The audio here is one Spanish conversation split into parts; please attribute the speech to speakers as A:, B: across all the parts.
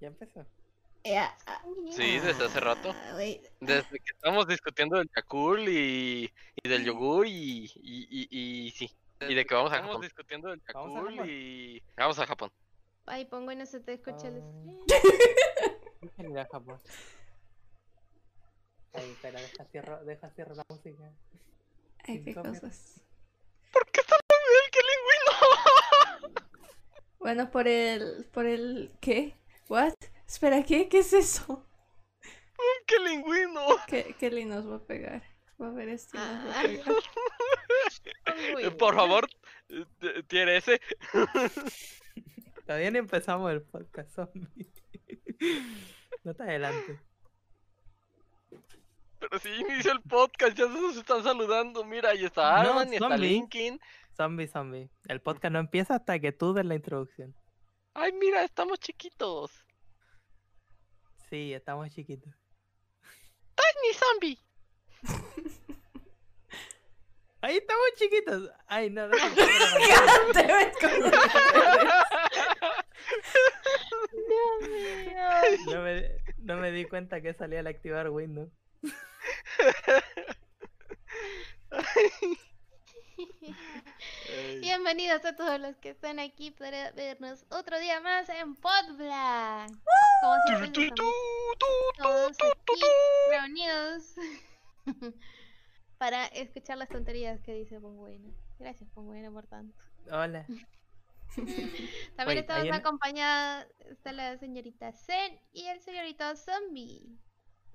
A: Ya empezó.
B: Eh, ah, ah,
C: Sí, desde hace rato.
B: ah, güey.
C: Desde que estamos discutiendo del Yakul y, y del yogur y, y, y, y sí. Y de que vamos a Japón. Estamos discutiendo del
A: Vamos a Japón.
C: y... Vamos a Japón.
D: Ahí pongo y no se te escucha
A: Ah.
D: el screen.
A: Déjale ir a Japón. Ay, espera, deja cierro, deja cierro la música.
B: Ay, qué
A: Insomnio.
B: cosas.
C: ¡El que
B: Bueno, por el. por el. ¿Qué? ¿What? Espera, ¿qué? ¿Qué es eso?
C: lingüino!
B: Que Kelly nos va a pegar. Va a ver esto. y nos va a
D: Ah.
B: pegar.
D: Uy,
C: Por favor, t- tiene ese.
A: Todavía no empezamos el podcast zombie. No te adelante.
C: Pero si inició el podcast, ya se nos están saludando. Mira, ahí está
A: No,
C: Arman y está
A: zombie.
C: Linkin.
A: Zombie, zombie. El podcast no empieza hasta que tú des la introducción.
C: Ay, mira, estamos chiquitos.
A: Sí, estamos chiquitos.
C: ¡Ni zombie!
A: Ahí estamos chiquitos. Ay, no, no.
B: Te ves con-
A: No me, no me di cuenta que salía al activar Windows.
C: Ay.
D: Bienvenidos a todos los que están aquí para vernos otro día más en Podblack. Como siempre,
C: Tu, tu,
D: estamos
C: tu, tu.
D: todos aquí reunidos para escuchar las tonterías que dice Ponguena. Gracias, Ponguena, por tanto.
A: Hola.
D: También
A: Oye,
D: estamos
A: ayer-
D: acompañada, está la señorita Zen y el señorito Zombie.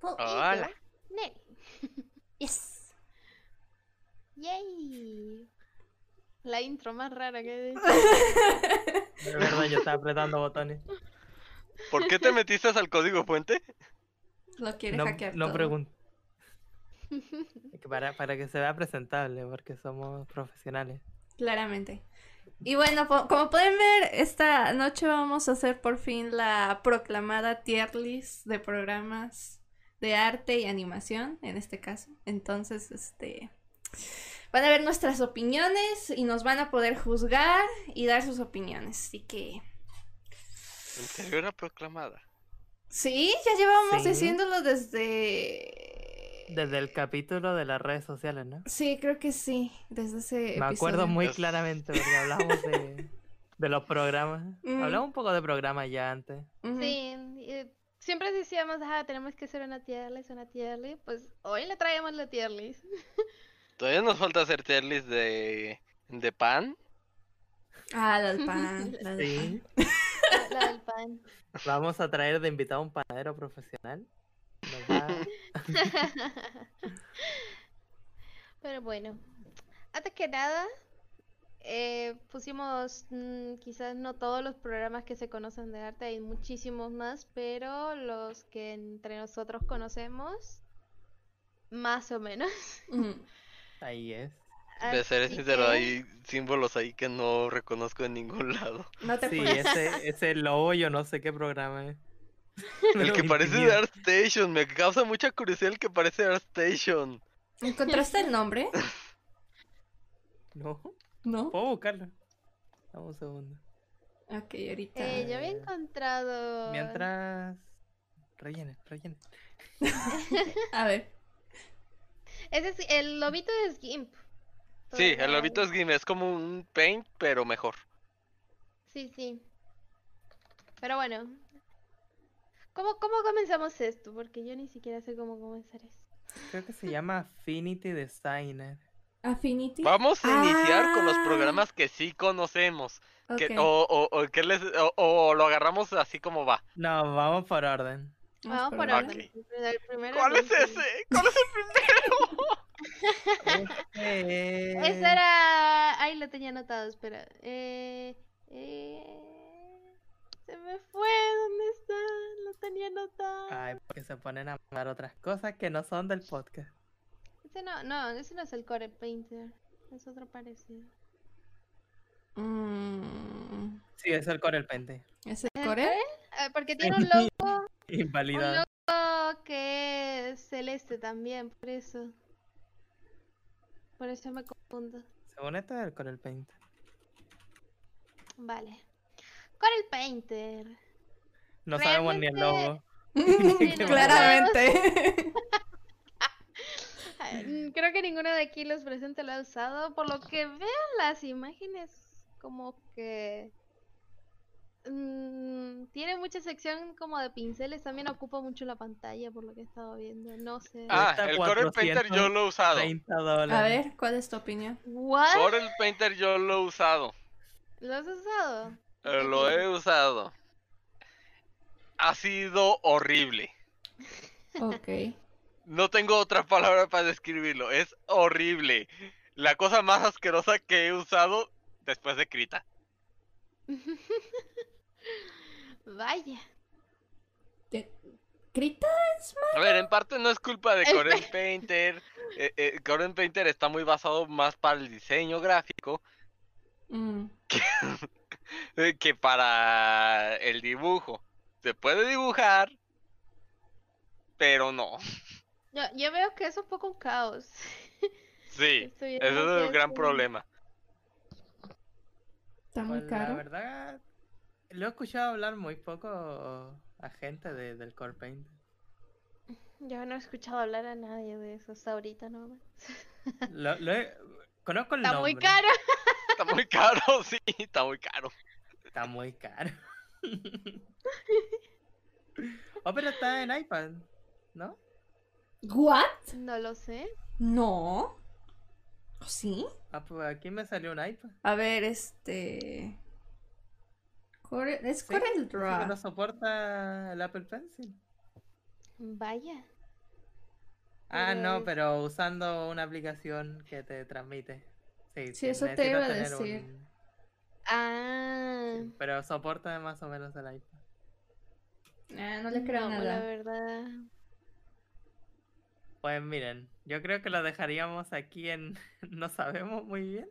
C: Hola.
D: Nelly.
B: Yes.
D: ¡Yay! La intro más rara que he hecho.
A: De verdad, yo estaba apretando botones.
C: ¿Por qué te metiste al código fuente?
B: Lo quiere
A: No,
B: hackear.
A: no
B: todo.
A: pregunto. Es que Para, para que se vea presentable, porque somos profesionales.
B: Claramente. Y bueno, po- como pueden ver, esta noche vamos a hacer por fin la proclamada tier list de programas de arte y animación, en este caso. Entonces, este van a ver nuestras opiniones y nos van a poder juzgar y dar sus opiniones. Así que,
C: En serio era proclamada.
B: sí, ya llevamos
A: Sí.
B: diciéndolo desde
A: Desde el capítulo de las redes sociales, ¿no?
B: Sí, creo que sí, desde ese
A: Me acuerdo
B: episodio.
A: muy
C: Dios.
A: claramente porque hablamos de, de los programas.
B: Mm.
A: Hablamos un poco de programas ya antes.
B: Ujú.
D: Sí, eh, siempre decíamos, ah, tenemos que hacer una tier list, una tier list. Pues hoy le traemos la tier list.
C: Todavía nos falta hacer tier list de, de pan.
B: Ah, la del pan, la del pan.
A: Sí.
D: la- La del pan.
A: Vamos a traer de invitado a un panadero profesional. Nos va-
D: Pero bueno, antes que nada, eh, pusimos mm, quizás no todos los programas que se conocen de arte, hay muchísimos más, pero los que entre nosotros conocemos, más o menos.
B: Ujú.
A: Ahí es.
C: De ser
D: Así
C: sincero,
D: que-
C: hay símbolos ahí que no reconozco en ningún lado.
B: No te
A: Sí,
B: puedes-
A: ese, ese lobo yo no sé qué programa es.
C: El
A: Pero
C: que
A: me
C: parece de
A: intimida.
C: Art Station, me causa mucha curiosidad el que parece de Art Station.
B: ¿Encontraste el nombre?
A: No,
B: No.
A: puedo buscarlo. Dame un segundo.
B: Ok, ahorita.
D: Eh, yo había
A: Eh,
D: encontrado.
A: Mientras. Rellenen, rellenen.
B: A ver.
D: Ese es el lobito de Skimp.
C: Sí,
D: Todavía
C: el lobito
D: hay.
C: es Guinea, es como un paint, pero mejor.
D: Sí, sí. Pero bueno. ¿Cómo, ¿Cómo comenzamos esto? Porque yo ni siquiera sé cómo comenzar esto.
A: Creo que se llama Affinity Designer.
B: Affinity.
C: Vamos a iniciar con los
B: Ah. programas
C: programas que sí conocemos.
B: Ok,
C: o, lo agarramos así como va.
A: No, vamos por orden.
D: Vamos por
C: orden.
D: orden. El primero
C: ¿Cuál
D: al
C: es
D: último.
C: ese? ¿Cuál es el
A: Este es-
D: Ese era. Ahí lo tenía anotado, espera. Eh, eh, Se me fue, ¿dónde está? Lo tenía anotado.
A: Ay, porque se ponen a amar otras cosas que no son del podcast.
D: Ese no, no, ese no es el Core Painter. Es otro parecido.
B: Mm,
A: Sí, es el Corel Pente.
B: ¿Es el
D: ¿El
B: core?
D: Corel? Eh, porque tiene un logo, un
A: Invalidado.
D: logo que es celeste también, por eso. Por eso me confundo.
A: Según esto es el Corel Paint.
D: Vale. Corel Painter.
A: No sabemos ni el logo.
D: Sí, no.
B: Claramente.
D: Ah, mm, Creo que ninguno de aquí los presentes lo ha usado. Por lo que vean las imágenes, como que. mm, tiene mucha sección como de pinceles. También ocupa mucho la pantalla, por lo que he estado viendo. No sé.
C: Ah,
A: Cuesta
C: el Corel Painter yo lo he usado.
A: 30 dólares.
B: A ver, ¿cuál es tu opinión?
D: ¿What?
C: Corel Painter yo lo he usado.
D: ¿Lo has usado?
C: Eh, Lo he usado. Ha sido horrible.
B: Ok.
C: No tengo otra palabra para describirlo. Es horrible. La cosa más asquerosa que he usado después de Krita.
D: Vaya.
B: ¿Crita?
C: A ver, en parte no es culpa de
D: Espe-
C: Corel Painter. Eh, eh, Corel Painter está muy basado más para el diseño gráfico
B: Mm,
C: eh, que para el dibujo. Se puede dibujar, pero no.
D: Yo, yo veo que es un poco un caos.
C: Sí,
D: Estoy viendo
C: ese es
D: que
C: el gran
D: un-
C: problema.
B: Está
A: Pues,
B: muy
A: La
B: caro.
A: verdad, lo he escuchado hablar muy poco a gente de- del Core Painter.
D: Yo no he escuchado hablar a nadie de eso hasta ahorita, ¿no?
A: Lo- lo he- Conozco el
D: Está
A: nombre.
D: muy caro.
C: Está muy caro, sí, está muy caro.
A: Está muy caro. oh, pero está en iPad, ¿no?
B: ¿What?
D: No lo sé.
B: No. ¿O ¿Sí?
A: Ah, pues aquí me salió un iPad.
B: A ver, este. Corel- Es
A: Sí, dice
B: Corel
A: que
B: Draw.
A: no soporta el Apple Pencil.
D: Vaya.
A: Ah, no,
D: Pero-
A: pero usando una aplicación que te transmite. Sí,
B: Sí, eso te
A: necesitas
B: iba a
A: tener
B: decir.
A: un-
D: Ah.
A: sí, pero soporta más o menos el iPad.
B: Ah, no le creo
D: no, La
B: nada.
D: verdad.
A: Pues miren, yo creo que lo dejaríamos aquí en no sabemos muy bien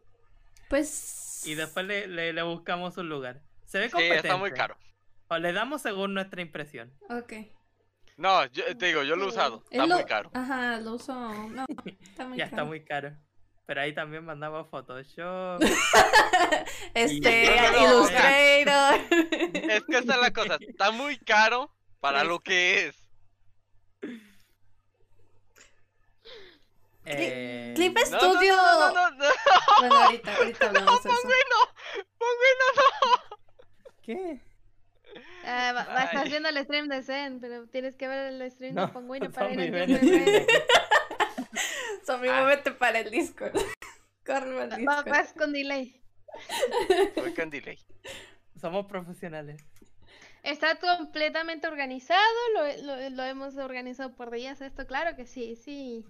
B: Pues.
A: y después le, le- le buscamos un lugar. Se ve
C: Sí,
A: competente.
C: está muy caro.
A: O le damos según nuestra impresión.
B: Ok.
C: No, yo, te digo, yo lo he
D: Sí.
C: usado.
B: Él
C: Está
B: lo-
C: muy caro.
B: Ajá, lo uso. No, está muy
A: ya
B: caro.
A: está muy caro. Pero ahí también mandamos Photoshop.
B: Este,
C: No, no, no,
B: Illustrator.
C: Es que esta es la cosa, está muy caro para lo que es.
A: eh,
B: Clip
C: No, no,
B: Studio.
C: No, no, no, no,
B: Bueno, ahorita, ahorita hablamos de eso.
A: ¿Qué?
D: Ah, va- va- estás
C: Ay.
D: viendo el stream de Zen, pero tienes que ver el stream de
A: No,
D: Pangüino para
A: Tommy,
D: ir a
A: ven.
D: entender.
B: Somi,
A: Ah.
B: muévete para el Discord. Corre para el
D: Va-
B: Discord.
D: Vas con delay.
C: Voy con delay.
A: Somos profesionales.
D: Está completamente organizado, lo, lo- lo hemos organizado por días, esto claro que sí, sí.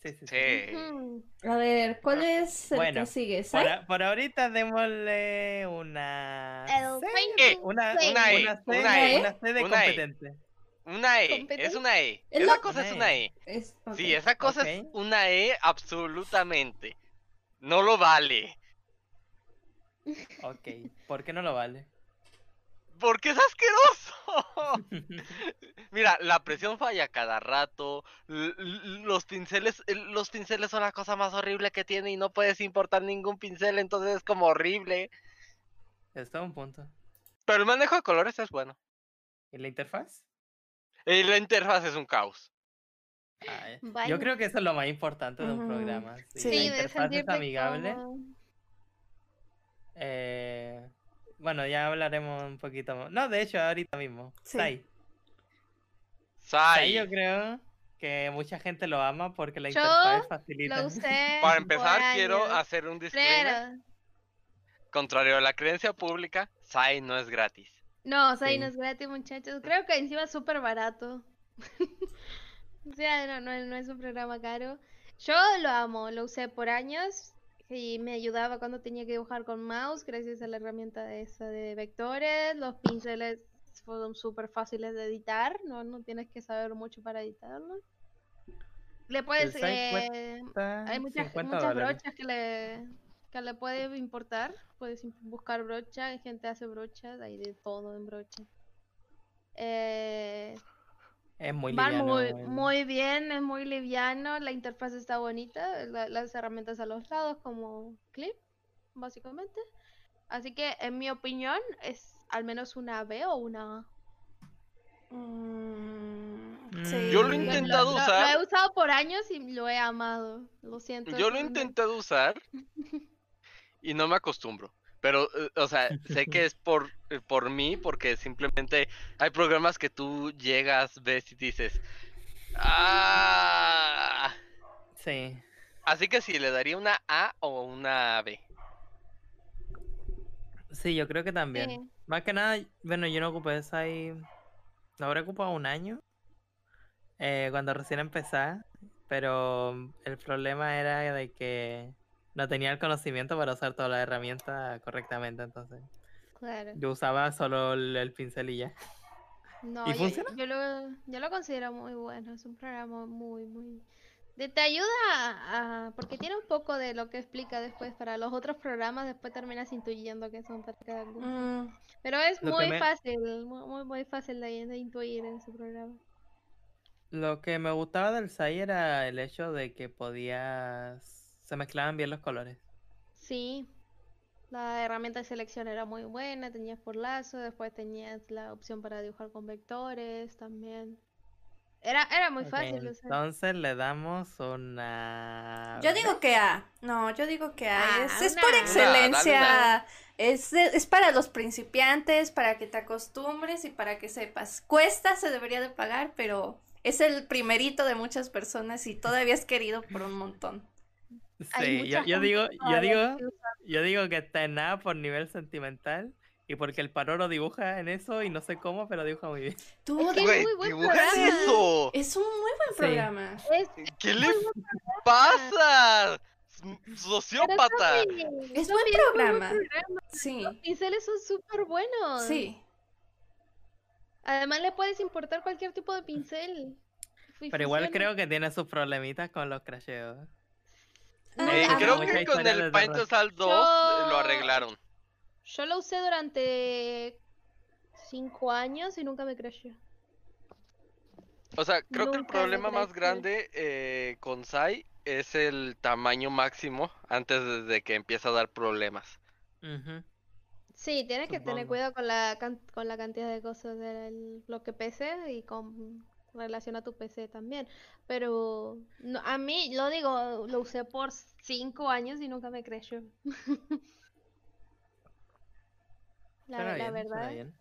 A: Sí, sí, sí.
C: Sí.
D: Ujú.
B: A ver, ¿cuál
C: Ah,
B: es el
A: Bueno,
B: que sigue?
A: Por,
B: ¿Sai?
A: a- por ahorita démosle una
D: El
A: C.
D: painting
A: Una,
D: play.
A: una E,
C: Una
A: una
B: E,
A: E, una C de
C: una E.
A: competente.
C: Una E,
D: ¿Competente?
C: es una E.
B: Es
C: Esa
B: lo-
C: cosa es
A: Una
C: una
A: E.
C: E.
B: Es- ok.
C: Sí, esa cosa es
A: Ok.
C: una E absolutamente. No lo vale.
A: Ok, ¿por qué no lo vale?
C: Porque es asqueroso. Mira, la presión falla cada rato. l- l- Los pinceles, los pinceles son la cosa más horrible que tiene y no puedes importar ningún pincel, entonces es como horrible.
A: Esto es un punto.
C: Pero el manejo de colores es bueno.
A: ¿Y la interfaz?
C: Y la interfaz es un caos.
A: Ah, eh.
D: Vaya.
A: Yo creo que eso es lo más importante de un
B: Ujú.
A: programa. Si
B: Sí,
A: la
B: de
A: interfaz es
D: sentirte
A: amigable.
D: como-
A: eh, bueno, ya hablaremos un poquito más. No, de hecho, ahorita mismo.
B: Sí.
A: Sai. Sai,
C: Sai.
A: yo creo que mucha gente lo ama porque la
D: Yo
A: interfaz facilita.
D: Lo usé
C: Para
D: por
C: empezar, quiero
D: años,
C: hacer un disclaimer.
D: pero-
C: Contrario a la creencia pública, SAI no es gratis.
D: No, o sea, y
A: Sí.
D: no es gratis, muchachos. Creo que encima es súper barato. o sea, no, no, no es un programa caro. Yo lo amo, lo usé por años y me ayudaba cuando tenía que dibujar con mouse, gracias a la herramienta de esa de vectores. Los pinceles fueron súper fáciles de editar, no, no tienes que saber mucho para editarlos. Le puedes.
A: site web-
D: eh,
A: Está
D: hay muchas,
A: 50
D: muchas
A: Ah, dólares.
D: brochas que le, que le puedes importar. Puedes im- buscar brocha, hay gente que hace brochas, hay de todo en brocha. Eh,
A: Es muy
D: van
A: liviano
D: muy,
A: el-
D: muy bien, es muy liviano, la interfaz está bonita, la- las herramientas a los lados como clip, básicamente. Así que en mi opinión es al menos una B o una A.
B: Mm,
A: Mm.
C: Yo lo
B: sí.
C: he intentado
D: lo,
C: usar.
D: Lo he usado por años y lo he amado. Lo siento.
C: Yo lo he
D: Fernando.
C: intentado usar y no me acostumbro. Pero, eh, o sea, sé que es por, eh, por mí, porque simplemente hay programas que tú llegas, ves y dices. "Ah".
A: Sí.
C: Así que sí, le daría una A o una B.
A: Sí, yo creo que también.
D: Sí.
A: Más que nada, bueno, yo no ocupé esa ahí. La habré ocupado un año. eh, cuando recién empecé. Pero el problema era de que no tenía el conocimiento para usar toda la herramienta correctamente. Entonces,
D: Claro.
A: yo usaba solo el, el pincel y ya.
D: No,
A: ¿Y
D: yo,
A: funciona?
D: yo lo, yo lo considero muy bueno, es un programa muy, muy... de- te ayuda a, a- Porque tiene un poco de lo que explica después para los otros programas, después terminas intuyendo que son para cada uno.
B: Mm,
D: Pero es
A: Lo que
D: muy
A: me-
D: fácil, muy, muy, muy fácil de, de intuir en su programa.
A: Lo que me gustaba del Sai era el hecho de que podías. Se mezclaban bien los colores.
D: Sí, la herramienta de selección era muy buena, tenías por lazo, después tenías la opción para dibujar con vectores también. Era, era muy
A: Ok,
D: fácil, o sea.
A: Entonces le damos una.
B: Yo digo que A. No, yo digo que A.
D: Ah,
B: es, es
D: una
B: por
D: A.
C: Una
B: excelencia. Es, es para los principiantes, para que te acostumbres y para que sepas. Cuesta, se debería de pagar, pero es el primerito de muchas personas y todavía es querido por un montón.
D: Hay
A: Sí, yo,
D: mucha
A: yo
D: gente
A: digo,
D: que
A: yo
D: todavía
A: digo,
D: sigue
A: yo digo que está en A por nivel sentimental y porque el paroro dibuja en eso y no sé cómo, pero dibuja muy bien.
B: Tú,
D: Es que
B: Dani,
D: es
C: Güey,
D: muy buen
C: dibujas
D: programa.
C: eso.
B: es un muy buen
A: Sí.
B: programa.
D: Es-
C: ¿Qué le pasa?
D: pero
C: Sociópata.
D: Sophie,
B: Es buen
D: Sophie, muy
B: programa. Sí,
D: Los pinceles son súper buenos.
B: sí.
D: Además le puedes importar cualquier tipo de pincel. Y
A: Pero igual
D: funciona.
A: creo que tiene sus problemitas con los crasheos.
B: Ah,
C: Eh,
B: ah,
C: creo
A: mucha
C: que con
A: historia
C: el
A: de
C: Painter
A: terror.
C: Salt 2 eh, lo
D: Yo-
C: arreglaron.
D: Yo lo usé durante cinco años y nunca me crasheó.
C: O sea, creo que el
D: Nunca me
C: problema más
D: creció.
C: grande eh, con Sai es el tamaño máximo antes de- de que empieza a dar problemas.
A: Ujú.
D: Sí, tienes que tener
A: Supongo.
D: cuidado con la, can- con la cantidad de cosas de lo que pese y con relación a tu PC también. Pero no- a mí, lo digo, lo usé por cinco años y nunca me creyó. la,
A: Suena
D: la
A: bien, suena
D: verdad.
A: bien.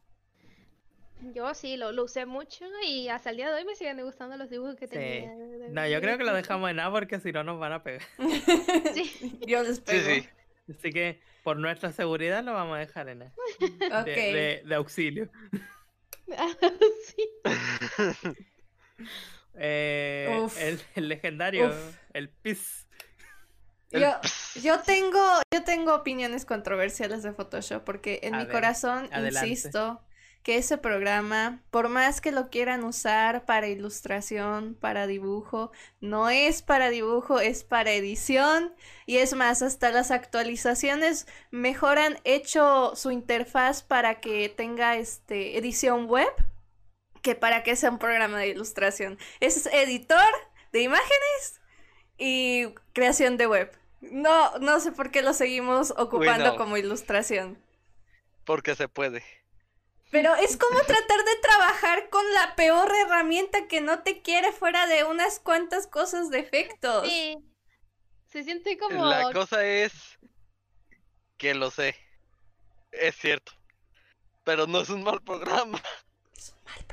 D: Yo sí, lo, lo usé mucho y hasta el día de hoy me siguen gustando los dibujos que
A: Sí.
D: tenía. de- de-
A: No, yo
D: de
A: creo que lo
D: chica.
A: dejamos en A porque si no nos van a pegar.
D: Sí.
B: Yo les
C: Sí,
B: pego.
C: sí.
A: Así que por nuestra seguridad lo vamos a dejar en A. De,
B: Ok.
A: de- de auxilio.
D: Sí.
A: Eh,
B: Uf.
A: el, el legendario,
B: Uf.
A: el PIS.
B: Yo, yo tengo, yo tengo opiniones controversiales de Photoshop porque en
A: A
B: mi
A: ver,
B: corazón
A: adelante.
B: insisto que ese programa, por más que lo quieran usar para ilustración, para dibujo, no es para dibujo, es para edición y es más, hasta las actualizaciones mejoran hecho su interfaz para que tenga este edición web que para que sea un programa de ilustración. Es editor de imágenes y creación de web. No, no sé por qué lo seguimos ocupando
C: Bueno.
B: como ilustración.
C: Porque se puede.
B: Pero es como tratar de trabajar con la peor herramienta que no te quiere fuera de unas cuantas cosas de efectos.
D: Sí. Se siente como...
C: La cosa es que lo sé. Es cierto. Pero no es un mal programa.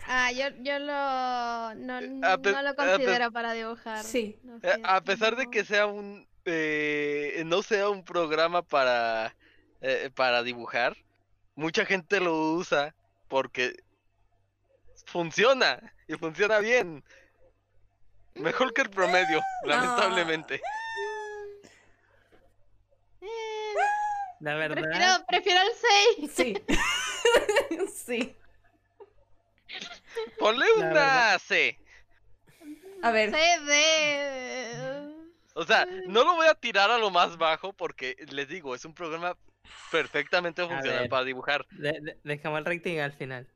D: Ah, yo, yo lo... No,
C: Eh, a pe-
D: no
C: a
D: lo
C: pe-
D: considero para dibujar.
B: Sí.
D: lo
C: Eh, A
D: siento,
C: pesar de
D: no.
C: que sea un eh, no sea un programa para eh, para dibujar, mucha gente lo usa porque funciona y funciona bien. Mejor que el promedio, lamentablemente.
D: Eh,
A: La verdad.
D: prefiero, prefiero el 6.
B: Sí. sí.
C: Ponle
A: La
C: una
A: verdad.
C: C.
B: A ver.
D: de...
C: O sea, no lo voy a tirar a lo más bajo porque les digo, es un programa perfectamente funcional
A: ver.
C: para dibujar.
A: de- de- dejamos el rating al final.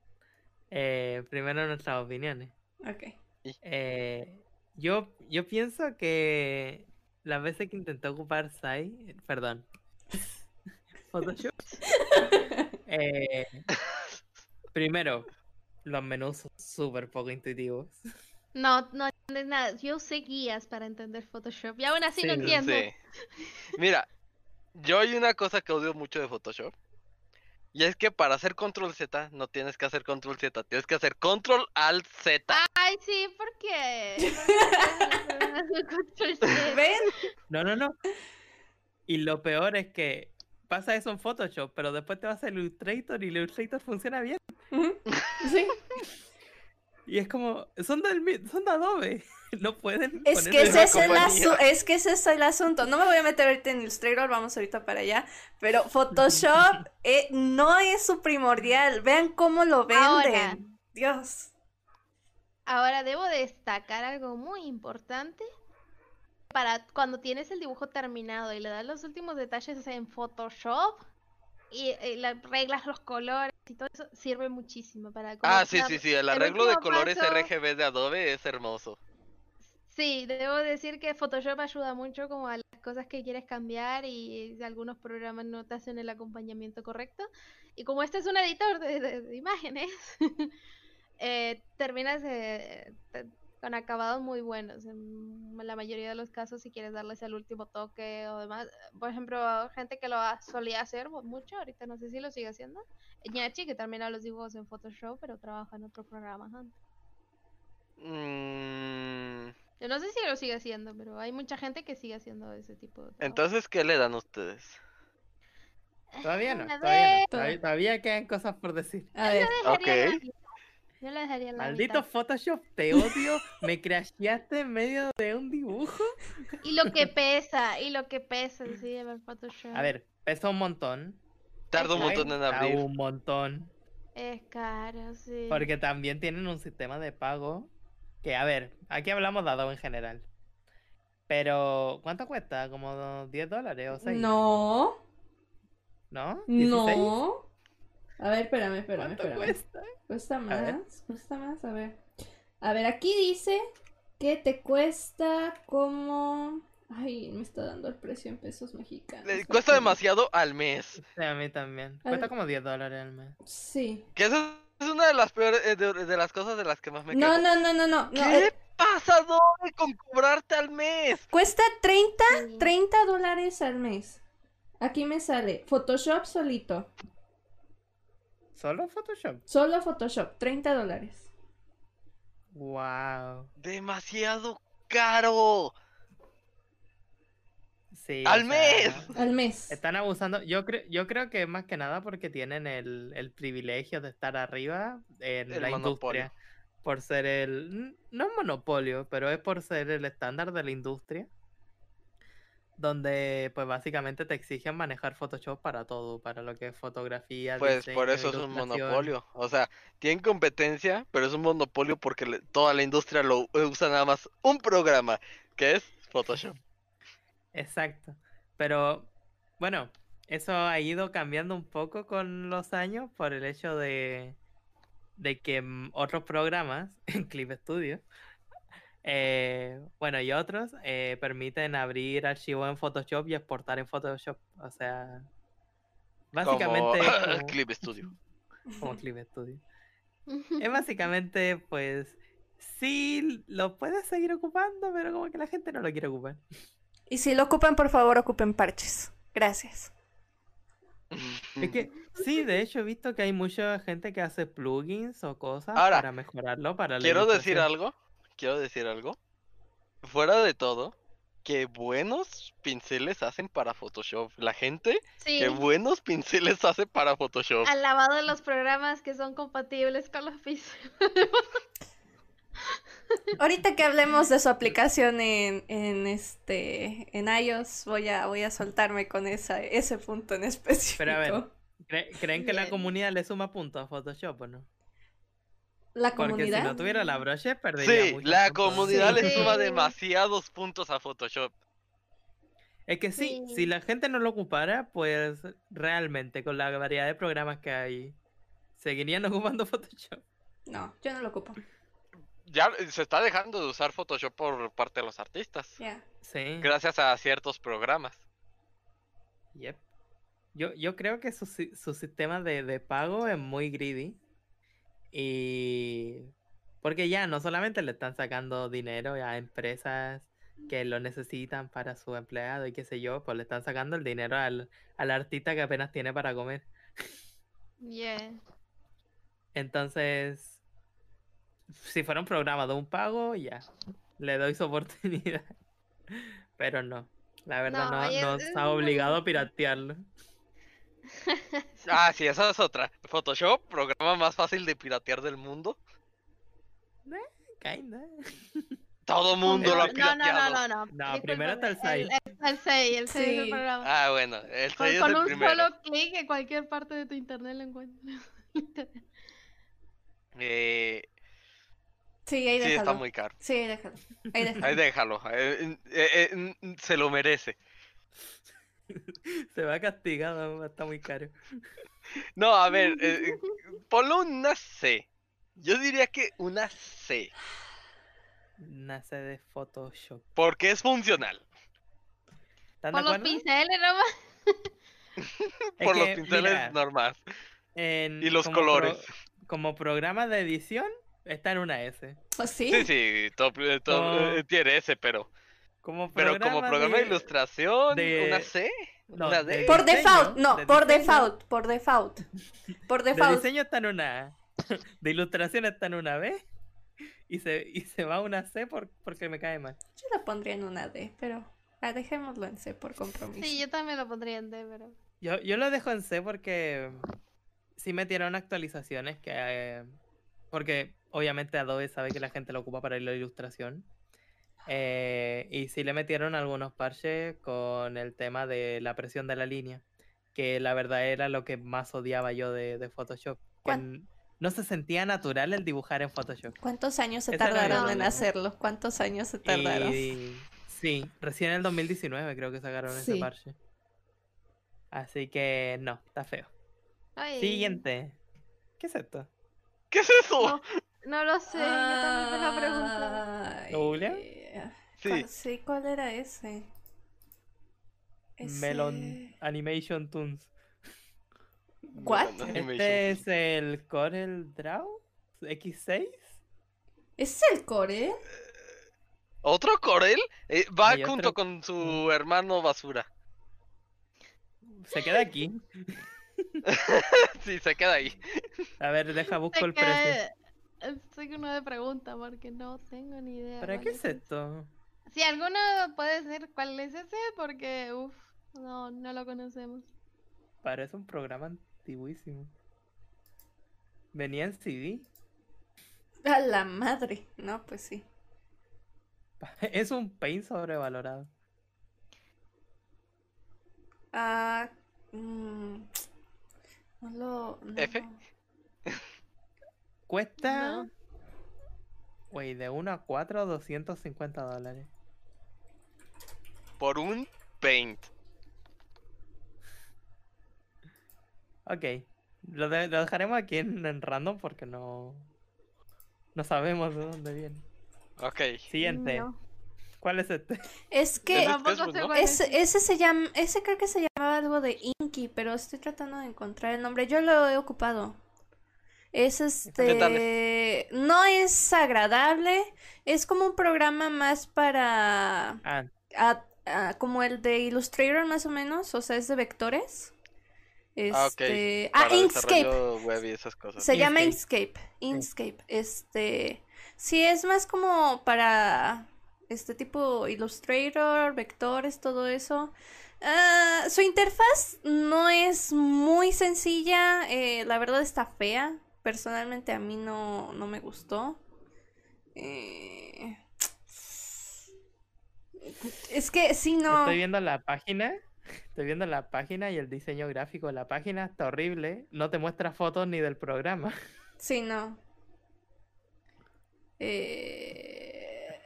A: Eh, primero nuestras opiniones.
B: Ok.
A: Eh, yo, yo pienso que las veces que intenté ocupar Sai, perdón, Photoshop. eh, primero, Los menús son súper poco intuitivos.
D: No, no entiendes nada. Yo usé guías para entender Photoshop y aún así no
A: Sí, sí.
D: entiendo.
C: Sí. Mira, yo hay una cosa que odio mucho de Photoshop. Y es que para hacer control Z no tienes que hacer control Z, tienes que hacer control alt Z.
D: Ay, sí, porque.
B: ¿Ven?
A: No, no, no. Y lo peor es que pasa eso en Photoshop, pero después te vas a Illustrator y Illustrator funciona bien.
B: Ujú. Sí.
A: Y es como, son del mi- son de Adobe. No pueden.
B: Es
A: ponerle una
B: que, ese es el
A: compañía.
B: asu- es que ese es el asunto. No me voy a meter ahorita en Illustrator, vamos ahorita para allá. Pero Photoshop eh, no es su primordial. Vean cómo lo venden.
D: Ahora.
B: Dios.
D: Ahora debo destacar algo muy importante. Para cuando tienes el dibujo terminado y le das los últimos detalles en Photoshop y, eh, las reglas, los colores y todo eso, sirve muchísimo para
C: Ah,
D: como
C: sí,
D: la-
C: sí, sí, el
D: el
C: arreglo de
D: último
C: colores
D: paso-
C: RGB de Adobe es hermoso.
D: Sí, debo decir que Photoshop ayuda mucho como a las cosas que quieres cambiar y algunos programas no te hacen el acompañamiento correcto. Y como este es un editor de, de- de imágenes, eh, terminas eh, te- con acabados muy buenos. En la mayoría de los casos, si quieres darles el último toque o demás. Por ejemplo, gente que lo ha- solía hacer mu- mucho, ahorita no sé si lo sigue haciendo. Ñachi, que termina los dibujos en Photoshop, pero trabaja en otros programas antes.
C: Mm,
D: Yo no sé si lo sigue haciendo, pero hay mucha gente que sigue haciendo ese tipo de trabajo.
C: entonces, ¿qué le dan ustedes?
A: Todavía no,
D: Una
A: todavía no.
D: vez.
A: Todavía, todavía quedan cosas por decir.
B: A ver.
D: Yo le dejaría la
C: Ok.
D: mitad. Yo le dejaría la
A: Maldito
D: mitad.
A: Photoshop, te odio. Me crasheaste en medio de un dibujo.
D: Y lo que pesa, y lo que pesa, sí, en el Photoshop.
A: A ver, pesa un montón.
C: Tardo un
D: Ay,
C: montón en
A: Cuesta
C: abrir.
A: Un montón.
D: Es caro, sí.
A: Porque también tienen un sistema de pago que, a ver, aquí hablamos de Adobe en general. Pero, ¿cuánto cuesta? ¿Como 10 dólares o 6?
B: No.
A: ¿No? ¿16?
B: No. A ver, espérame, espérame,
A: ¿Cuánto
B: espérame.
A: cuesta?
B: Cuesta
A: A ver.
B: más, cuesta más, a ver. A ver, aquí dice que te cuesta como... Ay, me está dando el precio en pesos mexicanos.
C: Le cuesta
B: Ok.
C: demasiado al mes.
A: Sí, a mí también.
B: A
A: Cuesta
B: ver.
A: como 10 dólares al mes.
B: Sí.
C: Que eso es una de las peores, eh, de, de las cosas de las que más me
B: No,
C: quejo.
B: no, no, no, no. no,
C: ¿Qué
B: eh,
C: le pasa, Adobe, con cobrarte al mes?
B: cuesta 30,
D: Sí.
B: 30 dólares al mes. Aquí me sale Photoshop solito.
A: ¿Solo Photoshop?
B: Solo Photoshop, 30 dólares.
A: Wow.
C: Demasiado caro.
A: Sí.
C: ¡Al mes!
B: Al mes.
A: Están abusando. Yo, creo yo creo que más que nada porque tienen el, el privilegio de estar arriba en
C: El
A: la
C: monopolio.
A: industria. Por ser el. No es monopolio, pero es por ser el estándar de la industria. Donde, pues básicamente te exigen manejar Photoshop para todo, para lo que es fotografía.
C: Pues por
A: diseño,
C: eso es un
A: ilustración.
C: monopolio. O sea, tienen competencia, pero es un monopolio porque le- toda la industria lo usa nada más un programa, que es Photoshop.
A: Exacto. Pero bueno, eso ha ido cambiando un poco con los años por el hecho de, de que mm, otros programas en Clip Studio, eh, bueno, y otros eh, permiten abrir archivos en Photoshop y exportar en Photoshop. O sea, básicamente es
C: como...
A: como-
C: Clip Studio.
A: como Clip Studio. Es básicamente, pues, sí, lo puedes seguir ocupando, pero como que la gente no lo quiere ocupar.
B: Y si lo ocupan, por favor, ocupen parches. Gracias.
C: Mm.
A: Es que sí, de hecho he visto que hay mucha gente que hace plugins o cosas
C: Ahora,
A: para mejorarlo, para la
C: Quiero decir
A: ilustración.
C: algo, quiero decir algo. Fuera de todo, qué buenos pinceles hacen para Photoshop. La gente,
D: Sí,
C: qué buenos pinceles hace para Photoshop.
D: al lavado de los programas que son compatibles con los pisos.
B: Ahorita que hablemos de su aplicación en, en este en iOS, voy a voy a soltarme con esa ese punto en específico.
A: Pero a ver. ¿Cre- ¿Creen que la
D: Bien.
A: comunidad le suma puntos a Photoshop o no?
B: la
A: Porque si
B: comunidad.
A: no tuviera la broche perdería
C: Sí,
A: muchos
C: la
A: puntos.
C: comunidad
B: Sí.
C: le suma
D: Sí.
C: demasiados puntos a Photoshop.
A: Es que sí,
D: Sí.
A: si la gente no lo ocupara, pues realmente con la variedad de programas que hay, seguirían ocupando Photoshop.
B: No, yo no lo ocupo.
C: Ya eh, se está dejando de usar Photoshop por parte de los artistas.
B: Ya.
A: Sí.
C: Gracias a ciertos programas.
A: Yep. Yo, yo creo que su, si- su sistema de, de pago es muy greedy. Y porque ya no solamente le están sacando dinero a empresas que lo necesitan para su empleado y qué sé yo, pues le están sacando el dinero al, al artista que apenas tiene para comer.
D: Yeah.
A: Entonces, si fuera un programa de un pago, ya, le doy su oportunidad. Pero no, la verdad
D: No,
A: no,
D: y
A: no
D: es- es
A: está
D: muy-
A: obligado a piratearlo.
C: Ah, sí, esa es otra. Photoshop, programa más fácil de piratear del mundo.
A: Kinda.
C: Todo mundo lo ha
D: no, no, no,
C: pirateado.
D: no, no.
A: No, primero está el
D: Discúlpame,
A: site.
D: pues El, el SAI, el SAI del
B: Sí.
D: programa.
C: Ah, bueno, el
D: con
C: sello
D: con
C: es el
D: un
C: primero.
D: solo clic en cualquier parte de tu internet lo encuentras. Literal.
C: Eh,
B: Sí, ahí
C: sí,
B: déjalo.
C: está muy caro.
B: Sí, ahí déjalo. Ahí déjalo.
C: Ahí déjalo. eh, eh, eh, mm, se lo merece.
A: Se va castigado, está muy caro.
C: No, a ver, eh, ponlo una C. Yo diría que una C,
A: Nace de Photoshop.
C: porque es funcional.
A: ¿Están de
D: Por los
A: acuerdo?
D: pinceles nomás.
A: Es
C: Por los
A: que,
C: pinceles
A: mira,
C: normales.
A: en-
C: y los
A: como pro-
C: colores.
A: como programa de edición, está en una S.
B: Oh, ¿Sí?
C: Sí, sí, top, eh, top,
A: No.
C: eh, tiene ese, pero.
A: Como
C: Pero como programa de,
A: Oh. de-
C: ilustración,
A: de-
C: una C,
A: no,
C: una
A: de-
C: D.
B: Por
A: diseño,
B: default, no,
A: de
B: por
A: diseño.
B: default, por default. Por
A: De
B: default.
A: diseño está en una A. De ilustración está en una B. Y se, y se va a una C por- porque me cae mal.
B: Yo la pondría en una D, pero ah, dejémoslo en C por compromiso.
D: Sí, yo también lo pondría en D, pero.
A: Yo, yo lo dejo en C porque sí metieron actualizaciones que... eh, porque obviamente Adobe sabe que la gente lo ocupa para la ilustración. eh, y sí le metieron algunos parches con el tema de la presión de la línea. Que la verdad era lo que más odiaba yo de, de Photoshop. que
B: ¿Cuál?
A: n- no se sentía natural el dibujar en Photoshop.
B: ¿Cuántos años se
A: Ese era el
B: tardaron en
D: problema.
B: hacerlo? ¿Cuántos años se tardaron?
A: Y- Sí, recién en el 2019 creo que sacaron ese
B: Sí.
A: parche. Así que no, está feo.
D: Ay,
A: Siguiente. ¿Qué es esto?
C: ¿Qué es eso?
D: No lo sé, yo también me
B: Ah,
D: lo pregunto.
B: Ay,
A: ¿Lo googlean?
B: ¿cuál-
C: Sí,
B: sí, ¿cuál era ese? Ese-
A: Melon Animation Toons.
B: ¿What?
C: Melon Animation.
A: Este es el Corel Draw X6.
B: ¿Es el Corel?
C: ¿Otro Corel? Eh, va
A: Hay
C: junto
A: otro- Mm.
C: con su hermano basura.
A: Se queda aquí.
C: sí, se queda ahí.
A: A ver, deja busco
D: Sé
A: el
D: que-
A: precio.
D: Estoy con una pregunta porque no tengo ni idea.
A: ¿Para qué
D: cuál
A: es esto?
D: Si alguno puede decir cuál es ese, porque uff, no, no lo conocemos.
A: Parece un programa antiguísimo. Venía en CD.
B: A la madre. No, pues sí.
A: Es un paint sobrevalorado.
B: Ah, mm, no lo. no
C: F.
B: lo-
A: Cuesta.
D: No.
A: Güey, de 1 a 4, 250 dólares.
C: Por un paint.
A: Ok. Lo, de- lo dejaremos aquí en, en random porque no. No sabemos de dónde viene.
C: Ok.
A: Siguiente.
D: No.
A: ¿Cuál es este?
B: Es que.
C: Ese-
D: Tampoco
C: Facebook,
D: sé
C: no?
D: cuál es.
B: Ese, ese se llama, ese creo que se llamaba algo de Inky, pero estoy tratando de encontrar el nombre. Yo lo he ocupado. Es este, no es agradable, es como un programa más para,
A: Ah,
B: a- a- como el de Illustrator más o menos, o sea, es de vectores.
C: Ah, ok.
B: Este, ah,
C: Para
B: Inkscape,
C: desarrollo web y esas cosas.
B: se llama
A: Inkscape.
B: Inkscape. Inkscape. Este. Sí, es más como para. Este tipo Illustrator, vectores, todo eso. Ah, su interfaz no es muy sencilla. eh, la verdad está fea. Personalmente a mí no, no me gustó. Eh, Es que sí, no.
A: Estoy viendo la página. Estoy viendo la página y el diseño gráfico de la página está horrible. No te muestra fotos ni del programa.
B: Sí, no. Eh,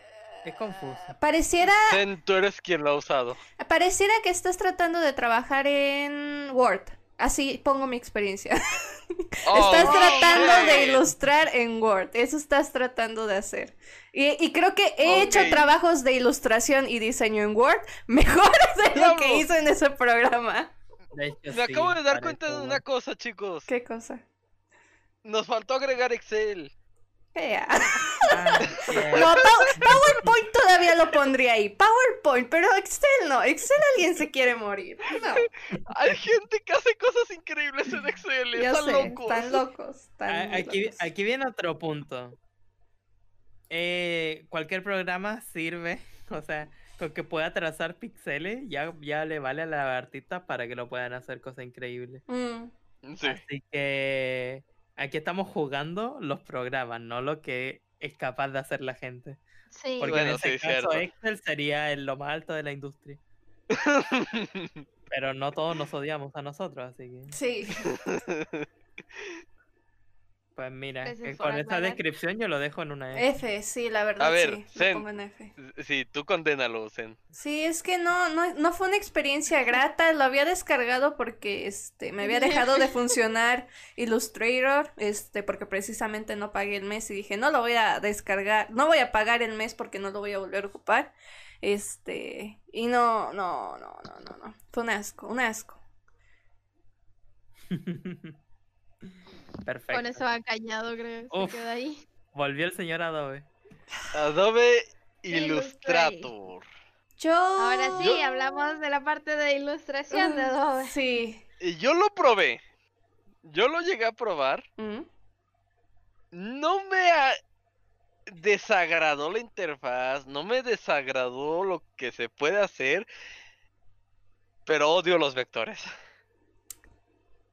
A: Es confuso.
B: Pareciera,
C: Ten, tú eres quien lo ha usado.
B: pareciera que estás tratando de trabajar en Word. Así pongo mi experiencia. estás
C: Oh,
B: tratando de
C: shit.
B: ilustrar en Word. Eso estás tratando de hacer. Y, y creo que he hecho
C: Ok.
B: trabajos de ilustración y diseño en Word mejores de lo que
C: Diablos.
B: hice en ese programa.
A: De hecho,
C: Me acabo
A: sí,
C: de dar
A: parece
C: cuenta de
A: un-
C: una cosa, chicos.
B: ¿Qué cosa?
C: Nos faltó agregar Excel.
B: Fea.
A: Ah,
B: No,
A: yeah.
B: Pow- PowerPoint todavía lo pondría ahí. PowerPoint, pero Excel no. Excel alguien se quiere morir. No,
C: Hay gente que hace cosas increíbles en Excel.
B: yo
C: Están
B: sé,
C: locos.
B: están locos. están
A: Ah,
B: muy
A: Aquí,
B: locos.
A: aquí viene otro punto. Eh, cualquier programa sirve, o sea, con que pueda trazar pixeles, ya, ya le vale a la artista para que lo puedan hacer cosas increíbles.
B: Mm,
C: Sí.
A: Así que aquí estamos jugando los programas, no lo que es capaz de hacer la gente.
D: Sí.
A: Porque en
C: Bueno,
A: ese
C: sí,
A: caso
C: cierto.
A: Excel sería el- lo más alto de la industria. Pero no todos nos odiamos a nosotros, así que.
B: sí.
A: Pues mira,
D: Pues
A: eh,
D: es
A: con
D: para
A: esta
D: aclarar.
A: descripción yo lo dejo en una E. F.
B: F, sí, la verdad.
C: A ver,
B: sí, lo
C: Zen.
B: pongo en F.
C: Sí, tú condénalo, Zen.
B: Sí, es que no, no, no fue una experiencia grata. Lo había descargado porque este, me había dejado de funcionar Illustrator, este, porque precisamente no pagué el mes y dije, no lo voy a descargar, no voy a pagar el mes porque no lo voy a volver a ocupar. Este, y no, no, no, no, no, no. Fue un asco, un asco.
A: Perfecto.
D: Con eso ha callado, creo.
A: Uf.
D: Se queda ahí.
A: Volvió el señor Adobe.
C: Adobe
D: Illustrator.
C: Illustrator.
B: Yo.
D: Ahora sí, hablamos de la parte de ilustración
B: Ah.
D: de Adobe.
B: Mm, Sí.
C: Y yo lo probé. Yo lo llegué a probar.
B: Mm.
C: No me a- desagradó la interfaz, no me desagradó lo que se puede hacer, pero odio los vectores.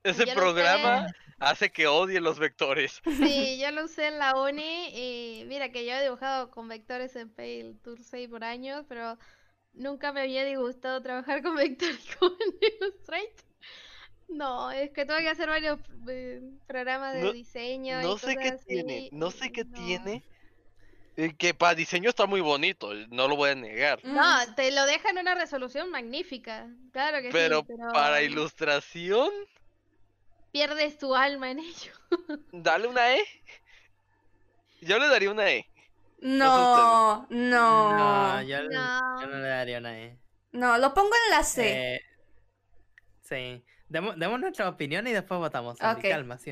C: Ese
D: Yo lo sé.
C: programa hace que odie los vectores.
D: Sí, yo lo usé en la uni y mira que yo he dibujado con vectores en Pale Tursey por años, pero nunca me había disgustado trabajar con vectores con Illustrator. No, es que tuve que hacer varios eh, programas de
C: No-
D: diseño y
C: No sé qué
D: cosas
C: tiene,
D: así,
C: no sé qué
D: no.
C: tiene. eh, Que para diseño está muy bonito, eh, no lo voy a negar.
B: Mm.
D: No, te lo deja en una resolución magnífica, claro que sí,
C: Pero
D: pero
C: para ilustración,
D: pierdes tu alma en ello.
C: dale una E. Yo le daría una E.
B: No, no.
A: No, yo, yo no.
D: No.
A: le daría una E.
B: No, lo pongo en la C.
A: Eh, sí. Demos, demos nuestra opinión y después votamos. Sandy,
B: Ok.
A: Calma, sí.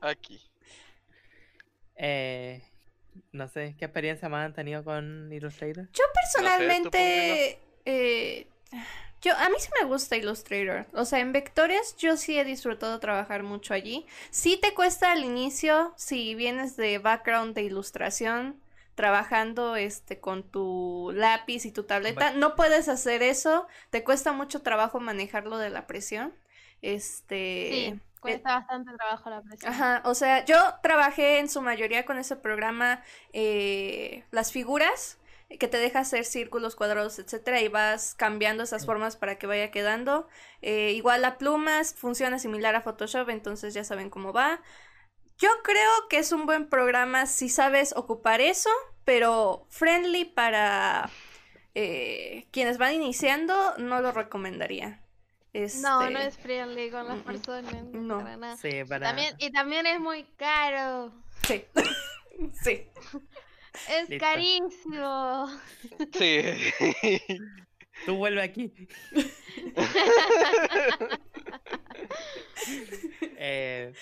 C: Aquí.
A: Eh, no sé, ¿qué experiencia más han tenido con Illustrator?
B: Yo
C: sé, ¿tú por qué no?
B: personalmente, eh, yo a mí sí me gusta Illustrator. O sea, en vectores yo sí he disfrutado trabajar mucho allí. Sí te cuesta al inicio, si vienes de background de ilustración, trabajando este con tu lápiz y tu tableta, no puedes hacer eso. Te cuesta mucho trabajo manejarlo de la presión. Este.
D: Sí, cuesta bastante trabajo la presión.
B: Ajá, o sea, yo trabajé en su mayoría con ese programa eh, las figuras eh, que te deja hacer círculos, cuadrados, etcétera, y vas cambiando esas formas para que vaya quedando. Eh, igual la plumas funciona similar a Photoshop, entonces ya saben cómo va. Yo creo que es un buen programa si sabes ocupar eso, pero friendly para eh, quienes van iniciando, no lo recomendaría.
D: No, no
B: Este,
D: es friendly con las
B: Mm-mm.
D: personas.
B: No.
D: para nada.
A: Sí, para.
D: También, y también es muy caro.
B: Sí. sí.
D: Es
A: Listo.
D: carísimo.
C: Sí.
A: Tú vuelve aquí. Eh,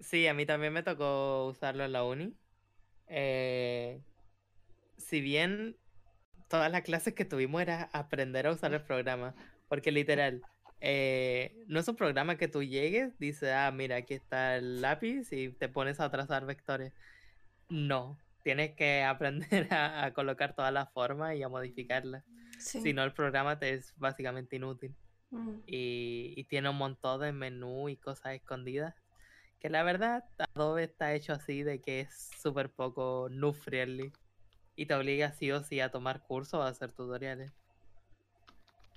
A: sí, a mí también me tocó usarlo en la uni. Eh, si bien todas las clases que tuvimos era aprender a usar el programa, porque literal, eh, no es un programa que tú llegues, dice, ah, mira, aquí está el lápiz y te pones a trazar vectores. No, tienes que aprender a, a colocar todas las formas y a modificarlas.
B: Sí.
A: Si no, el programa te es básicamente inútil.
B: Mm.
A: Y, y tiene un montón de menú y cosas escondidas. Que la verdad, Adobe está hecho así de que es súper poco new friendly. Y te obliga sí o sí a tomar cursos o a hacer tutoriales.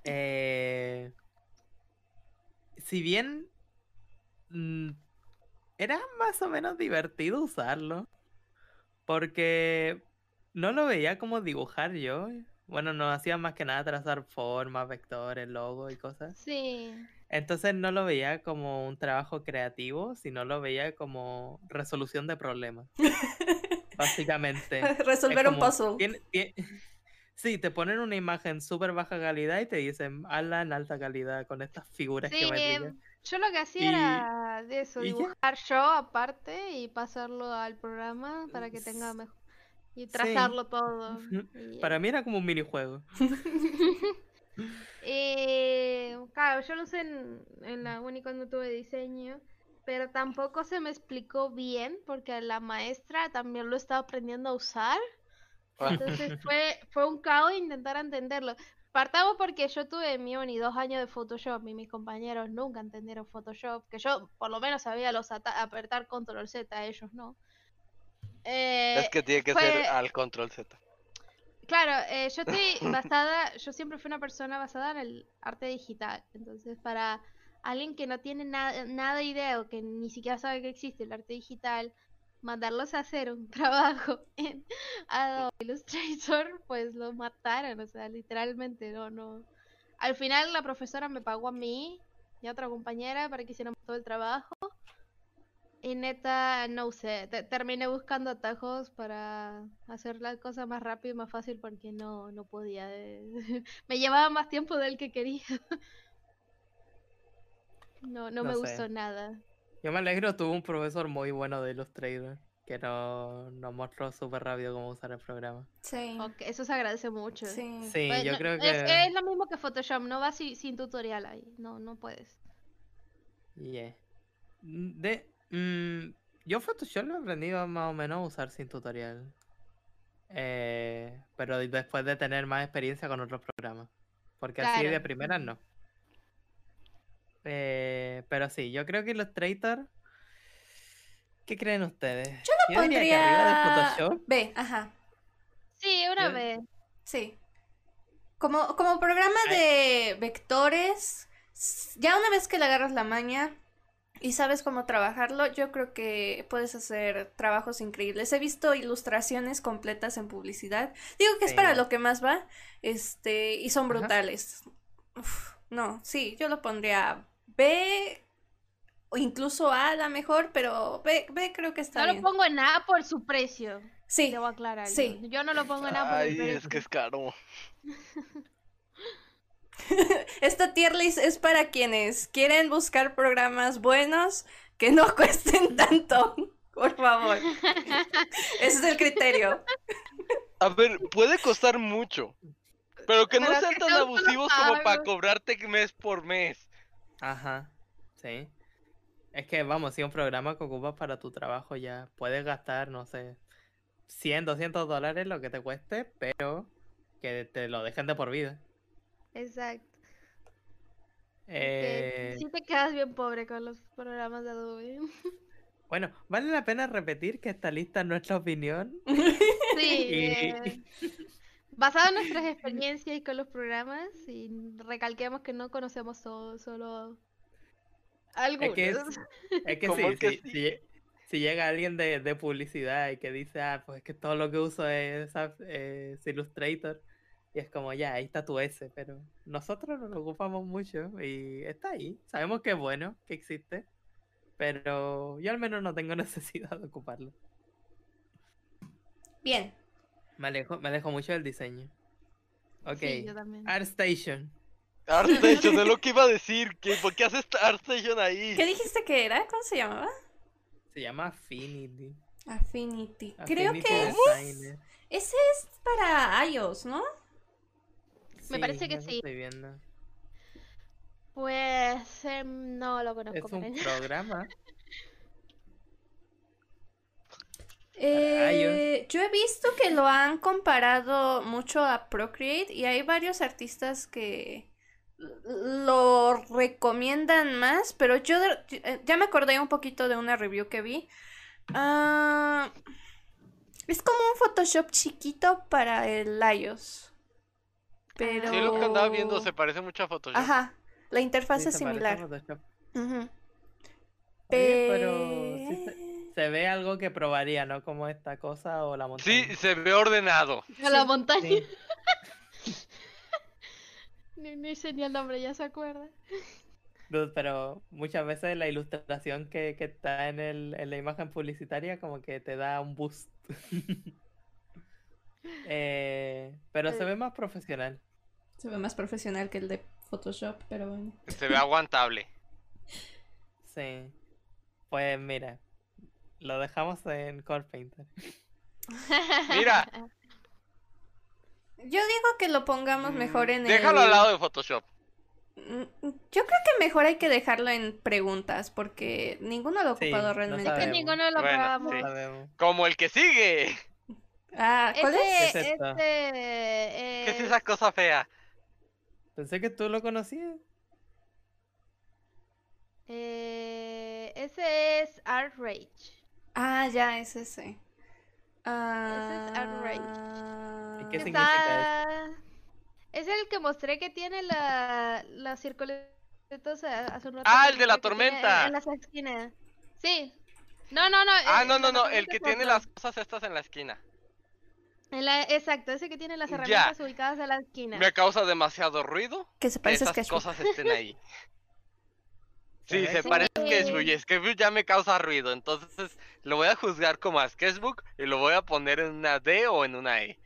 A: Eh, si bien mm, era más o menos divertido usarlo. Porque no lo veía como dibujar yo. Bueno, no hacía más que nada trazar formas, vectores, logos y cosas.
D: Sí.
A: Entonces no lo veía como un trabajo creativo, sino lo veía como resolución de problemas. Básicamente. Es
B: Resolver un
A: como,
B: puzzle.
A: "Tien- tien-" Sí, te ponen una imagen súper baja calidad y te dicen, hazla en alta calidad con estas figuras
D: Sí,
A: que me
D: em, yo lo que hacía
A: Y-
D: era Ajá, de eso,
A: ¿Y ya?
D: dibujar yo aparte y pasarlo al programa para que tenga
A: S-
D: mejor. Y trazarlo todo. y ya.
A: Para mí era como un minijuego.
D: Eh, claro, yo lo usé en, en la uni cuando tuve diseño, pero tampoco se me explicó bien porque la maestra también lo estaba aprendiendo a usar.
C: Ah,
D: Entonces fue, fue un caos intentar entenderlo. Partamos porque yo tuve en mi uni dos años de Photoshop y mis compañeros nunca entendieron Photoshop, que yo por lo menos sabía los ata- apretar control Z, ellos no. Eh,
C: es que tiene que
D: fue-
C: ser al control Z.
D: Claro, eh, yo estoy basada, yo siempre fui una persona basada en el arte digital, entonces para alguien que no tiene nada nada idea o que ni siquiera sabe que existe el arte digital, mandarlos a hacer un trabajo en Adobe Illustrator, pues lo mataron, o sea, literalmente, no, no. Al final la profesora me pagó a mí y a otra compañera para que hicieran todo el trabajo. Y neta, no sé, te- terminé buscando atajos para hacer las cosas más rápido y más fácil porque no, no podía. eh, me llevaba más tiempo del que quería. No,
A: No
D: no, me
A: sé.
D: gustó nada.
A: Yo me alegro, tuve un profesor muy bueno de Illustrator que no- nos mostró súper rápido cómo usar el programa.
B: Sí.
D: Ok, eso se agradece mucho.
B: Mm. Sí.
A: Sí,
D: Pues
A: yo
D: no-
A: creo que...
D: es, es lo mismo que Photoshop, no vas sin, sin tutorial ahí. No, no puedes.
A: Yeah. Mm, De, mm, yo Photoshop lo he aprendido más o menos a usar sin tutorial. Eh, pero de- después de tener más experiencia con otros programas. Porque así de
D: Claro.
A: primeras no. Eh, pero sí, yo creo que Illustrator. ¿Qué creen ustedes? Yo diría que arriba
B: Pondría
A: de Photoshop.
B: B, ajá.
D: Sí, una
A: Yo-
D: vez.
B: Sí. Como, como programa de vectores, s- ya una vez que le agarras la maña y sabes cómo trabajarlo, yo creo que puedes hacer trabajos increíbles. He visto ilustraciones completas en publicidad. Digo que es
A: Sí.
B: para lo que más va, este, y son
A: Ajá.
B: brutales. Uf, no, sí, yo lo pondría B o incluso A a la mejor, pero B, B creo que está
D: No lo
B: bien.
D: pongo en nada por su precio.
B: Sí,
D: Debo aclarar.
B: sí.
D: Yo, yo no lo pongo en nada por el
C: Ay,
D: precio.
C: es que es caro.
B: Esta tier list es para quienes quieren buscar programas buenos que no cuesten tanto. Por favor. Ese es el criterio.
C: A ver, puede costar mucho. Pero que no
D: Pero
C: sean
D: que
C: tan
D: sea un solo
C: abusivos como para
D: pago.
C: cobrarte mes por mes.
A: Ajá. Sí. Es que vamos, si un programa que ocupas para tu trabajo ya puedes gastar, no sé, 100, 200 dólares lo que te cueste, pero que te lo dejen de por vida.
D: Exacto.
A: Eh,
D: Si te quedas bien pobre con los programas de Adobe.
A: Bueno, vale la pena repetir que esta lista no es la opinión.
D: Sí,
A: Y-
D: eh, basado en nuestras experiencias y con los programas, y recalquemos que no conocemos todo, solo
A: Es
D: algunos.
A: que, es, es que
C: ¿Cómo
A: sí,
C: que
A: si-
C: sí?
A: Si, lle- si llega alguien de, de publicidad y que dice, ah, pues es que todo lo que uso es, Af- es Illustrator, y es como, ya, ahí está tu S, pero nosotros nos lo ocupamos mucho y está ahí. Sabemos que es bueno, que existe, pero yo al menos no tengo necesidad de ocuparlo.
B: Bien.
A: Me alejo, me alejo mucho del diseño. Ok,
D: Sí, yo también.
A: ArtStation.
C: ArtStation, es lo que iba a decir. ¿Qué, ¿Por qué haces ArtStation ahí?
B: ¿Qué dijiste que era? ¿Cómo se llamaba?
A: Se llama Affinity.
B: Affinity. Creo
A: Affinity
B: que es-
A: Designer.
B: ese es para iOS, ¿no?
D: Me parece que
A: eso
D: sí.
A: estoy viendo.
D: Pues em, no lo
A: Es
D: conozco.
A: un
D: Karen.
A: programa.
B: Eh, yo he visto que lo han comparado mucho a Procreate y hay varios artistas que lo recomiendan más, pero yo de- eh, ya me acordé un poquito de una review que vi. Ah, es como un Photoshop chiquito para el iOS. Pero...
C: Sí, lo que andaba viendo se parece mucho a Photoshop.
B: Ajá, la interfaz
A: Sí,
B: es
A: se parece a
B: similar.
A: Photoshop.
B: Ujú.
A: Oye, pero sí se,
B: Pe-
A: se ve algo que probaría, ¿no? Como esta cosa o la montaña.
C: Sí, se ve ordenado.
D: A la
B: Sí.
D: montaña.
A: Sí.
D: Ni, ni sé ni el nombre, ya se acuerda.
A: Du- Pero muchas veces la ilustración que, que está en, el, en la imagen publicitaria como que te da un boost. Eh, pero se
D: Eh.
A: ve más profesional.
B: Se ve más profesional que el de Photoshop, pero bueno.
C: Se ve aguantable.
A: Sí. Pues mira, lo dejamos en Core Painter.
C: Mira,
B: Yo digo que lo pongamos mejor en
C: déjalo
B: el...
C: al lado de Photoshop.
B: Mm, Yo creo que mejor hay que dejarlo en preguntas porque ninguno lo ha
A: Sí,
B: ocupado
A: no
B: realmente.
D: que
A: sabemos.
D: ninguno lo
C: Bueno,
D: probamos.
C: sí.
A: Sabemos.
C: Como el que sigue.
B: Ah, ¿cuál
D: Este-
B: es?
A: es esta?
D: este,
C: ¿Qué es
D: eh,
C: esa cosa fea?
A: Pensé que tú lo conocías.
D: eh, ese es Art Rage.
B: Ah, ya, es ese.
D: es Outrage.
B: Ah,
A: ¿Y qué
D: que
A: significa
D: está- Es el que mostré que tiene la, la circulitos a- hace un rato.
C: Ah,
D: que
C: el de la
D: mostré que tiene
C: tormenta.
D: En las esquinas. Sí. No, no, no.
C: Ah,
D: eh,
C: no, no,
D: la
C: no,
D: tormenta
C: el que
D: es
C: tiene
D: otro.
C: las cosas estas en la esquina.
D: En la- Exacto, ese que tiene las
C: Ya.
D: herramientas ubicadas a la esquina.
C: Me causa demasiado ruido
B: que se
C: que
B: parece a
C: esas
B: Sketchbook.
C: cosas estén ahí. Sí,
A: Ay,
C: se
A: sí.
C: parece a Sketchbook y Sketchbook ya me causa ruido, entonces lo voy a juzgar como a Sketchbook y lo voy a poner en una D o en una E.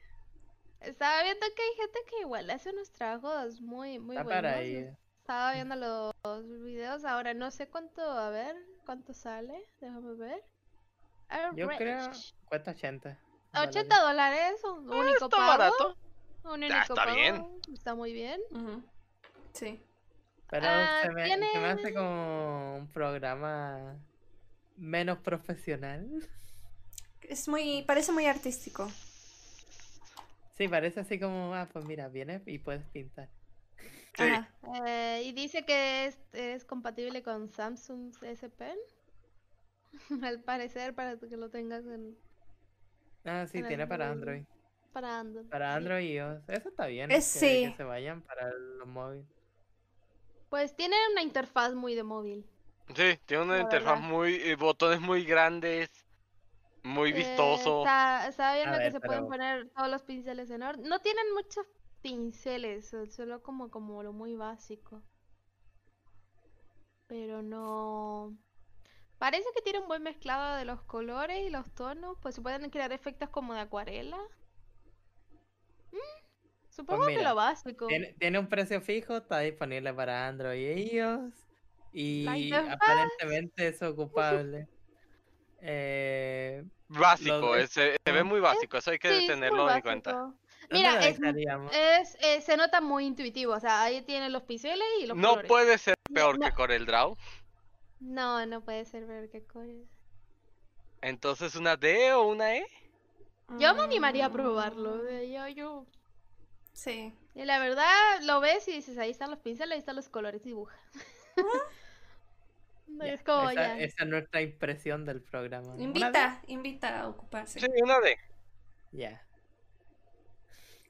D: Estaba viendo que hay gente que igual hace unos trabajos muy, muy
A: Está
D: buenos.
A: para ahí.
D: Estaba viendo los videos, ahora no sé cuánto, a ver, cuánto sale, déjame ver. Art
A: Yo creo
D: Rage.
A: cuesta 80. dólares.
D: 80 dólares, un único
C: Está
D: pago.
C: barato.
D: Un
C: Ya,
D: único
C: está
D: pago,
C: bien.
D: Está muy bien.
B: Ujú. Sí.
A: Pero
D: Ah,
A: se, me, se me
D: tiene-
A: hace como un programa menos profesional.
B: Es muy, parece muy artístico.
A: Sí, parece así como, ah, pues mira, vienes y puedes pintar.
C: Sí.
B: Ajá.
D: Eh, y dice que es, es compatible con Samsung S Pen. Al parecer, para que lo tengas en-
A: Ah, sí,
D: Para
A: tiene para
D: Android.
A: Android.
D: para Android.
A: Para
D: sí.
A: Android y iOS. Eso está bien.
B: Eh,
A: que- que,
B: sí.
A: se vayan para los móviles.
D: Pues tiene una interfaz muy de móvil.
C: Sí, tiene una
D: La
C: interfaz
D: verdad.
C: muy, eh, botones muy grandes, muy
D: Eh,
C: vistoso.
D: está- estaba viendo que
A: ver,
D: se pueden
A: pero-
D: poner todos los pinceles en orden. No tienen muchos pinceles, so- solo como, como lo muy básico. Pero no. Parece que tiene un buen mezclado de los colores y los tonos, pues se pueden crear efectos como de acuarela. Mm, Supongo que
A: Pues mira,
D: lo básico.
A: Tiene, tiene un precio fijo, está disponible para Android y iOS. Y
D: interfaz.
A: aparentemente es ocupable. Eh,
C: Básico,
A: Lo-
C: eh, se, se ve muy básico, eso hay que
D: Sí, es muy
C: tenerlo en cuenta.
D: básico.
A: ¿dónde
D: Mira,
A: lo
D: es-
A: dejaríamos?
D: Es, eh, se nota muy intuitivo, o sea, ahí tiene los pinceles y los
C: No
D: colores.
C: puede ser peor
D: no.
C: que Corel Draw,
D: No, no puede ser ver qué colores.
C: entonces una D o una E.
D: Yo me animaría a
B: Mm,
D: probarlo. o sea, Yo, yo.
B: Sí.
D: Y la verdad, lo ves y dices, ahí están los pinceles, ahí están los colores, dibuja. No,
A: Ya,
D: es como
A: esa,
D: ya.
A: esa es nuestra impresión del programa. Una vez-
B: Invita, invita a ocuparse.
C: Sí, una D.
A: Ya.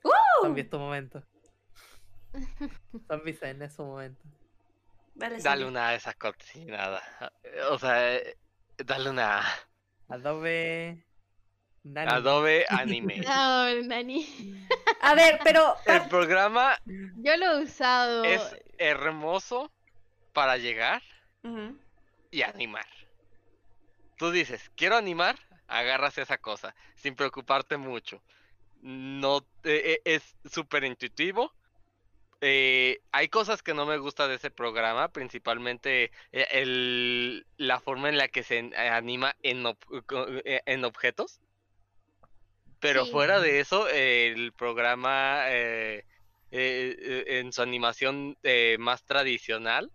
B: ¡Uh!
A: Zombie es tu momento. Zombie Zen es su momento.
B: Dale,
C: Dale
B: Sandra.
C: una de esas cocinadas. O sea, eh, dale una A.
A: Adobe. Nani.
C: Adobe Anime.
D: No, Nani.
B: A ver, pero
C: El programa
D: Yo lo he usado.
C: es hermoso para llegar
B: Ujú.
C: y animar. Tú dices, quiero animar, agarras esa cosa, sin preocuparte mucho. No eh, eh, es súper intuitivo. Eh, hay cosas que no me gusta de ese programa, principalmente eh, el- la forma en la que se en- anima en, ob- co- eh, en objetos. Pero
D: Sí.
C: fuera de eso, eh, el programa eh, eh, eh, en su animación eh, más tradicional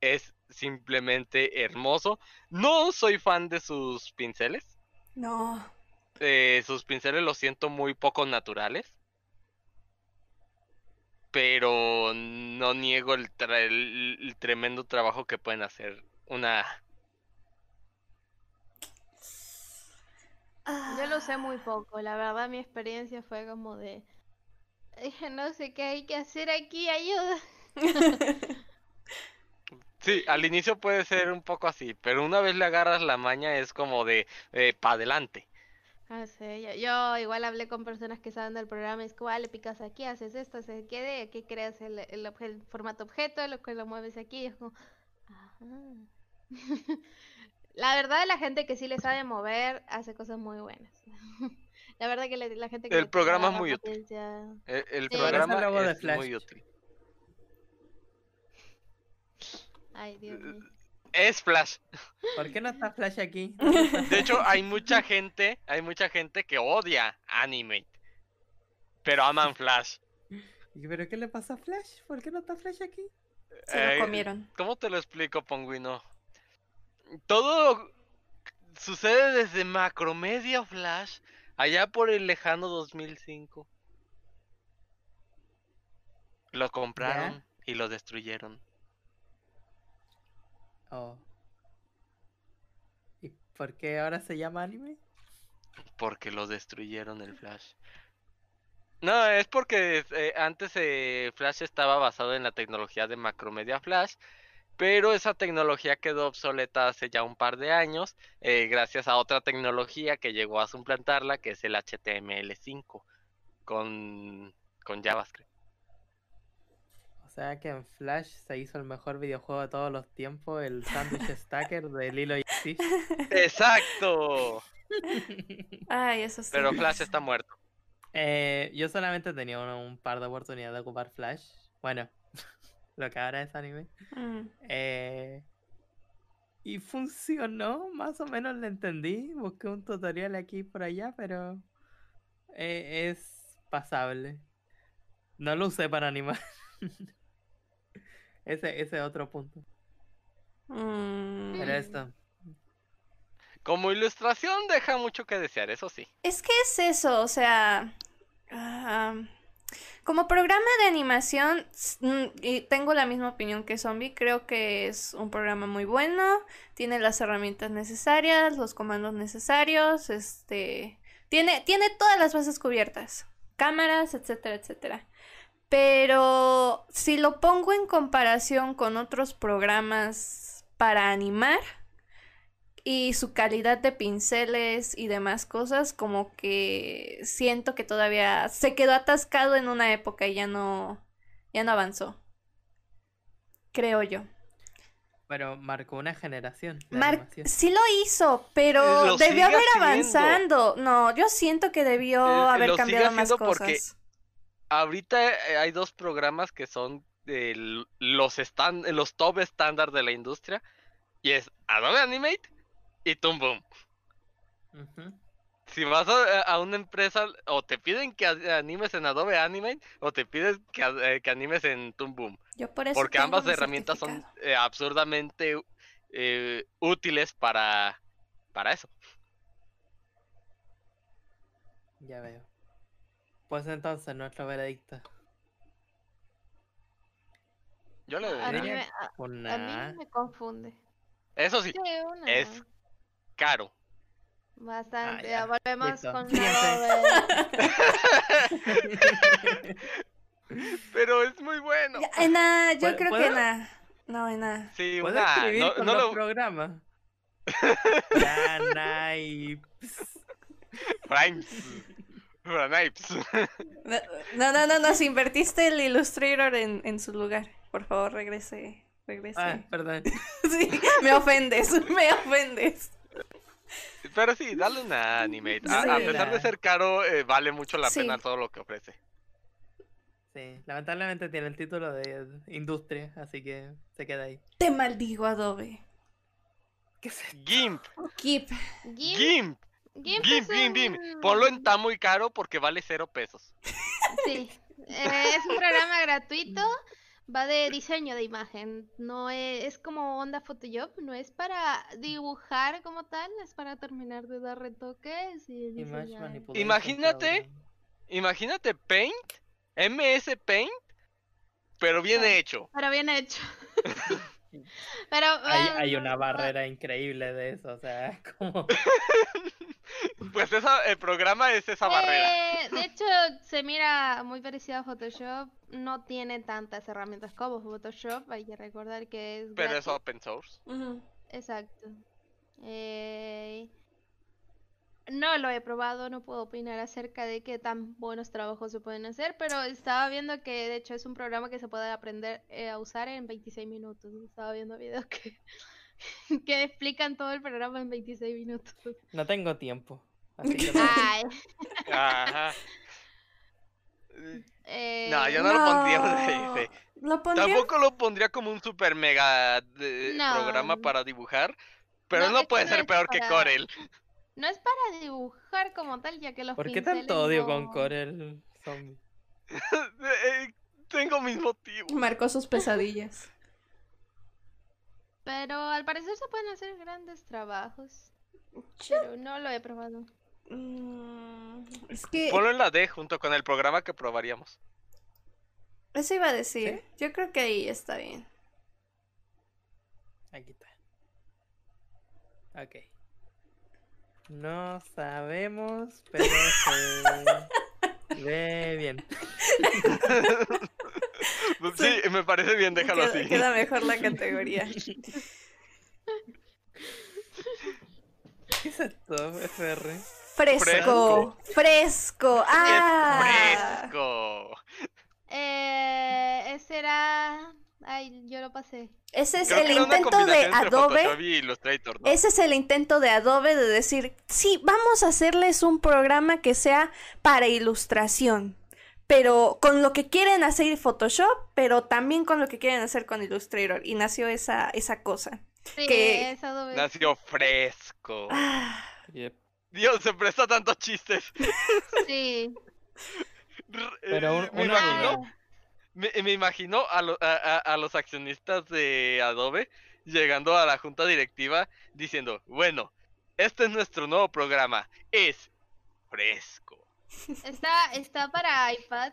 C: es simplemente hermoso. No soy fan de sus pinceles.
B: No.
C: eh, sus pinceles los siento muy poco naturales. Pero no niego el, tra- el- el tremendo trabajo que pueden hacer. Una.
D: Yo lo usé muy poco. La verdad, mi experiencia fue como de. "Ay, No sé qué hay que hacer aquí, ayuda.
C: Sí, al inicio puede ser un poco así, pero una vez le agarras la maña es como de para adelante.
D: Ah, sí, yo, yo igual hablé con personas que saben del programa y es como, ah, le picas aquí, haces esto, haces aquí, de aquí creas el, el, obje- el formato objeto, lo que lo mueves aquí, y es como, "Ajá". La verdad, la gente que sí le sabe mover hace cosas muy buenas. La verdad que la, la gente que
C: El
D: le tiene
C: programa
D: la
C: es muy útil.
D: paciencia-
C: El, E, el
D: Sí.
A: Parece logo
C: programa
A: de
C: es
A: Flash.
C: muy útil. Eh,
D: Ay, Dios mío.
C: Es Flash.
A: ¿Por qué no está Flash aquí?
C: De hecho, hay mucha gente, hay mucha gente que odia Animate, pero aman Flash.
A: Y yo, ¿Pero qué le pasa a Flash? ¿Por qué no está Flash aquí?
B: Se
C: Eh,
B: lo comieron.
C: ¿Cómo te lo explico, Ponguino? Todo sucede desde Macromedia Flash, allá por el lejano 2005. Lo compraron y lo destruyeron.
A: Oh. ¿Y por qué ahora se llama anime?
C: Porque lo destruyeron el Flash. No, es porque eh, antes eh, Flash estaba basado en la tecnología de Macromedia Flash, pero esa tecnología quedó obsoleta hace ya un par de años, eh, gracias a otra tecnología que llegó a suplantarla, que es el HTML5, con, con JavaScript.
A: O sea que en Flash se hizo el mejor videojuego de todos los tiempos, el Sandwich Stacker de Lilo y Stitch.
C: ¡Exacto!
B: Ay, eso sí.
C: Pero Flash está muerto.
A: Eh, yo solamente tenía un, un par de oportunidades de ocupar Flash. Bueno, lo que ahora es anime.
B: Mm.
A: Eh, y funcionó, más o menos le entendí. Busqué un tutorial aquí y por allá, pero eh, es pasable. No lo usé para animar. ese, ese es otro punto.
B: Mm.
A: Pero esto.
C: Como ilustración deja mucho que desear, eso sí.
B: Es que es eso, o sea, ah, como programa de animación, s- mm, y tengo la misma opinión que Zombie, creo que es un programa muy bueno, tiene las herramientas necesarias, los comandos necesarios, este, tiene, tiene todas las bases cubiertas, cámaras, etcétera, etcétera. Pero si lo pongo en comparación con otros programas para animar, y su calidad de pinceles y demás cosas, como que siento que todavía se quedó atascado en una época y ya no, ya no avanzó. Creo yo.
A: Pero marcó una generación. de
B: Mar
A: animación.
B: sí lo hizo, pero
C: Eh, Lo sigue
B: debió haber
C: haciendo.
B: avanzando. No, yo siento que debió
C: Eh,
B: haber
C: lo sigue
B: cambiado más
C: haciendo porque-
B: cosas.
C: Ahorita eh, hay dos programas que son de l- los, estan- los top estándar de la industria. Y es Adobe Animate y Toon Boom.
A: Ujú.
C: Si vas a, a una empresa, o te piden que a- animes en Adobe Animate, o te piden que, a- eh, que animes en Toon Boom.
B: Yo por eso
C: Porque
B: tengo
C: ambas
B: mi
C: herramientas son
B: certificado.
C: eh, absurdamente eh, útiles para, para eso.
A: Ya veo. Pues entonces, nuestro veredicto.
C: Yo le
B: Ah,
D: A mí,
C: diría.
D: me,
A: diría
D: a,
A: Con
D: a mí
A: nada.
D: me confunde.
C: Eso sí,
D: Sí, una.
C: es caro.
D: Bastante.
A: ya.
D: ya volvemos
A: Listo.
D: con
A: Siguiente.
D: la doble.
C: Pero es muy bueno.
B: Ya, en la- yo
A: ¿Puedo-
B: creo que
A: puedo?
B: en la- No, en la-
C: Sí,
A: ¿Puedo
C: una-
A: escribir
C: no,
A: con
C: no
A: los
C: lo,
A: programas? Ya, nice.
C: Primes. Franipes.
B: No, no, no, nos invertiste el Illustrator en, en su lugar. Por favor, regrese. Regrese.
A: Ah, perdón.
B: Sí, me ofendes, me ofendes.
C: Pero sí, dale una animate. A, a
B: Sí.
C: pesar de ser caro, eh, vale mucho la
B: Sí.
C: pena todo lo que ofrece.
A: Sí, lamentablemente tiene el título de industria, así que se queda ahí.
B: Te maldigo, Adobe.
A: ¿Qué sé?
C: Gimp,
B: Keep.
D: Gimp,
C: Gimp,
D: Gimp es
C: Gimp, Gimp, Gimp.
D: un-
C: Ponlo en tan muy caro porque vale cero pesos.
D: Sí, eh, es un programa gratuito, va de diseño de imagen, no e, es, es como onda Photoshop, no es para dibujar como tal, es para terminar de dar retoques y
A: Image
D: diseñar.
A: manipulation
C: Imagínate.
A: program.
C: Imagínate Paint, MS Paint, pero bien
D: Ah.
C: hecho.
D: Pero bien hecho. Pero um,
A: Hay,
D: bueno,
A: hay una
D: Ah, no-
A: barrera increíble de eso, o sea, es como...
C: Pues esa, el programa es esa barrera.
D: Eh, de hecho, se mira muy parecido a Photoshop, no tiene tantas herramientas como Photoshop, hay que recordar que es
C: Pero es
D: gratis.
C: open source.
D: Exacto. Eh, no lo he probado, no puedo opinar acerca de qué tan buenos trabajos se pueden hacer, pero estaba viendo que de hecho es un programa que se puede aprender eh, a usar en 26 minutos. Estaba viendo videos que, que explican todo el programa en 26 minutos.
A: No tengo tiempo. Así que no-
D: Ay,
C: Ajá.
D: eh,
C: No, yo no, lo pondría.
B: No.
C: de- de-
B: Lo pondría.
C: Tampoco lo pondría como un super mega de-
D: No.
C: programa para dibujar, pero
D: No,
C: no,
D: de hecho,
C: puede
D: no
C: ser
D: es
C: peor que
D: para-
C: Corel.
D: No es para dibujar como tal, ya que los
A: ¿Por qué
D: pinceles
A: tanto odio con
D: no-
A: Corel Zombie?
C: Eh, Tengo mis motivos.
B: Marcó sus pesadillas.
D: Pero al parecer se pueden hacer grandes trabajos.
B: Yo-
D: Pero no lo he probado.
B: Mm, es que
C: Ponlo en la D junto con el programa que probaríamos.
B: eso iba a decir. Yo creo que ahí está bien.
A: Aquí está. Ok. No sabemos, pero se ve bien.
C: Sí, me parece bien, déjalo
B: queda,
C: así.
B: queda mejor la categoría.
A: ¿Qué es esto, FR?
B: Fresco, fresco.
C: Es
B: Ah,
C: fresco.
D: Eh, ese era... Ay, yo lo pasé.
B: ese es
C: Creo
B: el
C: que era una
B: intento de
C: combinación entre Photoshop
B: Adobe.
C: y Illustrator, ¿no?
B: Ese es el intento de Adobe de decir, sí, vamos a hacerles un programa que sea para ilustración, pero con lo que quieren hacer Photoshop, pero también con lo que quieren hacer con Illustrator. Y nació esa, esa cosa.
D: Sí,
B: Que-
D: es Adobe.
C: Nació fresco.
B: Ah,
C: Dios, se presta tantos chistes.
D: Sí.
C: R-
A: Pero un-
C: eh, me
A: una
C: imagino-
A: no.
C: Me, me imagino a, lo- a- a- a los accionistas de Adobe llegando a la junta directiva diciendo, bueno, este es nuestro nuevo programa, es fresco.
D: Está, está para iPad.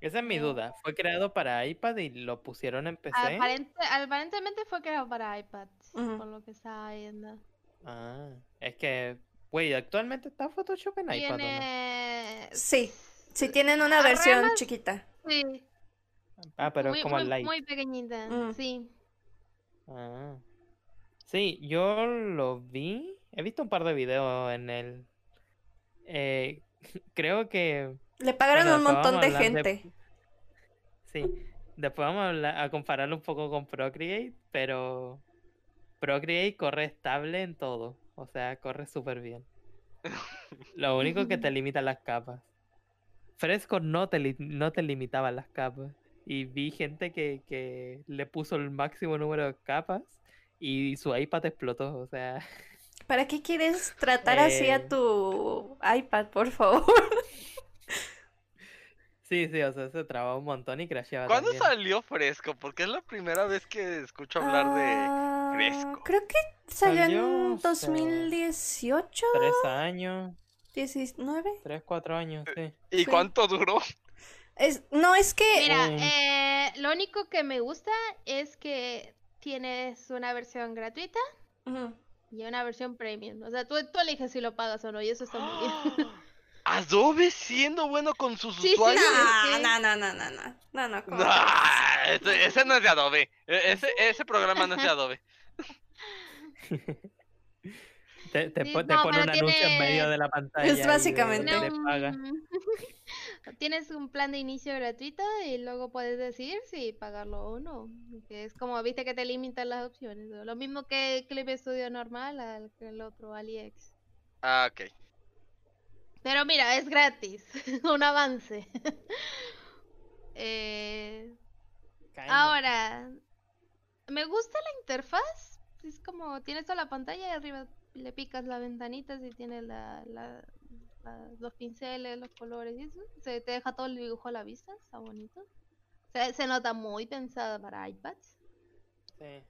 A: Esa es mi
D: Eh.
A: duda. Fue creado para iPad y lo pusieron en PC.
D: Aparente- aparentemente fue creado para iPad,
B: Ujú.
D: por lo que estaba viendo.
A: Ah, es que, güey, actualmente está Photoshop en iPad. ¿o no?
D: Tiene...
B: Sí, si tienen una
D: Agarré
B: versión
D: más-
B: chiquita.
D: Sí,
A: Ah, pero
D: muy,
A: es como
D: muy,
A: Light.
D: muy pequeñita,
B: Mm.
D: sí.
A: Ah. Sí, yo lo vi. He visto un par de videos en él. Eh, creo que
B: Le pagaron
A: Bueno,
B: un
A: después
B: montón de
A: vamos a hablar de-
B: gente.
A: Sí, después vamos a, hablar- a compararlo un poco con Procreate, pero Procreate corre estable en todo, o sea, corre súper bien. Lo único que te limita las capas. Fresco no te, li- no te limitaba las capas. Y vi gente que, que le puso el máximo número de capas y su iPad explotó, o sea...
B: ¿Para qué quieres tratar así
A: Eh.
B: a tu iPad, por favor?
A: Sí, sí, o sea, se trababa un montón y crasheaba
C: ¿Cuándo
A: Ah, también.
C: salió fresco? Porque es la primera vez que escucho hablar de...
B: Ah,
C: fresco.
B: Creo que salió en
A: Salió, o sea,
B: 2018,
A: Tres años,
B: 19.
A: tres, cuatro años,
B: Eh,
A: sí.
C: ¿Y
B: sí.
C: cuánto duró?
B: Es, no, es que
D: Mira,
A: Mm.
D: eh, lo único que me gusta es que tienes una versión gratuita
B: Ujú.
D: y una versión premium. O sea, tú, tú eliges si lo pagas o no y eso está muy bien.
C: Adobe siendo bueno con sus
D: Sí, sí.
B: No,
C: usuarios.
D: es que-
B: no, no, no, no, no, no, no, ¿cómo crees?
C: Nah, ese, ese no es de Adobe. E- Ese, ese programa no es de Adobe.
A: Te, te,
D: Sí,
A: po- te
D: no,
A: pone un
D: pero
A: anuncio en medio
D: tiene-
A: de la pantalla.
B: Es
A: ahí de
B: básicamente.
A: donde
D: Tiene
A: paga.
D: un- Tienes un plan de inicio gratuito y luego puedes decir si pagarlo o no. Que es como, viste que te limitan las opciones. ¿no? Lo mismo que Clip Studio normal, al que el otro AliEx.
C: Ah, ok.
D: Pero mira, es gratis. un avance. eh,
A: Kinda.
D: ahora, me gusta la interfaz. Es como, tienes toda la pantalla y arriba le picas la ventanita si tienes la, la- la- los pinceles, los colores y eso. Se te deja todo el dibujo a la vista, está bonito. Se, se nota muy pensada para iPads.
A: Sí.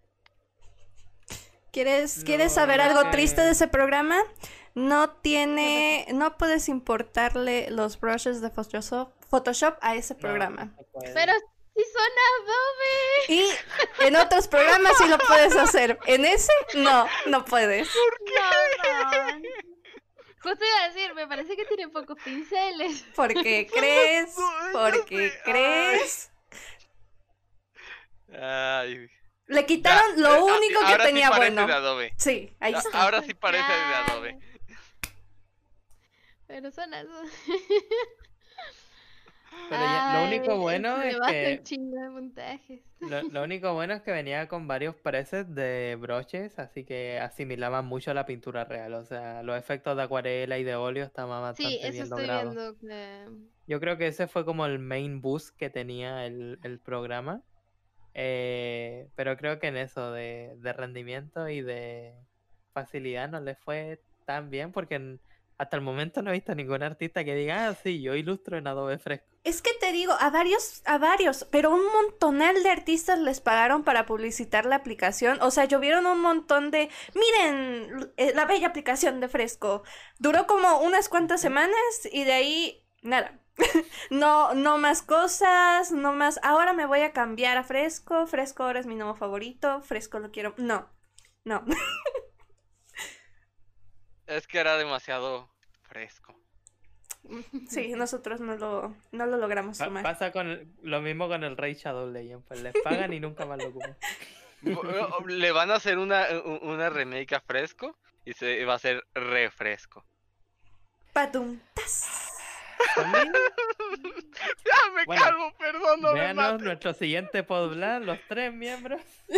B: ¿Quieres,
A: No,
B: ¿Quieres saber
A: no
B: algo
A: sé.
B: triste de ese programa? No tiene, no puedes importarle los brushes de Photoshop, Photoshop a ese
A: No,
B: programa.
A: no se
C: Eh.
A: puede.
D: Pero si son Adobe.
B: Y en otros programas sí lo puedes hacer. En ese, no, no puedes.
D: No, no. Justo iba a decir, me parece que tiene pocos pinceles.
B: Porque crees,
C: No,
B: porque
C: ya sé.
B: crees.
C: Ay,
B: Le quitaron
C: ya, eh,
B: lo
C: ah,
B: único que
C: ahora sí
B: tenía
C: parece
B: bueno.
C: de Adobe.
B: Sí, ahí
C: Ah,
B: está.
C: Ahora sí parece de Adobe.
D: Claro. Pero son esos.
A: Pero ya- lo
D: Ay,
A: único bueno
D: se
A: es
D: me baja
A: que-
D: un chingo de puntajes.
A: Lo, lo único bueno es que venía con varios presets de broches, así que asimilaba mucho a la pintura real. O sea, los efectos de acuarela y de óleo estaban bastante
D: Sí, eso
A: bien
D: estoy
A: logrados.
D: viendo que...
A: Yo creo que ese fue como el main boost que tenía el, el programa. Eh, pero creo que en eso de, de rendimiento y de facilidad no le fue tan bien porque en- hasta el momento no he visto ningún artista que diga, ah, sí, yo ilustro en Adobe Fresco.
B: Es que te digo, a varios, a varios, pero un montonal de artistas les pagaron para publicitar la aplicación. O sea, llovieron un montón de. Miren, eh, la bella aplicación de Fresco. Duró como unas cuantas semanas y de ahí nada. no, no más cosas, no más. Ahora me voy a cambiar a Fresco. Fresco ahora es mi nuevo favorito. Fresco lo quiero. No, no.
C: Es que era demasiado fresco.
B: sí, nosotros no lo, no lo logramos
A: Pa-
B: tomar.
A: pasa con el- lo mismo con el Rey Shadow Legend, pues les pagan y nunca más lo ocupan.
C: Bu- Le van a hacer una, u- una remake a fresco y se va a hacer refresco.
B: Patum. tas.
A: También
C: ¡Ya Ah, me
A: Bueno,
C: calmo! Perdón, no me
A: Véanos
C: mates.
A: nuestro siguiente podblad, los tres miembros.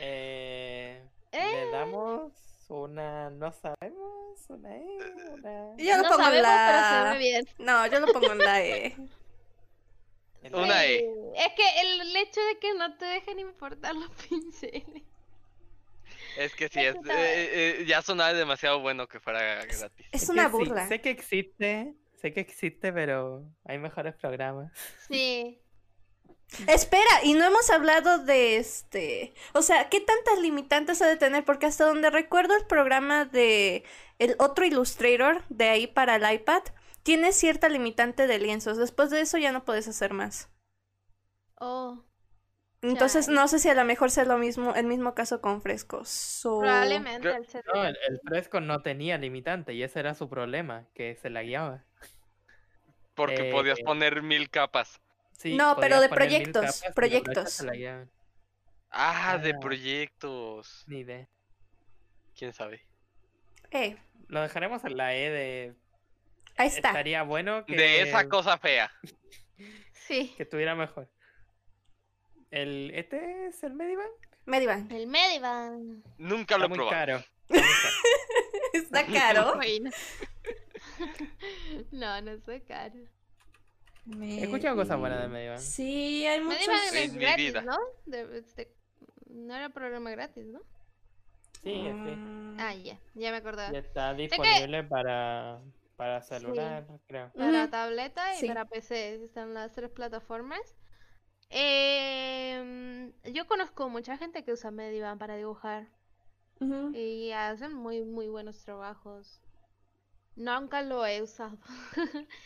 A: Eh, Le
D: Eh.
A: damos una, no sabemos, una E, una...
B: Yo lo
D: no
B: pongo
D: sabemos, pero
B: en
D: se
B: la.
D: ve bien.
B: No, yo lo pongo en la E.
A: el
C: Una E.
D: Es que el hecho de que no te dejen importar los pinceles.
C: Es que sí, es,
D: Eso está
C: eh, eh, ya sonaba demasiado bueno que fuera gratis.
B: Es
A: que
B: una
A: sí,
B: burla.
A: sé que existe, sé que existe, pero hay mejores programas.
D: Sí.
B: Espera, y no hemos hablado de este. O sea, ¿qué tantas limitantes ha de tener? Porque hasta donde recuerdo el programa de el otro Illustrator de ahí para el iPad, tiene cierta limitante de lienzos. Después de eso ya no puedes hacer más.
D: Oh,
B: Entonces
D: Chale.
B: no sé si a lo mejor sea lo mismo, el mismo caso con frescos. So-
D: probablemente
C: Creo-
D: el ser-
A: No, el, el fresco no tenía limitante y ese era su problema, que se la guiaba.
C: Porque podías
A: Eh.
C: poner mil capas.
A: Sí,
B: No, pero
A: podías poner
B: de
A: mil
B: proyectos,
A: capas y la brocha
B: proyectos.
A: se la guiaba.
C: Ah, de
A: Ah.
C: proyectos.
A: Ni idea.
C: ¿Quién sabe?
B: Eh,
A: Lo dejaremos en la E de...
B: ahí está.
A: Estaría bueno que...
C: De esa cosa fea.
D: Sí.
A: Que estuviera mejor. El, ¿Este es el Medibank?
B: Medivan.
D: El Medivan.
C: Nunca
A: Está
C: lo he
A: muy
C: probado.
A: caro. está muy caro.
B: Está caro.
D: Bueno. no, no soy caro.
A: He escuchado cosas buenas
B: Eh,
A: de Medibank.
B: Sí, hay muchos.
D: Medivan
C: En
D: es
C: mi
D: gratis,
C: vida.
D: ¿no? De- de- no era programa gratis, ¿no?
A: Sí, sí.
B: Mm.
D: Ah, ya. Ya me acordaba.
A: Y está
D: que-
A: disponible para, para celular, creo.
D: para
B: Ujú.
D: tableta y
B: Sí.
D: para PC. Están las tres plataformas. Em, yo conozco mucha gente que usa Medivan para dibujar
B: Ujú.
D: y hacen muy, muy buenos trabajos. Nunca lo he usado.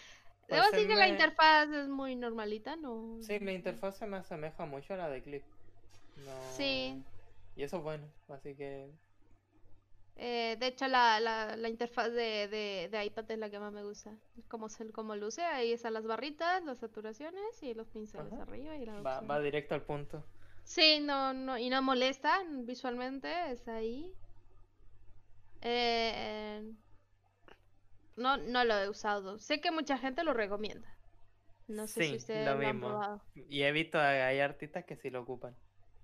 D: Debo
A: Pues
D: decir
A: en
D: que la
A: me-
D: interfaz es muy normalita, ¿no?
A: Sí, la interfaz se me asemeja mucho a la de Clip. No-
D: Sí.
A: Y eso es bueno, así que...
D: Eh, de hecho, la, la, la interfaz de, de, de iPad es la que más me gusta. Como, se- como luce, ahí están las barritas, las saturaciones y los pinceles
A: Ajá.
D: arriba y la
A: Va,
D: opción.
A: va directo al punto.
D: Sí, no, no, y no molesta visualmente, es ahí. Eh, no, no lo he usado. Sé que mucha gente lo recomienda. No sé
A: Sí,
D: si ustedes
A: lo
D: lo, han
A: mismo.
D: probado.
A: Y he visto, a- hay artistas que sí lo ocupan.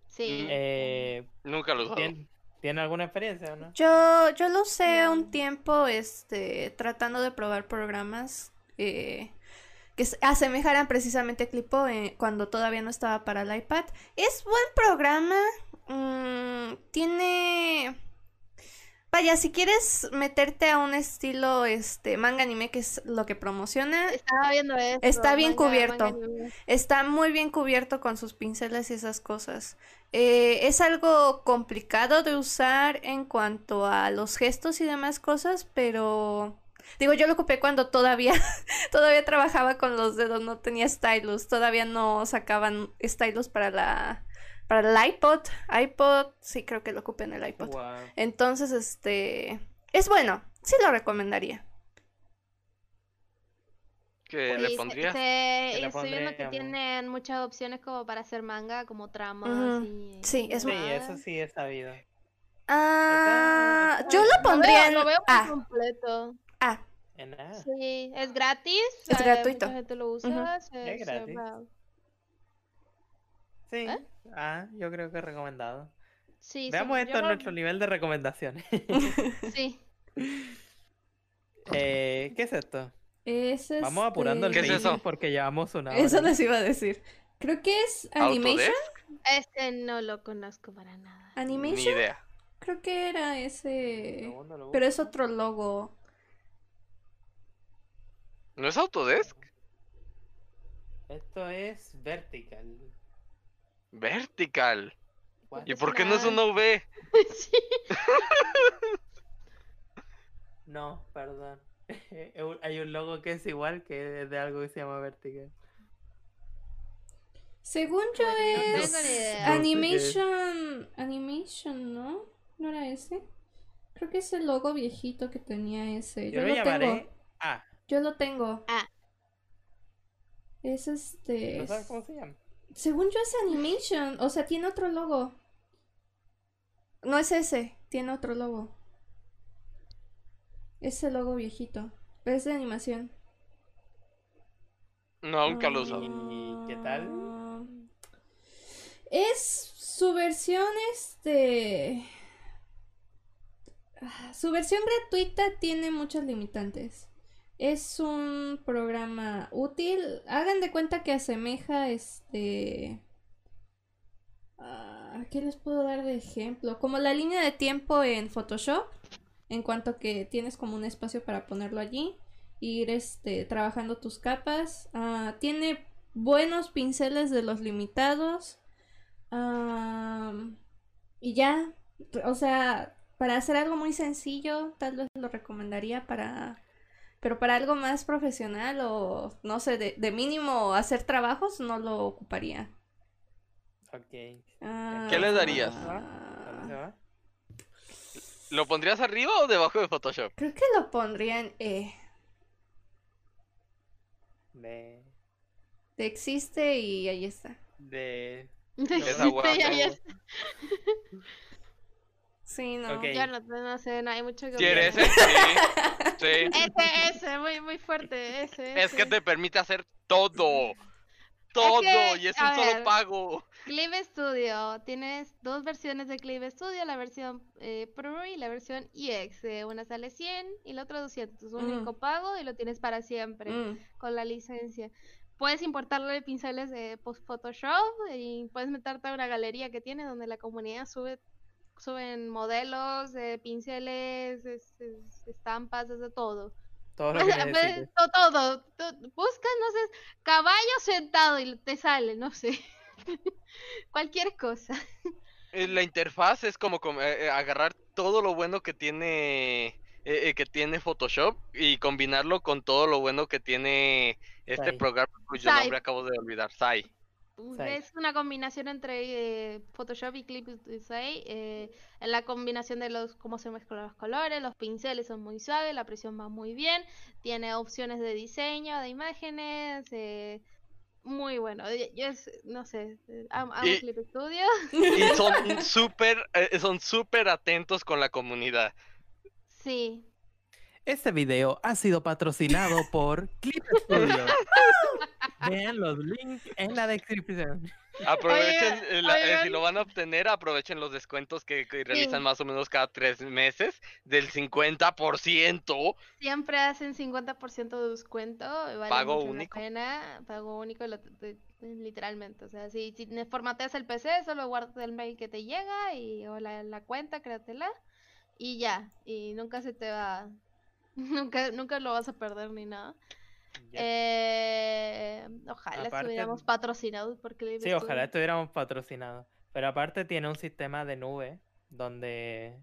D: Sí.
A: Eh,
C: Nunca lo he usado.
A: ¿tien- ¿Tiene alguna experiencia o no?
B: Yo, yo lo usé un
D: Mm.
B: tiempo, este, tratando de probar programas eh, que se asemejaran precisamente a Clipo eh, cuando todavía no estaba para el iPad. Es buen programa. mm, tiene. Vaya, si quieres meterte a un estilo este manga anime, que es lo que promociona,
D: Estaba viendo eso,
B: está bien
D: manga- manga
B: cubierto.
D: anime.
B: Está muy bien cubierto con sus pinceles y esas cosas. Eh, es algo complicado de usar en cuanto a los gestos y demás cosas, pero digo, yo lo ocupé cuando todavía todavía trabajaba con los dedos, no tenía stylus, todavía no sacaban stylus para la para el iPod, iPod, sí creo que lo ocupé en el iPod.
A: Guau.
B: Entonces, este es bueno, sí lo recomendaría.
C: ¿Qué
D: Sí,
C: le
D: se-
C: pondrías?
D: se-
A: le
D: estoy viendo que
A: pondríamos.
D: tienen muchas opciones como para hacer manga, como tramas
B: Ujú,
D: y
B: sí, es
A: Sí,
B: muy-
A: eso
D: demás.
A: sí es sabido.
B: Ah,
A: Está-
B: yo lo
D: Lo veo-
B: pondría en Ah.
D: lo veo, por
B: A.
D: completo.
B: A.
A: en nada.
D: Sí, es gratis.
B: Es
D: eh,
B: gratuito.
D: Mucha gente lo usa.
B: Ujú.
D: se-
A: Es
D: se
A: gratis.
D: va-
A: Sí.
D: ¿Eh?
A: Ah, yo creo que recomendado.
D: Sí,
A: Veamos
D: sí,
A: esto
D: yo
A: en
D: lo-
A: nuestro nivel de recomendaciones.
D: Sí.
A: Eh, ¿Qué es esto?
B: Es
A: Vamos apurando el
B: este-
C: ¿Qué es eso?
A: rating porque llevamos una hora.
B: Eso les iba a decir. Creo que es Animation.
C: Autodesk,
D: Este no lo conozco para nada.
C: ni
B: Animation,
C: idea.
B: creo que era ese.
A: Segundo, lo
B: Pero
A: busco.
B: es otro logo.
C: ¿No es Autodesk?
A: Esto es vertical.
C: Vertical.
A: What?
C: ¿Y por qué no es
D: Vertical.
C: una V?
D: Sí.
A: No, perdón. Hay un- Hay un logo que es igual que es de algo que se llama vertical.
B: Según yo
D: Bueno,
A: no
B: es
A: tengo ni
D: idea.
B: Animation, Animation, ¿no? ¿No era ese? Creo que es el logo viejito que tenía ese.
A: Yo
B: Yo,
A: lo
B: lo
A: llamaré
B: tengo.
A: A.
B: Yo lo tengo.
D: Ah.
B: Es este.
A: ¿No sabes
B: es-
A: cómo se llama?
B: Según yo es Animation, o sea, tiene otro logo. No es ese, tiene otro logo. Ese logo viejito. Es de animación.
C: No,
B: Mm.
C: nunca lo he
D: Mm.
C: usado.
A: ¿Y qué tal?
B: Ah, Es su versión, este... ah, Su versión gratuita tiene muchos limitantes. Es un programa útil. Hagan de cuenta que asemeja este... ah, ¿Qué les puedo dar de ejemplo? Como la línea de tiempo en Photoshop, en cuanto que tienes como un espacio para ponerlo allí ir este, trabajando tus capas. Ah, tiene buenos pinceles de los limitados. Am, y ya, o sea, para hacer algo muy sencillo, tal vez lo recomendaría para... Pero para algo más profesional o, no sé, de, de mínimo hacer trabajos, no lo ocuparía.
A: Ok.
B: Ah,
C: ¿Qué le darías?
A: ¿Dónde se va?
C: ¿Lo pondrías arriba o debajo de Photoshop?
B: Creo que lo pondría en E.
A: De.
B: de existe y ahí está.
A: De.
C: Esa hueá,
D: Sí, ya- ya-
B: Sí, no.
A: Ok.
D: ya no, no sé, no hay mucho que
C: ¿Quieres
D: opinar.
C: ese? Sí. Sí.
D: Ese, ese, muy, muy fuerte, ese.
C: Es que
D: ese.
C: te permite hacer todo. Todo.
D: que,
C: y es
D: a
C: un solo
D: ver.
C: pago.
D: Clip Studio, tienes dos versiones de Clip Studio, la versión eh, Pro y la versión EX. eh, una sale 100 y la otra 200. Es un
B: Mm.
D: único pago y lo tienes para siempre
B: Mm.
D: con la licencia. Puedes importarle pinceles de post Photoshop y puedes meterte a una galería que tiene donde la comunidad sube suben modelos, eh, pinceles, es- es- estampas, es de todo.
A: Todo lo
D: O
A: que
D: sea, pues,
A: necesites.
D: to- todo, to- busca, no sé, caballo sentado y te sale, no sé. Cualquier cosa.
C: Eh, La interfaz es como, com- eh, eh, agarrar todo lo bueno que tiene eh, eh, que tiene Photoshop y combinarlo con todo lo bueno que tiene este
A: Sai.
C: programa cuyo
D: Sai.
C: nombre acabo de olvidar, Sai.
A: Sai.
D: Es una combinación entre eh, Photoshop y Clip Say. eh, la combinación de los cómo se mezclan los colores, los pinceles son muy suaves, la presión va muy bien, tiene opciones de diseño, de imágenes, eh, muy bueno. Yo, yo es- no sé, eh, am- amo
C: Y-
D: Clip Studio.
C: Y son súper eh, son súper atentos con la comunidad.
D: Sí,
A: Este video ha sido patrocinado por Clip Studio. Vean los links en la descripción.
C: Aprovechen, eh, la- eh, si
D: oigan.
C: lo van a obtener, aprovechen los descuentos que, que realizan más o menos cada tres meses del 50%.
D: Siempre hacen 50% de descuento. Vale
C: Pago
D: mucho la
C: único.
D: pena, Pago único, lo- te- te- literalmente. O sea, si, si ne- formateas el PC, solo guardas el mail que te llega y, o la, la cuenta, créatela. Y ya. Y nunca se te va. Nunca, nunca lo vas a perder ni nada. Eh, ojalá
A: Aparte-
D: estuviéramos patrocinados por Clip
A: Sí,
D: Studio.
A: ojalá estuviéramos patrocinados. Pero aparte tiene un sistema de nube donde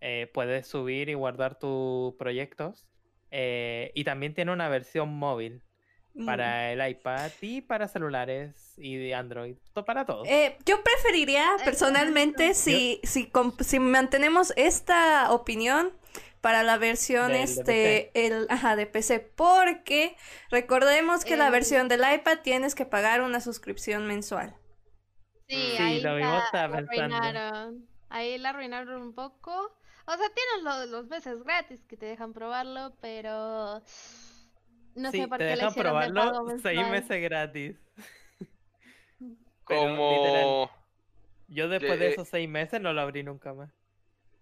A: eh, puedes subir y guardar tus proyectos. eh, y también tiene una versión móvil
B: Mm.
A: para el iPad y para celulares y de Android. To- para todo.
B: Eh, yo preferiría
D: Ay,
B: personalmente si, si, comp- si mantenemos esta opinión para la versión
A: Del de
B: este el ajá, de PC porque recordemos que la
D: El-
B: versión del iPad tienes que pagar una suscripción mensual.
D: Sí,
A: Sí,
D: ahí
A: lo mismo
D: la,
A: estaba
D: la
A: pensando.
D: arruinaron. Ahí la arruinaron un poco. O sea, tienes lo- los meses gratis que te dejan probarlo, pero no
A: sí,
D: sé por
A: te
D: qué le
A: dejan
D: hicieron del pago
A: probarlo seis
D: mensual.
A: meses gratis. Pero, literal,
C: Como
A: yo después de
C: eh,
A: esos seis meses no lo abrí nunca más.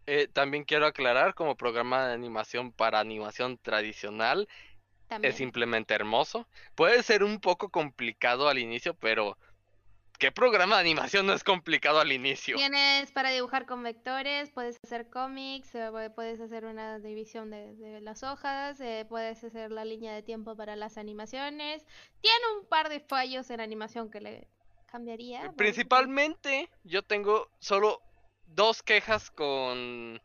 C: eh, también quiero aclarar, como programa de animación para animación tradicional,
D: También.
C: es simplemente hermoso. Puede ser un poco complicado al inicio, pero ¿qué programa de animación no es complicado al inicio?
D: Tienes para dibujar con vectores, puedes hacer cómics, eh, pu- puedes hacer una división de, de las hojas, eh, puedes hacer la línea de tiempo para las animaciones. Tiene un par de fallos en animación que le cambiaría. ¿no?
C: Eh,
D: pues
C: Principalmente, yo tengo solo dos quejas con,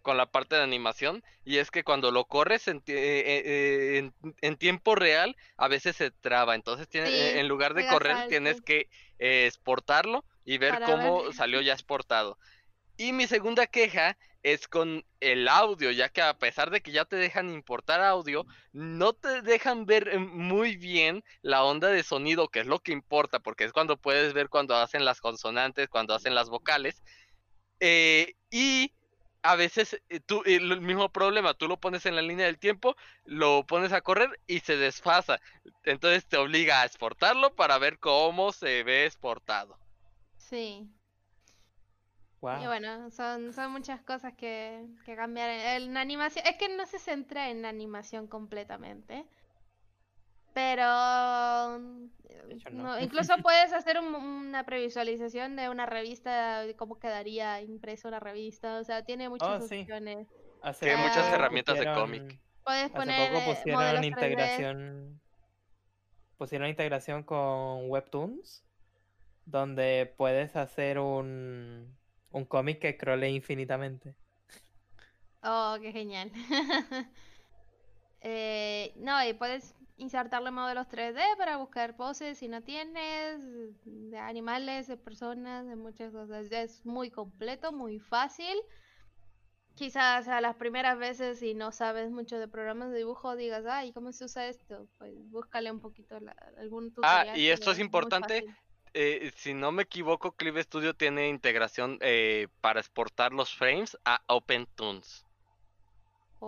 C: con la parte de animación. Y es que cuando lo corres en, ti- eh, eh, eh, en- en tiempo real, a veces se traba. Entonces, tiene-
D: Sí,
C: eh, en lugar de
D: juegas
C: correr,
D: alto.
C: tienes que eh, exportarlo y ver
D: Para
C: cómo
D: ver.
C: salió ya exportado. Y mi segunda queja es con el audio, ya que a pesar de que ya te dejan importar audio, no te dejan ver eh, muy bien la onda de sonido, que es lo que importa, porque es cuando puedes ver cuando hacen las consonantes, cuando hacen las vocales. Eh, y a veces eh, tú, el el mismo problema, tú lo pones en la línea del tiempo, lo pones a correr y se desfasa. Entonces te obliga a exportarlo para ver cómo se ve exportado.
D: Sí.
A: Wow.
D: Y bueno, son, son muchas cosas que, que cambiar en, en animación. Es que no se centra en animación completamente. Pero mm,
A: De hecho,
D: no,
A: no.
D: incluso puedes hacer un- una previsualización de una revista, de cómo quedaría impresa una revista. O sea, tiene muchas
A: Oh, sí.
D: opciones.
A: Hace
D: Que hay
A: poco
D: muchas
C: herramientas de cómic.
A: pusieron-
D: Puedes
A: Hace
D: poner
A: poco
D: eh,
A: pusieron
D: modelos 3D.
A: integración. Pusieron integración con Webtoons. Donde puedes hacer un, un cómic que crole infinitamente.
D: Oh, qué genial. Eh, no, y puedes insertarle modelos 3D para buscar poses si no tienes, de animales, de personas, de muchas cosas. Es muy completo, muy fácil. Quizás a las primeras veces si no sabes mucho de programas de dibujo digas, ay, ¿cómo se usa esto? Pues búscale un poquito la- algún tutorial.
C: Ah, y
D: que
C: esto es
D: muy
C: importante,
D: fácil.
C: Eh, si no me equivoco, Clip Studio tiene integración eh, para exportar los frames a OpenTunes.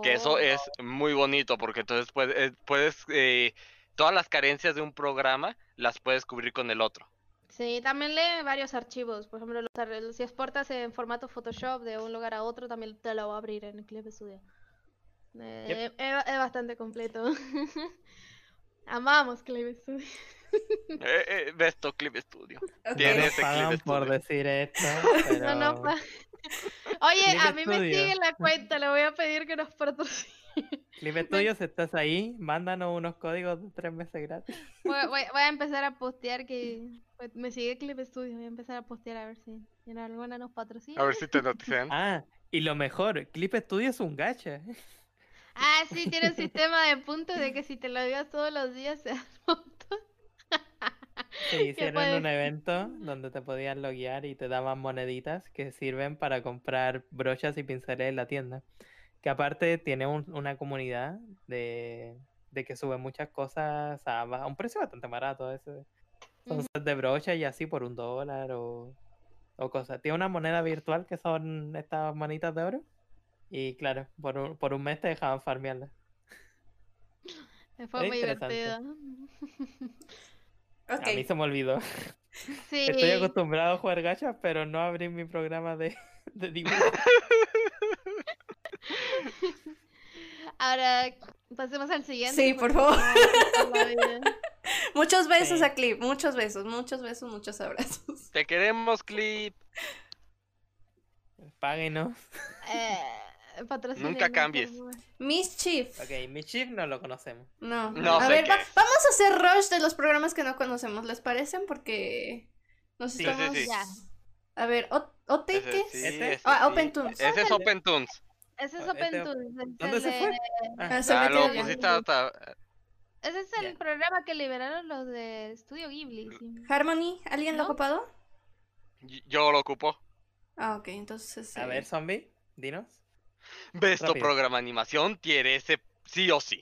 C: Que
D: Oh.
C: eso es muy bonito porque entonces puedes, eh, puedes eh, todas las carencias de un programa las puedes cubrir con el otro.
D: Sí, también lee varios archivos. Por ejemplo, los ar- si exportas en formato Photoshop de un lugar a otro, también te lo va a abrir en Clip Studio. Eh, es, es bastante completo. Amamos Clip Studio.
C: Eh, eh, ve esto, Clip Studio.
B: Ok.
A: no
C: Tiene
A: nos
C: ese clip
A: pagan por
C: estudio.
A: decir esto.
D: No,
A: pero-
D: no, pa- Oye, a
A: Clip
D: mí me
A: Studio.
D: sigue la cuenta, le voy a pedir que nos patrocine.
A: Clip Studio, si estás ahí, mándanos unos códigos de tres meses gratis.
D: Voy, voy- voy a empezar a postear que pues, me sigue Clip Studio. Voy a empezar a postear a ver si en alguna nos patrocina.
C: A ver si te notifican.
A: Ah, y lo mejor, Clip Studio es un gacha.
D: Ah, sí, tiene un sistema de puntos de que si te lo digas todos los días se da puntos.
A: Se hicieron un
D: puedes-
A: evento donde te podían loguear y te daban moneditas que sirven para comprar brochas y pinceles en la tienda. Que aparte tiene un- una comunidad de, de que sube muchas cosas a, ba- a un precio bastante barato. a veces. Son
D: Ujú.
A: sets de brochas y así por un dólar o, o cosas. Tiene una moneda virtual que son estas manitas de oro. Y claro, por un, por un mes te dejaban farmearlas.
D: Fue
A: Era
D: muy
A: interesante.
D: divertido.
B: Ok.
A: A mí se me olvidó.
D: Sí,
A: Estoy acostumbrado a jugar gachas, pero no abrir mi programa de, de dibujo.
D: ahora pasemos al siguiente.
B: Sí, por
D: porque
B: favor.
D: no, no lo veo.
B: Muchos besos
A: Sí.
B: a Clip, muchos besos, muchos besos, muchos abrazos.
C: Te queremos, Clip.
A: Páguenos.
D: Eh, patrocínenos,
C: Nunca
D: por
C: cambies.
D: favor.
B: Mischief.
A: Ok, Michif no lo conocemos.
B: No.
C: No
B: a
C: sé
B: ver,
C: qué
B: va-
C: es.
B: vamos a hacer rush de los programas que no conocemos, ¿les parecen? Porque nos
A: Sí, sí,
B: estamos.
C: sí.
D: Ya.
B: A ver, O- ¿OT
C: Ese
B: qué es?
C: sí,
A: ¿Este?
C: ese
B: Ah,
C: sí.
B: OpenTunes.
C: Ese es
A: Ándale.
C: OpenTunes.
D: Ese es
A: Ah, este-
D: OpenTunes.
A: ¿Dónde se fue?
B: Ah,
A: Ah,
B: se
C: Ah,
B: metió
C: lo
B: ya.
C: pusiste hasta.
D: Ese es el
A: Ya.
D: programa que liberaron los de Studio Ghibli. sí.
B: Harmony, ¿alguien lo ha
D: ¿No?
B: ocupado?
C: Yo lo ocupo.
B: Ah, ok, entonces.
A: a
B: eh,
A: ver, zombie, dinos.
C: Ve esto,
A: Rápido.
C: programa de animación, tiene ese sí o sí.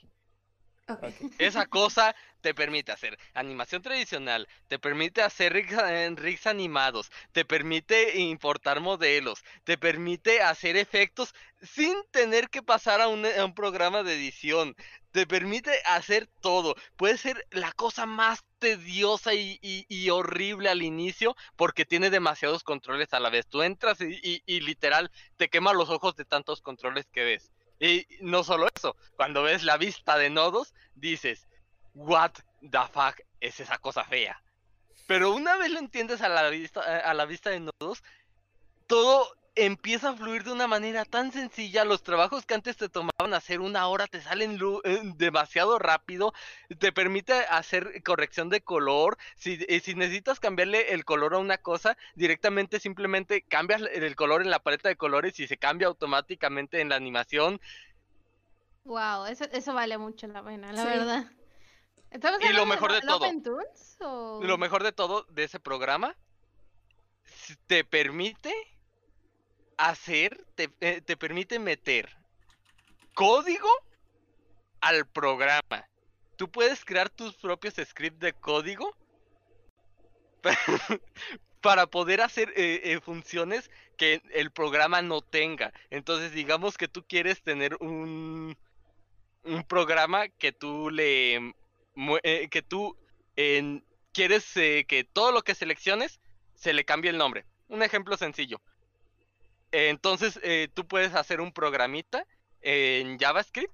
B: ok.
A: Ok.
C: Esa cosa te permite hacer animación tradicional, te permite hacer rigs, eh, rigs animados, te permite importar modelos, te permite hacer efectos sin tener que pasar a un, eh, a un programa de edición. Te permite hacer todo. Puede ser la cosa más tediosa y, y- y horrible al inicio porque tiene demasiados controles a la vez. Tú entras y, y- y literal te quema los ojos de tantos controles que ves. Y no solo eso, cuando ves la vista de nodos, dices, what the fuck es esa cosa fea. Pero una vez lo entiendes a la vista, a la vista de nodos, todo empieza a fluir de una manera tan sencilla. Los trabajos que antes te tomaban hacer una hora te salen lu- eh, demasiado rápido. Te permite hacer corrección de color. Si, eh, si necesitas cambiarle el color a una cosa, directamente simplemente cambias el el color en la paleta de colores y se cambia automáticamente en la animación.
D: Wow, eso, eso vale mucho la pena, la
B: Sí.
D: verdad. ¿Estamos
C: Y lo
D: hablando
C: mejor de
D: Lo-
C: todo.
D: Open Tunes o-
C: Lo mejor de todo de ese programa, s- te permite hacer, te, eh, te permite meter código al programa. Tú puedes crear tus propios scripts de código pa- para poder hacer eh, eh, funciones que el programa no tenga. Entonces, digamos que tú quieres tener un, un programa que tú le mue- eh, que tú en- quieres eh, que todo lo que selecciones se le cambie el nombre. Un ejemplo sencillo. Entonces eh, tú puedes hacer un programita en JavaScript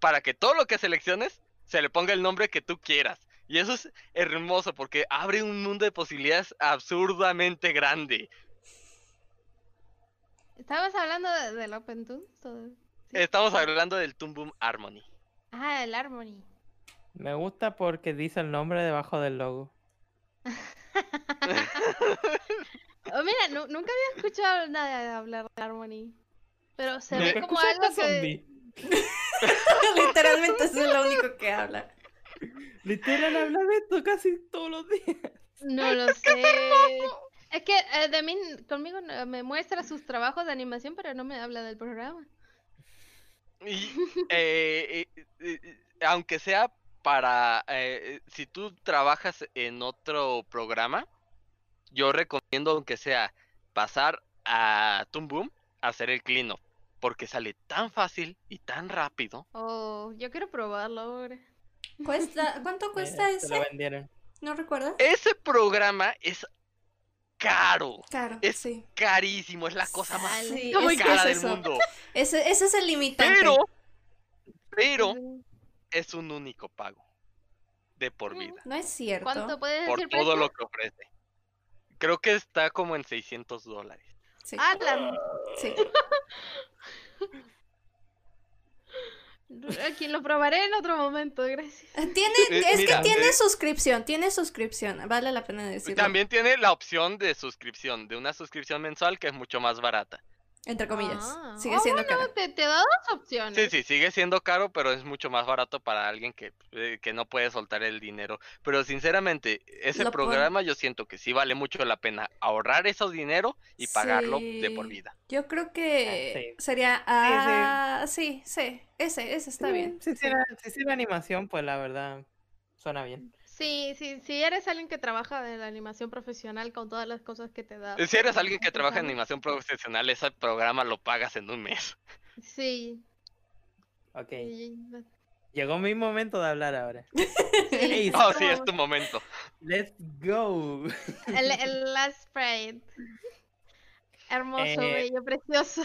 C: para que todo lo que selecciones se le ponga el nombre que tú quieras. Y eso es hermoso porque abre un mundo de posibilidades absurdamente grande.
D: ¿Estabas hablando de- del Open Tunes? o- sí?
C: Estamos hablando del Toon Boom Harmony.
D: Ah, el Harmony.
A: Me gusta porque dice el nombre debajo del logo.
D: Oh, mira, nu- nunca había escuchado nada de hablar de Harmony. Pero se ve
A: Nunca
D: como
A: escuché
D: algo
A: a
D: que.
A: Zombie.
B: Literalmente eso es lo único que habla.
A: Literal habla de esto casi todos los días.
D: No lo sé. Es que eh, de mí, conmigo no- me muestra sus trabajos de animación, pero no me habla del programa.
C: Y, eh, eh, eh, eh, aunque sea para, eh, eh, si tú trabajas en otro programa, yo recomiendo, aunque sea pasar a Toon Boom, hacer el cleanup, porque sale tan fácil y tan rápido.
D: Oh, yo quiero probarlo ahora.
B: ¿Cuesta, ¿Cuánto cuesta
A: Eh, Se lo
B: ese?
A: vendieron.
B: ¿No recuerdas?
C: Ese programa es caro,
B: Claro,
C: es-
B: sí.
C: carísimo, es la cosa más
B: Sí,
D: ¿Cómo
B: es que
C: cara
B: es
C: del
B: eso.
C: mundo.
B: Ese, ese es el limitante.
C: Pero, pero
D: Sí.
C: es un único pago de por vida.
B: No es cierto.
D: ¿Cuánto puedes
C: por
D: decir? Pues,
C: todo
D: precio?
C: lo que ofrece. Creo que está como en 600 dólares.
B: Sí,
D: Ah, la-
B: sí.
D: Aquí lo probaré en otro momento, gracias.
B: Tiene,
C: Eh,
B: es
C: mira,
B: que tiene
C: eh,
B: suscripción, tiene suscripción. Vale la pena decirlo.
C: También tiene la opción de suscripción, de una suscripción mensual que es mucho más barata.
B: Entre comillas.
D: Ah.
B: Sigue
D: Oh,
B: siendo
D: No,
B: cara.
D: te, te da dos opciones.
C: Sí, sí, sigue siendo caro, pero es mucho más barato para alguien que, eh, que no puede soltar el dinero. Pero sinceramente, ese
B: Lo pon-
C: programa yo siento que sí vale mucho la pena ahorrar esos dinero y pagarlo de por
B: Sí.
C: vida.
B: Yo creo
A: Ah,
B: que
A: sí.
B: sería. Ah, sí, sí. Ese, ese
D: Mm.
B: está
A: Sí,
B: bien.
A: Si hiciera, si hiciera animación, pues la verdad suena bien.
D: Sí, sí, si eres alguien que trabaja de la animación profesional con todas las cosas que te da. pues,
C: Si eres alguien que trabaja en
D: Ujú.
C: animación profesional, ese programa lo pagas en un mes.
D: Sí.
A: Ok.
D: sí,
A: Llegó mi momento de hablar ahora.
D: sí.
A: Es
C: Oh, sí, es
D: como
C: tu momento.
A: Let's go.
D: El, el Last Pride. Hermoso,
A: Eh,
D: bello, precioso.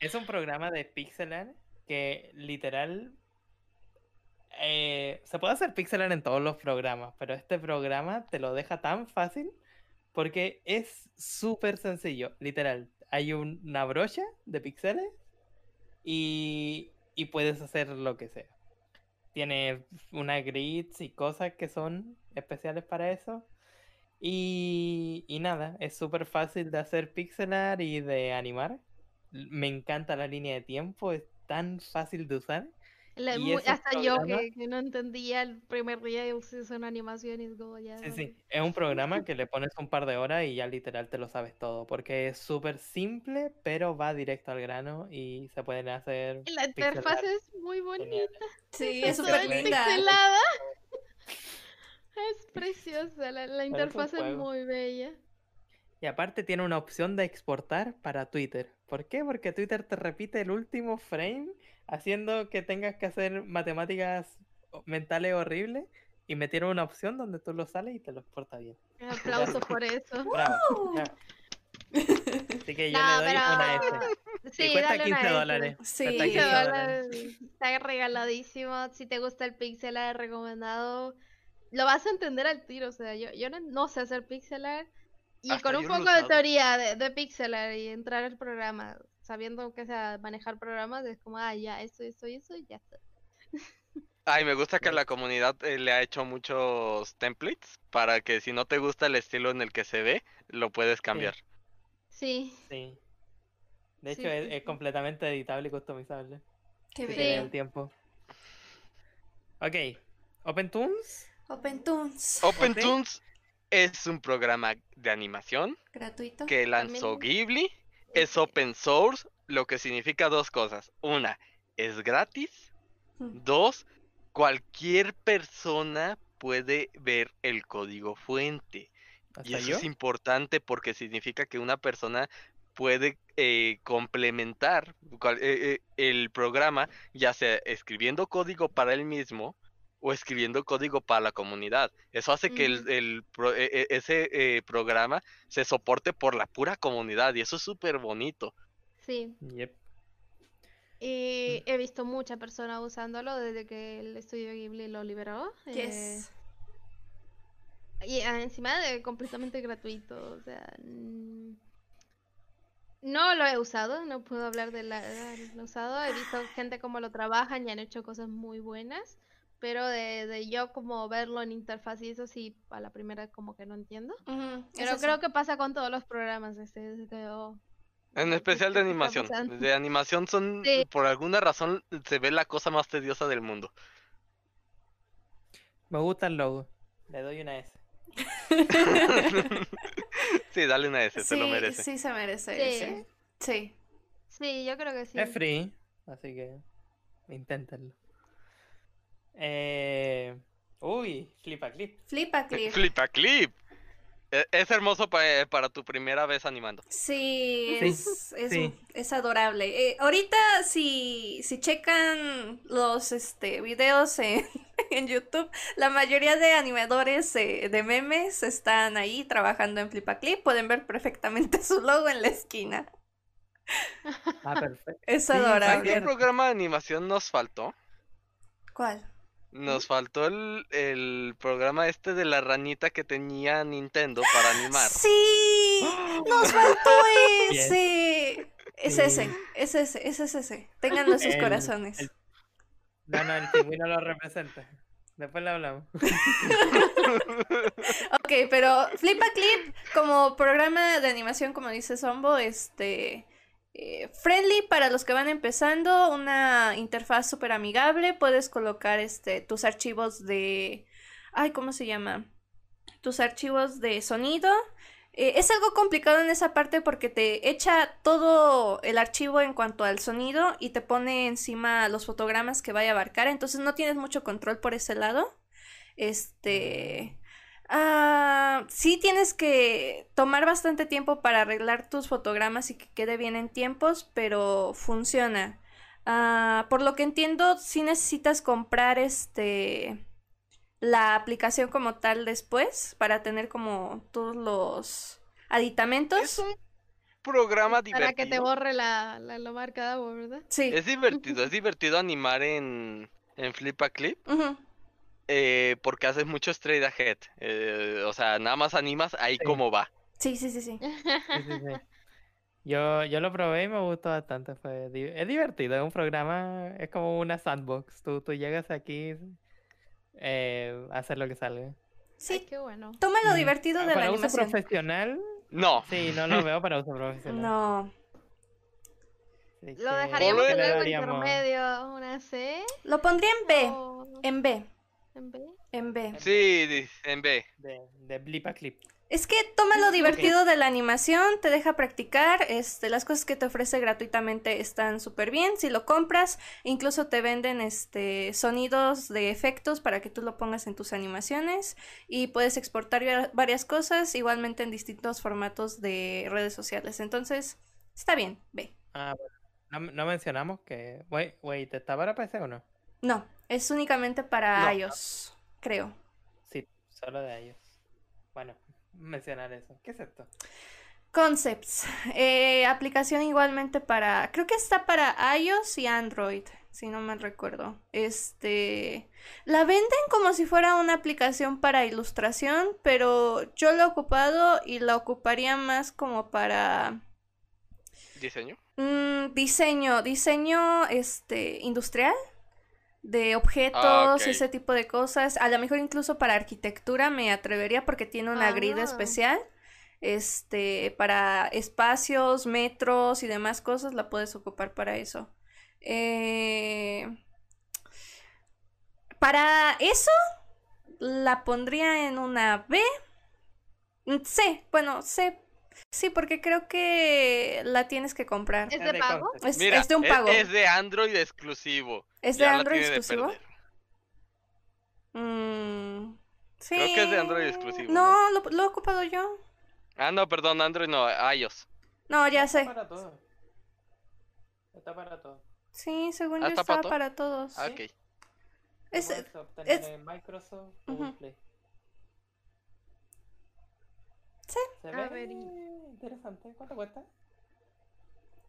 A: Es un programa de pixel art que literal eh, se puede hacer pixel art en todos los programas, pero este programa te lo deja tan fácil porque es súper sencillo, literal. Hay un- una brocha de pixeles y, y puedes hacer lo que sea. Tiene una grids y cosas que son especiales para eso. Y, y nada, es súper fácil de hacer pixel art y de animar. L- Me encanta la línea de tiempo, es tan fácil de usar.
D: La-
A: y
D: mu-
A: esos
D: hasta yo
A: programas-
D: que, que no entendía el primer día y usé una animación y es como ya.
A: Sí, sí, es un programa que le pones un par de horas y ya literal te lo sabes todo, porque es súper simple, pero va directo al grano y se pueden hacer...
D: Y La
A: pixel
D: interfaz
A: art
D: es muy bonita.
A: geniales.
B: Sí,
A: Sí,
B: es
A: se
B: súper
A: puede.
B: linda.
D: pixelada. Es preciosa, la, la
A: un
D: interfaz es
A: juego.
D: muy bella.
A: Y aparte tiene una opción de exportar para Twitter, ¿Por qué? Porque Twitter te repite el último frame haciendo que tengas que hacer matemáticas mentales horribles y metieron una opción donde tú lo sales y te lo exporta bien.
D: Aplausos por eso.
A: Bravo. bravo. Así que yo
D: No,
A: le doy una
D: pero-
A: F.
D: Sí,
A: y cuesta
D: dale una
A: 15
D: S.
A: dólares.
B: Sí.
A: Cuesta
D: 15
B: 15
A: dólares.
D: dólares. Está regaladísimo. Si te gusta el pixel art recomendado, lo vas a entender al tiro. O sea, yo, yo no, no sé hacer pixel art. Y
C: Hasta
D: con
C: yo
D: un
C: no lo
D: poco de
C: sabe.
D: teoría de, de pixel art y entrar al programa, sabiendo que sea manejar programas, es como, ah, ya, esto, esto y eso, y ya está.
C: Ay, me gusta que la comunidad eh, le ha hecho muchos templates para que si no te gusta el estilo en el que se ve, lo puedes cambiar.
D: Sí,
A: Sí. De
D: Sí,
A: hecho, es,
D: sí,
A: es
D: sí.
A: completamente editable y customizable.
B: Qué
A: Si
D: Sí.
A: tienen
B: bien.
A: el tiempo. Ok. OpenTunes.
B: OpenTunes.
C: OpenTunes es un programa de animación
B: Gratuito.
C: que lanzó
D: También-
C: Ghibli. Es open source, lo que significa dos cosas. Una, es gratis.
B: Mm.
C: Dos, cualquier persona puede ver el código fuente. Y
A: ¿Hasta
C: eso
A: yo?
C: es importante porque significa que una persona puede eh, complementar cual- eh, eh, el programa, ya sea escribiendo código para él mismo o escribiendo código para la comunidad. Eso hace que el,
D: Ujú.
C: el pro- eh, eh, ese eh, programa se soporte por la pura comunidad y eso es súper bonito.
D: sí.
A: Yep.
D: Y
C: Mm.
D: he visto muchas personas usándolo desde que el estudio Ghibli lo liberó. eh,
B: Yes.
D: Y ah, encima de completamente gratuito, o sea, mm, no lo he usado, no puedo hablar de la de haberlo usado, he visto gente cómo lo trabajan y han hecho cosas muy buenas, pero de, de yo como verlo en interfaz y eso sí, a la primera como que no entiendo.
B: Ujú,
D: Pero
B: eso sí.
D: creo que pasa con todos los programas, este, es que, oh,
C: En
D: ¿qué-
C: especial
D: qué está
C: de animación.
D: pasando?
C: De animación son,
D: Sí.
C: por alguna razón, se ve la cosa más tediosa del mundo.
A: Me gusta el logo. Le doy una S.
C: sí, dale una S, te lo
B: sí,
C: merece.
B: sí se merece.
D: Sí.
B: ese. Sí.
D: Sí, yo creo que sí.
A: Es free, así que inténtenlo. Eh, uy, flipa clip.
B: Flipa clip.
C: Flipa clip. E- Es hermoso pa- para tu primera vez animando.
B: Sí,
A: Sí,
B: es, es,
A: sí.
B: un- es adorable. Eh, ahorita si, si checan los este, videos en, en YouTube, la mayoría de animadores eh, de memes están ahí trabajando en Flipaclip. Pueden ver perfectamente su logo en la esquina.
A: Ah, perfecto.
B: Es
A: Sí,
C: ¿A
A: Claro.
B: adorable.
C: qué programa de animación nos faltó?
B: ¿Cuál?
C: Nos faltó el, el programa este de la ranita que tenía Nintendo para animar.
B: Sí, nos faltó
A: Yes.
B: ese. Es
A: Sí.
B: ese, es ese, es ese, ese. Ténganlo en sus
A: El-
B: corazones.
A: el- No, no, el pingüino lo representa. Después lo hablamos.
B: Ok, pero Flipa Clip como programa de animación, como dice Sombo, este eh, friendly para los que van empezando, una interfaz súper amigable, puedes colocar este tus archivos de ay, ¿cómo se llama? tus archivos de sonido. Eh, es algo complicado en esa parte porque te echa todo el archivo en cuanto al sonido y te pone encima los fotogramas que vaya a abarcar, entonces no tienes mucho control por ese lado. Este. ah, sí tienes que tomar bastante tiempo para arreglar tus fotogramas y que quede bien en tiempos, pero funciona. Ah, por lo que entiendo, sí necesitas comprar este la aplicación como tal después para tener como todos los aditamentos.
C: Es un programa divertido.
D: Para que te borre la, la, la marca de agua, ¿verdad?
B: Sí.
C: Es divertido, es divertido animar en, en Flipa Clip
B: Ujú.
C: eh, porque haces mucho straight ahead. eh, o sea, nada más animas ahí como va.
B: Sí, sí, sí, sí.
A: Sí, sí, sí. Yo, yo lo probé y me gustó bastante. Fue, di- es divertido, es un programa, es como una sandbox. Tú, tú llegas aquí eh, a hacer lo que salga.
D: Ay,
B: Sí.
D: qué bueno.
B: Toma lo
A: Mm.
B: divertido de la
A: Para uso
B: animación.
A: profesional,
C: No,
A: sí, no lo veo para uso profesional.
B: No.
A: Así
D: Lo
A: que-
D: dejaríamos
A: ¿qué
C: Volver-
D: en
A: le
D: algo
A: daríamos?
D: intermedio, una C.
B: Lo pondría en B.
D: o
B: En B.
D: Oh, en B.
B: En B.
C: sí, di- en B.
A: De, de Blipa Clip.
B: Es que toma lo divertido de la animación, te deja practicar, este, las cosas que te ofrece gratuitamente están súper bien, si lo compras, incluso te venden este, sonidos de efectos para que tú lo pongas en tus animaciones y puedes exportar ya varias cosas, igualmente en distintos formatos de redes sociales. Entonces, está bien, ve.
A: Ah, bueno. No, no mencionamos que. Wait, wait, ¿está para PC o no?
B: No, es únicamente para
A: No.
B: iOS, creo.
A: Sí, solo de ellos. Bueno, mencionar eso. ¿Qué es esto?
B: Concepts. eh, aplicación igualmente para. Creo que está para iOS y Android, si no me recuerdo. Este. La venden como si fuera una aplicación para ilustración, pero yo la he ocupado y la ocuparía más como para.
C: ¿Diseño?
B: mm, diseño, diseño este industrial de objetos
C: Ah, ok.
B: y ese tipo de cosas. A lo mejor incluso para arquitectura me atrevería porque tiene una grid
D: Ah.
B: especial. Este, para espacios, metros y demás cosas, la puedes ocupar para eso. Eh, para eso la pondría en una B. Mm, C, bueno, C. Sí, porque creo que la tienes que comprar.
D: ¿Es de pago?
A: Concept.
B: Es,
C: Mira, e,
B: es de un pago.
C: Es, de Android exclusivo.
B: ¿Es de
C: Ya la
B: Android
C: tiene de
B: exclusivo?
C: perder.
B: Mm, sí.
C: Creo que es de Android exclusivo,
B: No, lo, lo he ocupado yo.
C: Ah, no, perdón, Android no, iOS.
B: No, ya sé.
A: Está para todo. Está para todo.
B: Sí, según
C: Ah,
B: yo
C: ¿está para
B: estaba
C: todo?
B: para todos.
C: Ah,
A: Sí.
C: ok.
B: Es-
A: Lo puedes obtener
B: es-
A: en Microsoft Google
B: Ujú.
A: Play.
B: Sí.
A: Se
D: A
A: ve
D: ver, y-
A: interesante. ¿Cuánto cuesta?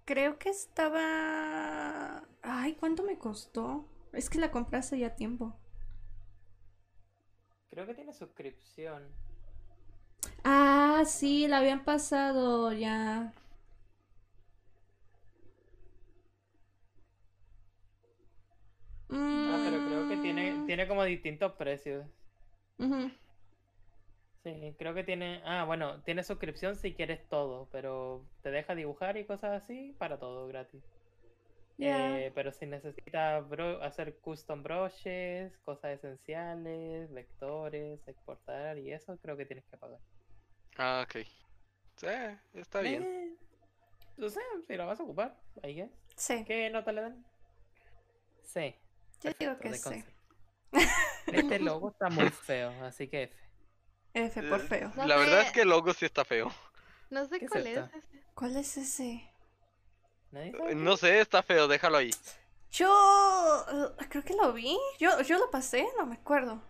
B: creo que estaba... Ay, ¿cuánto me costó? Es que la compré hace ya tiempo.
A: Creo que tiene suscripción.
B: Ah, sí, la habían pasado ya.
A: Ah, pero creo que tiene, tiene como distintos precios.
B: Mm, Ujú.
A: Sí, creo que tiene. Ah, bueno, tiene suscripción si quieres todo, pero te deja dibujar y cosas así para todo gratis.
B: Ya.
A: Eh, pero si necesitas bro- hacer custom brushes, cosas esenciales, vectores, exportar y eso, creo que tienes que pagar.
C: Ah, ok. Sí, está bien.
A: Eh, o sea, si lo vas a ocupar, ahí es.
B: Sí,
A: ¿Qué nota le dan? C.
B: yo digo
A: Perfecto,
B: que
A: de
B: sí.
A: concepto. Este logo está muy feo, así que F.
B: F por
C: Eh,
B: feo.
D: No
C: La verdad
D: sé.
C: es que el logo sí está feo.
D: No sé
A: ¿Qué es
D: cuál es.
A: esta?
D: ese.
B: ¿Cuál es ese?
A: Nadie sabe.
C: Eh, No sé, está feo, déjalo ahí.
B: Yo eh, creo que lo vi. Yo, yo lo pasé, no me acuerdo.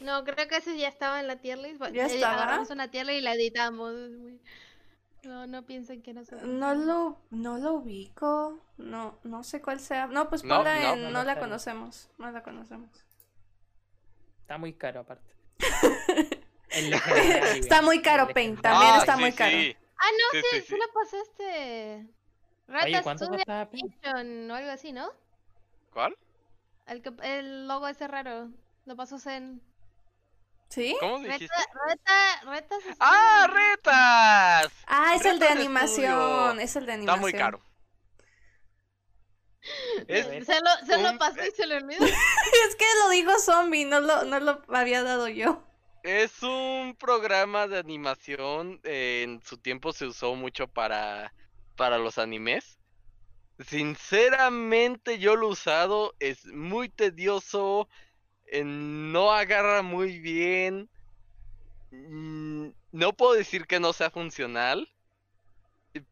D: No, creo que ese ya estaba en la tier list. va-
B: ¿Ya
D: eh,
B: estaba?
D: Agarramos una tier list y la editamos. es muy- No, no piensen que nosotros.
B: No lo, no lo ubico. No, no sé cuál sea. No, pues
C: No,
B: ponla
C: no,
B: en-
A: no,
B: no
A: no
B: la
A: sé.
B: conocemos. No la conocemos.
A: Está muy caro aparte. El legendario,
B: Está muy caro,
A: el
B: Paint.
A: legendario.
B: También
C: Ah,
B: está
C: sí,
B: muy caro.
C: sí.
D: Ah, no,
C: Sí,
D: sí,
C: sí,
D: tú
C: sí.
D: la pasaste.
A: Oye,
D: este Rata
A: ¿cuánto
D: Studio
A: cuesta Paint?
D: Edition o algo así, ¿no?
C: ¿Cuál?
D: El, que- el logo ese raro. Lo pasó Zen.
B: ¿Sí?
C: ¿Cómo dijiste?
D: Reta, reta, retas.
C: ¡Ah, retas!
B: Ah, es el de
C: Retas
B: animación.
C: Studio.
B: Es el de
C: Está
B: animación.
C: muy caro. Es-
A: ver.
D: Se lo, se
C: un-
D: lo pasó y se lo olvidó.
B: Es que lo dijo Zombie, no lo, no lo había dado yo.
C: Es un programa de animación, eh, en su tiempo se usó mucho para, para los animes. Sinceramente yo lo he usado, es muy tedioso, eh, no agarra muy bien. mm, No puedo decir que no sea funcional,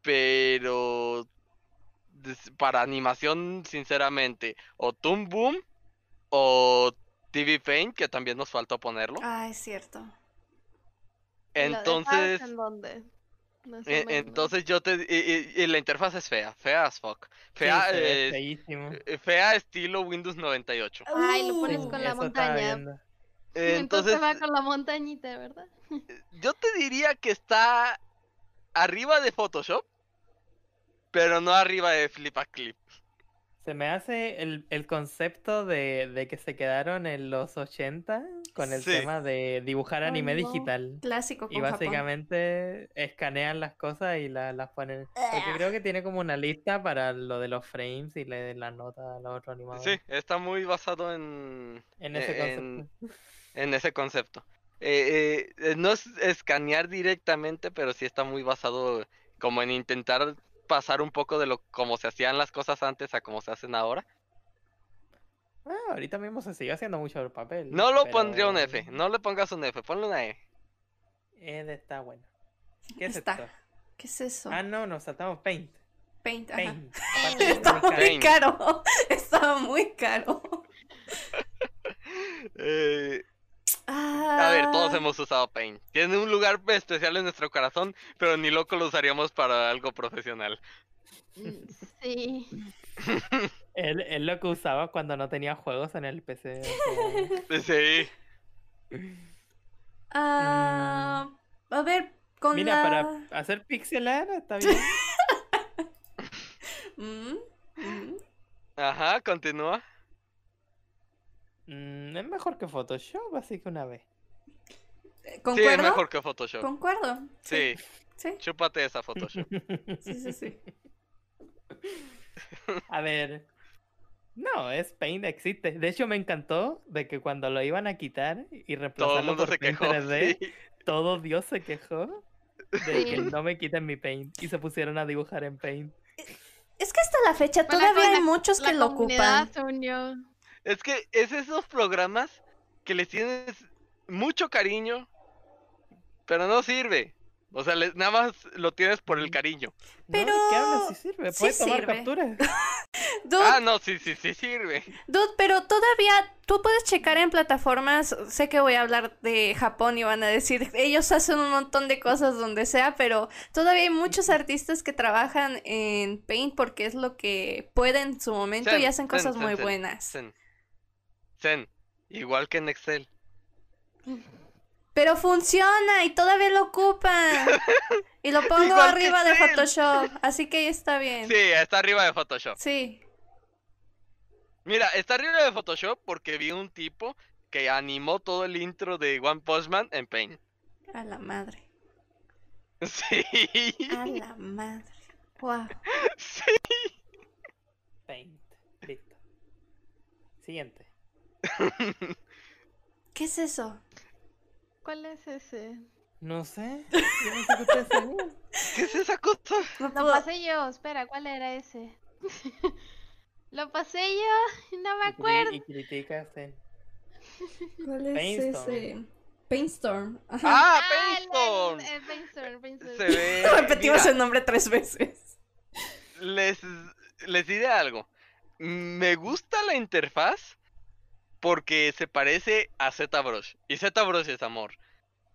C: pero des- para animación, sinceramente, o Toon Boom o TV Paint, que también nos faltó ponerlo.
B: Ah, es cierto.
D: Y lo dejabas
C: Entonces,
D: ¿En dónde? No sé,
C: e-
D: me-
C: entonces yo te y, y- y la interfaz es fea, fea as fuck.
A: Sí,
C: Fea,
A: se ve
C: eh,
A: feísimo.
C: eh, fea estilo Windows 98.
D: Ay,
B: Uh.
D: lo pones
A: Sí,
D: con la
A: eso estaba
D: montaña.
A: viendo.
C: Eh, Entonces,
D: va con la montañita, ¿verdad?
C: yo te diría que está arriba de Photoshop, pero no arriba de Flip a Clip.
A: Se me hace el, el concepto de, de que se quedaron en los 80 con el
C: Sí.
A: tema de dibujar
D: Ay,
A: anime
D: no.
A: digital.
B: Clásico con
A: Y
B: Japón.
A: básicamente escanean las cosas y la- las ponen.
B: Ah.
A: Porque creo que tiene como una lista para lo de los frames y le la nota a los otros animadores.
C: Sí, está muy basado en,
A: En ese
C: eh,
A: concepto.
C: en- en ese concepto. Eh, eh, eh, no es escanear directamente, pero sí está muy basado como en intentar pasar un poco de lo como se hacían las cosas antes a como se hacen ahora.
A: Ah, ahorita mismo se sigue haciendo mucho el papel.
C: No lo pondría un
A: pero
C: F, no le pongas un F, ponle una E.
A: Ed está bueno. ¿Qué es
B: Está.
A: esto?
B: ¿Qué es eso?
A: Ah, no, nos saltamos Paint.
B: Paint, ajá.
A: Paint.
D: Paint.
B: Estaba muy
C: Paint.
B: caro. Estaba muy caro.
C: Eh, a ver,
B: Ah.
C: todos hemos usado Paint. Tiene un lugar especial en nuestro corazón, pero ni loco lo usaríamos para algo profesional.
D: Mm, Sí.
A: Él, él lo que usaba cuando no tenía juegos en el PC. o sea,
C: Sí.
B: Ah, a ver, con
A: Mm. Mira,
B: la...
A: para hacer pixel art está bien.
B: Mm, mm.
C: Ajá, continúa.
A: Mm, es mejor que Photoshop, así que una vez.
C: Sí, es
B: ¿Concuerdo?
C: mejor que Photoshop.
B: Concuerdo.
C: Sí,
B: Sí,
C: chúpate esa Photoshop.
B: sí, sí, sí.
A: A ver. No, es Paint existe. De hecho, me encantó de que cuando lo iban a quitar y
C: Todo el
A: reemplazarlo
C: mundo
A: por ¿eh?
C: se
A: Paint
C: quejó.
A: 3D,
C: sí.
A: todo Dios se quejó de que
D: Sí.
A: no me quiten mi Paint y se pusieron a dibujar en Paint.
B: Es que hasta la fecha
D: Bueno,
B: todavía
D: con
B: hay
D: la-
B: muchos
D: La
B: que lo
D: comunidad
B: ocupan.
D: se unió.
C: Es que es esos programas que les tienes mucho cariño, pero no sirve. O sea, le- nada más lo tienes por el
A: Ujú.
C: cariño.
A: Pero...
B: Pero
A: No, que aún así sirve.
B: sí
A: Puedes tomar
B: sirve.
A: capturas.
B: Dude,
C: Ah, no, sí, sí, sí sirve.
B: dude, pero todavía tú puedes checar en plataformas. Sé que voy a hablar de Japón y van a decir, ellos hacen un montón de cosas donde sea, pero todavía hay muchos artistas que trabajan en Paint porque es lo que pueden en su momento
C: Zen,
B: y hacen
C: zen,
B: cosas
C: zen,
B: muy
C: zen,
B: buenas.
C: Zen. Zen. Igual que en Excel.
B: Pero funciona y todavía lo ocupan. Y lo pongo
C: Igual que
B: arriba de
C: Zen.
B: Photoshop, así que ahí está bien.
C: Sí, está arriba de Photoshop.
B: Sí.
C: Mira, está arriba de Photoshop porque vi un tipo que animó todo el intro de One Punch Man en Paint.
B: A la madre.
C: Sí.
B: A la madre. Wow.
C: Sí.
A: Paint. Listo. Siguiente.
B: ¿Qué es eso?
D: ¿Cuál es ese?
A: No sé. Yo no sé qué ustedes sabían.
C: ¿Qué es esa cosa?
B: No
D: Lo
B: puedo-
D: pasé yo, espera, ¿cuál era ese? Lo pasé yo, no me
A: Y cri-
D: acuerdo.
A: Y criticas en-
B: ¿Cuál es
A: Brainstorm.
B: ese? Painstorm. Ajá.
C: ¡Ah,
D: Ah, el-
C: Painton!
D: el- el Brainstorm, Brainstorm.
C: Se ve.
B: Repetimos
C: Eh, mira,
B: el nombre tres veces.
C: les, les diré algo. Me gusta la interfaz porque se parece a ZBrush. Y ZBrush es amor.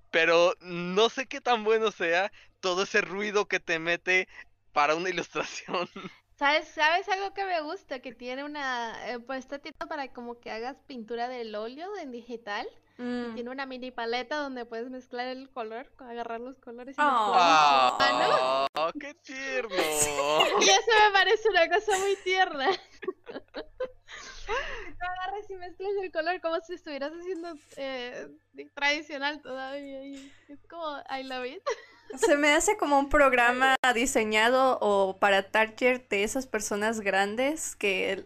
C: Pero no sé qué tan bueno sea todo ese ruido que te mete para una ilustración.
D: ¿Sabes, ¿Sabes algo que me gusta? Que tiene una... eh, pues está tipo para como que hagas pintura del óleo en digital.
B: Mm.
D: Tiene una mini paleta donde puedes mezclar el color, co- agarrar los colores y
B: Oh.
D: mezclarlos. Ah,
C: ¡Ah, qué tierno!
D: ¿no? Y eso me parece una cosa muy tierna. Que Tú agarras y mezclas el color como si estuvieras haciendo eh, de- tradicional todavía. y es como, I love it.
B: Se me hace como un programa diseñado o para target de esas personas grandes que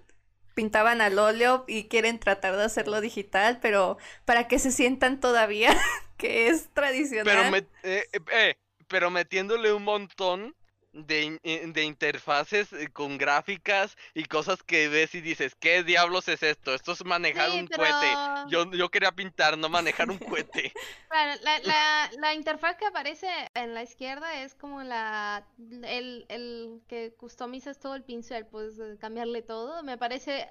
B: pintaban al óleo y quieren tratar de hacerlo digital, pero para que se sientan todavía que es
C: Pero,
B: tradicional.
C: me- eh, eh, eh, pero metiéndole un montón de, in- eh, de interfaces eh, con gráficas y cosas que ves y dices, ¿qué diablos es esto? Esto es manejar
D: Sí,
C: un
D: pero-
C: cohete. Yo, yo quería pintar, no manejar un cohete.
D: Claro, la, la, la interfaz que aparece en la izquierda es como la el, el que customizas todo el pincel, puedes eh, cambiarle todo. Me parece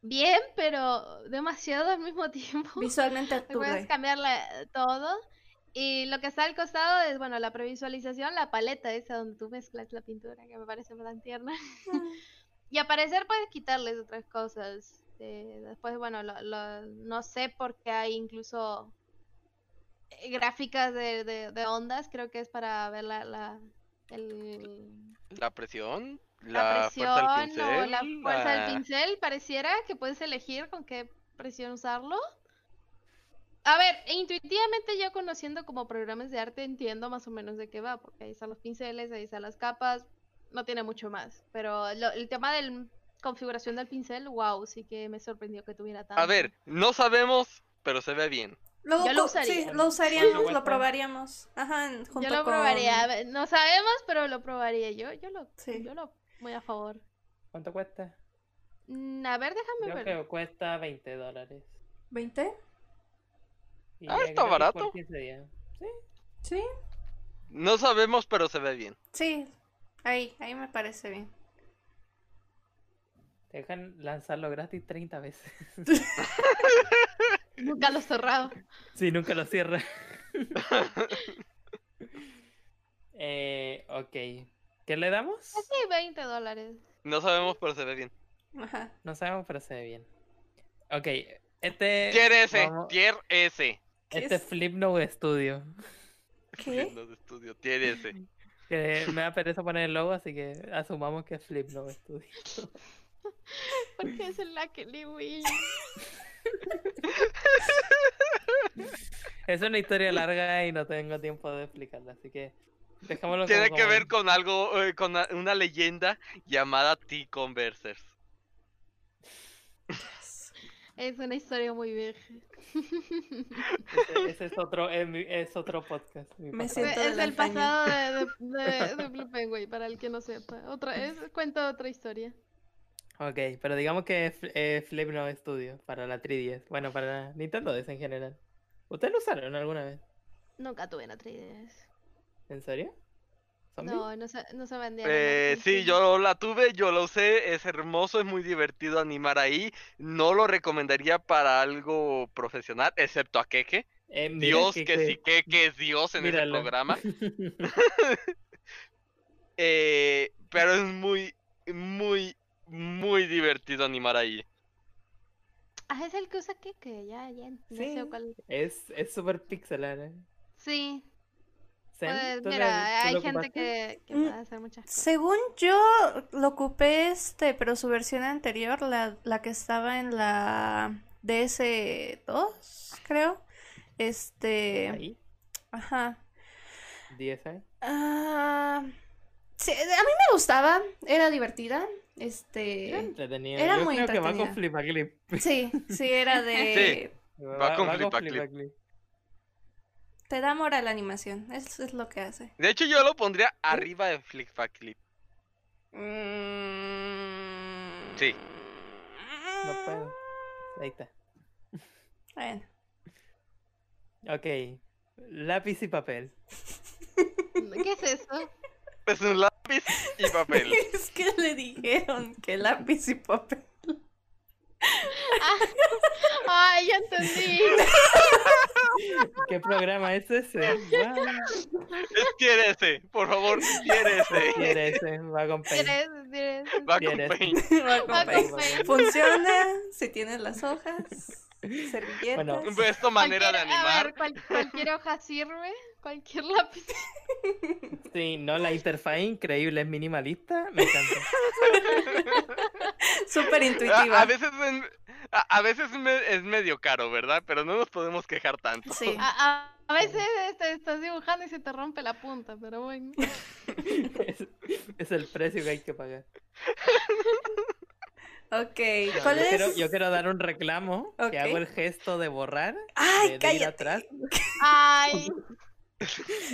D: bien, pero demasiado al mismo tiempo.
B: Visualmente
D: Le Puedes
B: aturde.
D: cambiarle todo. Y lo que está al costado es, bueno, la previsualización, la paleta esa donde tú mezclas la pintura, que me parece tan tierna. Y a parecer puedes quitarles otras cosas. eh, después, bueno, lo- lo- no sé por qué hay incluso eh, gráficas de, de- de ondas, creo que es para ver la, la, el-
C: La presión,
D: la
C: la,
D: presión
C: fuerza del
D: o
C: pincel. Ah.
D: la fuerza
C: la-
D: del pincel. Pareciera que puedes elegir con qué presión usarlo. A ver, e intuitivamente yo conociendo como programas de arte entiendo más o menos de qué va, porque ahí están los pinceles, ahí están las capas, no tiene mucho más. Pero lo- el tema de la configuración del pincel, wow, sí que me sorprendió que tuviera tanto.
C: A ver, no sabemos, pero se ve bien.
B: Luego
D: Yo lo
B: co-
D: usaría.
B: sí, lo usaríamos,
A: Por
B: lo
A: supuesto.
B: probaríamos. Ajá, en- junto
D: yo lo
B: con-
D: probaría, a ver, no sabemos, pero lo probaría yo, yo lo,
B: Sí.
D: yo lo, muy a favor.
A: ¿Cuánto cuesta?
D: Mm, A ver, déjame
A: Creo
D: ver.
A: que cuesta 20 dólares.
B: ¿20?
A: Y
C: Ah,
A: es
C: está
A: gratis por
C: barato.
A: 15 días. Sí.
B: Sí.
C: No sabemos, pero se ve bien.
B: Sí. Ahí, ahí me parece bien.
A: Te dejan lanzarlo gratis 30 veces.
D: Nunca lo cerrado.
A: Sí, nunca lo cierra. Eh, ok. ¿Qué le damos?
D: Así 20 dólares.
C: No sabemos, pero se ve bien.
B: Ajá.
A: No sabemos, pero se ve bien. Ok, este.
C: Tier S,
A: vamos-
C: tier S.
B: ¿Qué
A: Este
B: es?
A: Flipnote Studio.
B: ¿Qué?
C: Viendo de estudio, tier S.
A: Que me da pereza poner el logo, así que asumamos que es Flipnote Studio.
D: Porque es el que le
A: Es una historia larga y no tengo tiempo de explicarla, así que dejémoslo
C: Tiene
A: como
C: que ver
A: común.
C: con algo, eh, con a- una leyenda llamada T-Conversers.
D: Es una historia muy vieja.
A: Ese, ese es otro, es, mi- es otro podcast. mi
B: Me
A: podcast.
B: siento- Cuento de
D: es
B: la
D: el
B: Alfaña.
D: pasado de, de, de, de Blue Penguin, para el que no sepa. Otra, es, cuento otra historia.
A: Ok, pero digamos que es Fl- eh, Flipnote Studio para la 3DS. Bueno, para Nintendo DS en general. ¿Ustedes lo usaron alguna vez?
D: Nunca tuve una 3DS.
A: ¿En serio? ¿Zombie?
D: No, no se, no se vendía.
C: Eh, sí, yo la tuve, yo la usé, es hermoso, es muy divertido animar ahí. No lo recomendaría para algo profesional, excepto a Keke.
A: Eh, mira
C: Dios, que, sí, Keke es Dios en ese
A: míralo.
C: programa. Eh, pero es muy, muy, muy divertido animar ahí.
D: Ah, es el que usa que, que ya, ya. No sé
A: Sí.
D: cuál.
A: Es es súper pixelar. ¿eh?
D: Sí,
A: Sam,
D: pues
A: ¿tú le-
D: mira,
A: tú
D: hay
A: lo
D: gente
A: ocupaste?
D: que, que
B: Mm.
D: va a hacer muchas cosas.
B: Según yo, lo ocupé este, pero su versión anterior, la, la que estaba en la DS2, creo. Este,
A: Ahí,
B: ajá.
A: 10 ahí.
B: Ah, sí, a mí me gustaba, era divertida.
A: Era
B: Este,
A: entretenido.
B: era
A: Yo
B: muy
A: creo que va con
B: entretenida.
A: flipaclip.
B: sí, sí, era de...
A: Va,
C: con
A: va
C: flipaclip.
A: flipaclip.
B: Te da moral la animación, eso es lo que hace.
C: De hecho, yo lo pondría arriba de Flick Fact Clip.
B: Mm.
C: Sí.
A: No puedo. Ahí está.
B: Bueno,
A: Ok. Lápiz y papel.
D: ¿Qué es eso?
C: Es un lápiz y papel.
B: es que le dijeron que lápiz y papel.
D: Ay, ya entendí.
A: ¿Qué programa es ese? Wow.
C: Es tier S, por favor, tier S.
A: Quiere ese. Va con paint.
D: Tienes, tienes.
C: Va con
A: Tier S.
C: paint.
B: Va con
D: Va
B: papel.
D: con paint.
B: Ah, Funciona si tienes las hojas, servilletas.
A: Bueno.
C: Pues Es tu manera de
D: Cualquier- a
C: animar.
D: ver, cual- cualquier hoja sirve, cualquier lápiz.
A: Sí, no, la interfaz es increíble, es minimalista. Me encanta.
B: Súper
C: A,
A: Ah,
B: intuitiva.
C: a veces, en- a, a veces me- es medio caro, ¿verdad? Pero no nos podemos quejar tanto.
B: Sí.
D: A, a- a veces este, estás dibujando y se te rompe la punta, pero bueno.
A: es, es el precio que hay que pagar.
B: Ok.
A: No,
B: ¿Cuál
A: yo,
B: es?
A: quiero, yo quiero dar un reclamo que hago
B: Ok.
A: el gesto de borrar de-
B: Ay,
A: de ir
B: cállate.
A: atrás
D: Ay,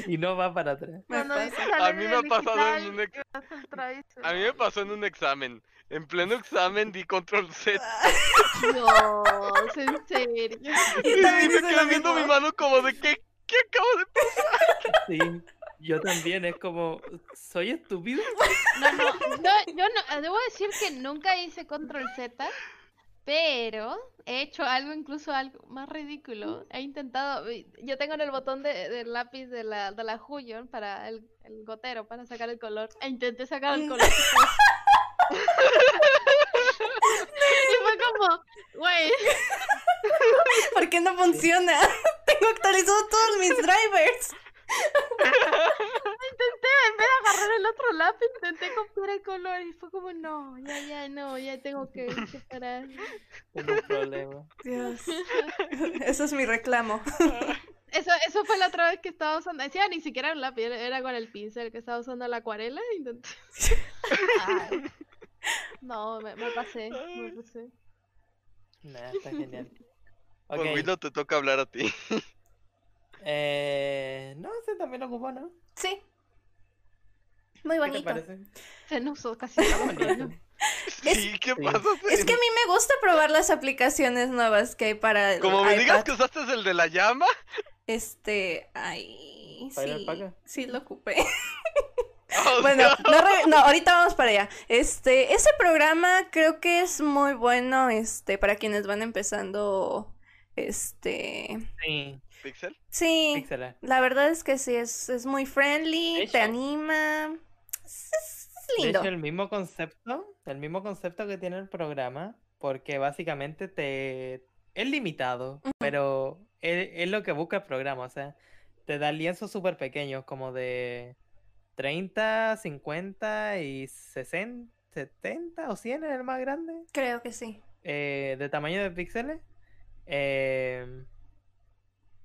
A: y no va para atrás.
B: Me
D: cuando
B: pasa.
D: sale
C: A mí me ha
D: digital,
C: pasado en un, ex-
D: es un travieso.
C: a mí me pasó en un examen. En pleno examen di control Z.
D: Dios, en serio.
C: Y
B: Yo también
C: me
B: hice
C: quedé
B: lo
C: viendo mi
B: mismo.
C: mano como de ¿qué, qué acabo de pasar?
A: Sí, yo también, es como, ¿soy estúpido?
D: No, no, no, yo no, ah, debo decir que nunca hice control Z, pero he hecho algo incluso algo más ridículo. He intentado, y yo tengo en el botón de- del lápiz de la, de la Huyon para el, el gotero, para sacar el color. E intenté sacar el color. y fue como, güey,
B: ¿Por qué no funciona? Tengo actualizados todos mis drivers.
D: intenté, en vez de agarrar el otro lápiz, intenté copiar el color y fue como, no, ya, ya, no, ya tengo que separar.
A: Tengo un problema.
B: Dios. Eso es mi reclamo.
D: Eso, eso fue la otra vez que estaba usando. Decía, ni siquiera un lápiz, era- era con el pincel que estaba usando la acuarela. Intenté.
B: Ah,
D: Ay. No, me, me pasé, me pasé.
A: Nah, está genial. Ok,
C: Por Willow, te toca hablar a ti.
A: eh, no, se también lo ocupó, ¿no?
B: Sí. Muy
A: ¿Qué te
B: bonito.
A: parece?
D: Se nos usó casi.
A: Está bonito.
C: Sí, ¿qué pasa?
B: Es que a mí me gusta probar las aplicaciones nuevas que hay para el
C: Como me digas
B: iPad.
C: que usaste el de la llama,
B: Este, ay,
A: ¿Para ir
B: sí,
A: alpaca?
B: sí lo ocupé.
C: O
B: Bueno,
C: sea,
B: no, re- no, ahorita vamos para allá. Este, ese programa creo que es muy bueno, este, para quienes van empezando, este,
A: Sí,
C: ¿Pixel?
B: sí,
A: píxeles.
B: la verdad es que sí, es, es muy
A: De
B: friendly,
A: hecho-
B: te anima, es, es- es
A: De
B: lindo.
A: hecho, el mismo concepto, el mismo concepto que tiene el programa, porque básicamente te es limitado, pero es, es lo que busca el programa, o sea, te da lienzos súper pequeños, como de 30, 50 y 60, 70 o 100 es el más grande,
B: Creo que sí.
A: eh, de tamaño de píxeles, eh,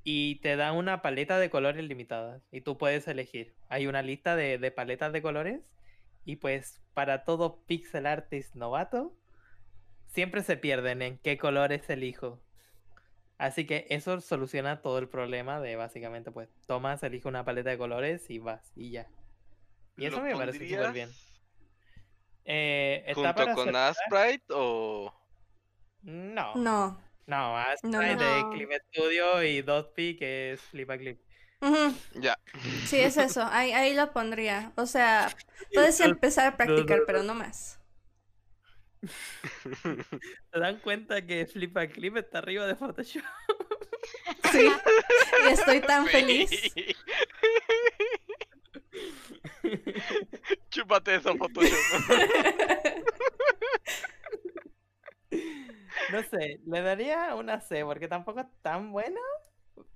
A: y te da una paleta de colores limitadas, y tú puedes elegir. Hay una lista de, de paletas de colores, y pues para todo pixel artist novato, siempre se pierden en qué colores elijo. Así que eso soluciona todo el problema de básicamente, pues tomas, elige una paleta de colores y vas, y ya. Y eso
C: ¿Lo
A: me parece súper bien.
C: pondrías
A: Eh, está
C: ¿Junto
A: para
C: con
A: hacer-
C: Asprite o...?
A: No.
B: No.
A: No,
B: No,
A: Asprey
B: no.
D: No.
A: de Clip Studio y Dotpi que es Flipa Clip.
B: Ujú,
C: Ya.
B: Sí, es eso, ahí, ahí lo pondría. O sea, puedes empezar a practicar, pero no más.
A: ¿Se dan cuenta que Flipa Clip está arriba de Photoshop?
B: Sí. Y estoy tan feliz.
C: Chúpate eso, Photoshop.
A: No sé, le daría una C porque tampoco es tan bueno,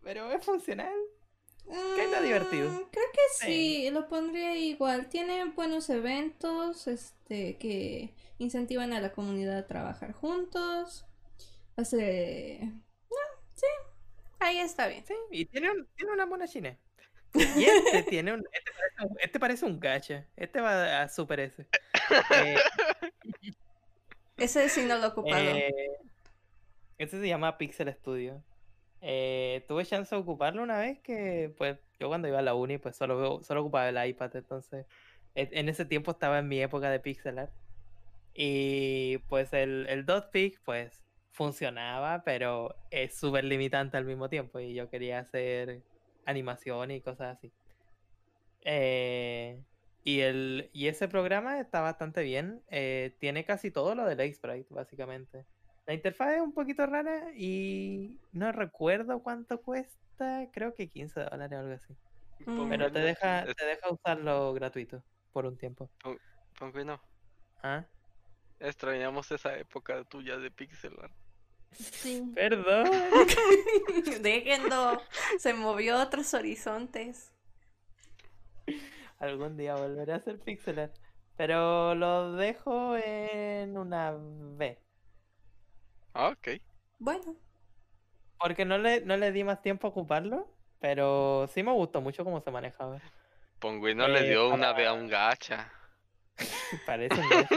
A: pero es funcional.
B: ¿Qué
A: está divertido.
B: Ah, Creo que sí,
A: Sí.
B: lo pondría igual. Tiene buenos eventos, este, que incentivan a la comunidad a trabajar juntos. Hace... No, sí, ahí está bien.
A: Sí, y tiene, un- tiene una mona china. Y este tiene un. Este parece un, este parece un gacha. Este va a super S. Eh,
B: Ese sí no lo he ocupado.
A: Eh, este se llama Pixel Studio. Eh, tuve chance de ocuparlo una vez que, pues, yo cuando iba a la uni, pues solo, veo- solo ocupaba el iPad, entonces, e- en ese tiempo estaba en mi época de pixel art. Y pues el, el dot pic, pues, funcionaba, pero es súper limitante al mismo tiempo y yo quería hacer animación y cosas así. Eh, y, el, y ese programa está bastante bien. eh, tiene casi todo lo del X-Sprite, básicamente. La interfaz es un poquito rara y no recuerdo cuánto cuesta. Creo que 15 dólares o algo así. Pero te
C: Pingüino,
A: deja,
C: Mm. es-
A: te deja usarlo gratuito por un tiempo.
C: Pingüino,
A: Ah,
C: Extrañamos esa época tuya de pixel art.
D: Sí.
A: Perdón.
B: Déjenlo, se movió a otros horizontes.
A: Algún día volveré a hacer pixel art. Pero lo dejo en una B.
C: Ah, ok.
B: Bueno,
A: Porque no le, no le di más tiempo a ocuparlo. Pero sí me gustó mucho cómo se manejaba.
C: Pingüino le
A: Eh,
C: dio una B a un gacha.
A: Parece un gacha.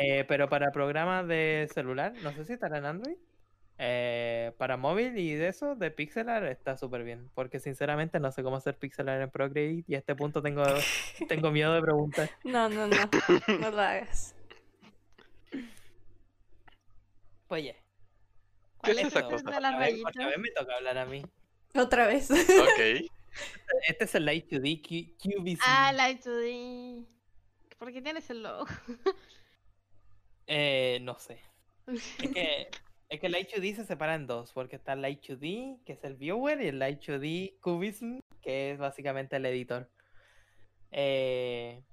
A: Eh, pero para programas de celular, no sé si estará en Android. eh, para móvil y de eso, de pixel art está súper bien. Porque sinceramente no sé cómo hacer pixel art en Procreate y a este punto tengo, tengo miedo de preguntar.
B: no, no, no, no lo hagas.
A: Oye.
C: ¿Qué
A: ¿cuál
C: es
A: es
C: esa
A: eso?
C: cosa?
D: De las
A: Otra vez- otra
D: rayitas.
A: vez me toca hablar a mí.
B: Otra vez.
C: Ok.
A: Este es el Light 2D Q- QVC.
D: Ah, Light 2D. ¿Por qué tienes el logo?
A: Eh, no sé. Es que, es que Light 2D se separa en dos, porque está el Light 2D, que es el viewer, y el Light 2D Cubism, que es básicamente el editor. Eh...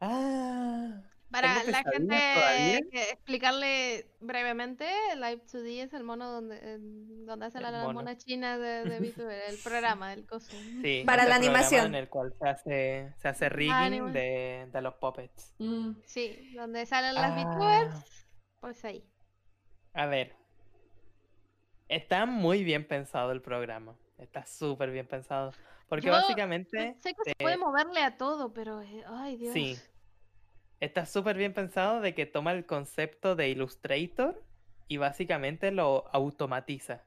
A: Ah,
D: Para
A: ¿Tengo
D: la gente,
A: pesadillas todavía?
D: que explicarle brevemente, Live 2D es el mono donde, en- donde hace
A: El
D: la, la
A: mono.
D: mona china de, de VTuber, el programa, el coso.
A: sí,
B: Para
A: es
B: la
A: el programa
B: animación.
A: En el cual se hace, se hace rigging
D: anima-
A: de, de los puppets.
B: Mm.
D: Sí, donde salen las
A: Ah.
D: VTubers, pues ahí.
A: A ver. Está muy bien pensado el programa. Está súper bien pensado. Porque
D: Yo-
A: básicamente...
D: Sé que se puede moverle a todo, pero, eh, ay Dios.
A: Sí. Está súper bien pensado de que toma el concepto de Illustrator y básicamente lo automatiza.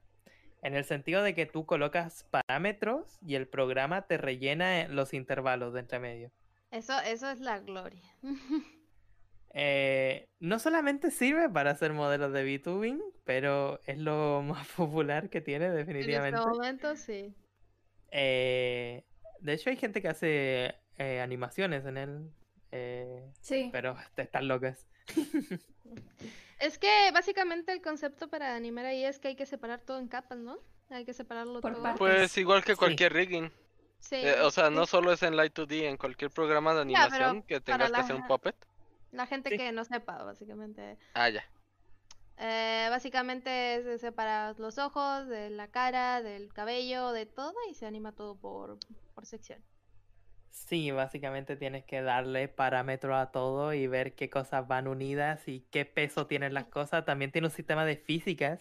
A: En el sentido de que tú colocas parámetros y el programa te rellena eh, los intervalos de entre medio.
D: Eso, eso es la gloria. este
A: Eh, no solamente sirve para hacer modelos de VTubing, pero es lo más popular que tiene
D: en este
A: definitivamente.
D: momento, sí.
A: Eh, de hecho, hay gente que hace eh, animaciones en él, eh,
B: Sí.
A: pero este, están locas.
D: Es que básicamente el concepto para animar ahí es que hay que separar todo en capas, ¿no? Hay que separarlo
B: Por
D: todo.
B: partes.
C: Pues igual que
A: Sí.
C: cualquier rigging.
D: Sí.
C: Eh, o sea, no solo es en Light 2D, en cualquier programa de
D: Ya, pero
C: animación que tengas que
D: la-
C: hacer un puppet.
D: La gente
A: Sí.
D: que no sepa, básicamente.
C: Ah, ya.
D: Eh, básicamente se separan los ojos, de la cara, del cabello, de todo y se anima todo por, por sección.
A: Sí, básicamente tienes que darle parámetro a todo y ver qué cosas van unidas y qué peso tienen las cosas. También tiene un sistema de físicas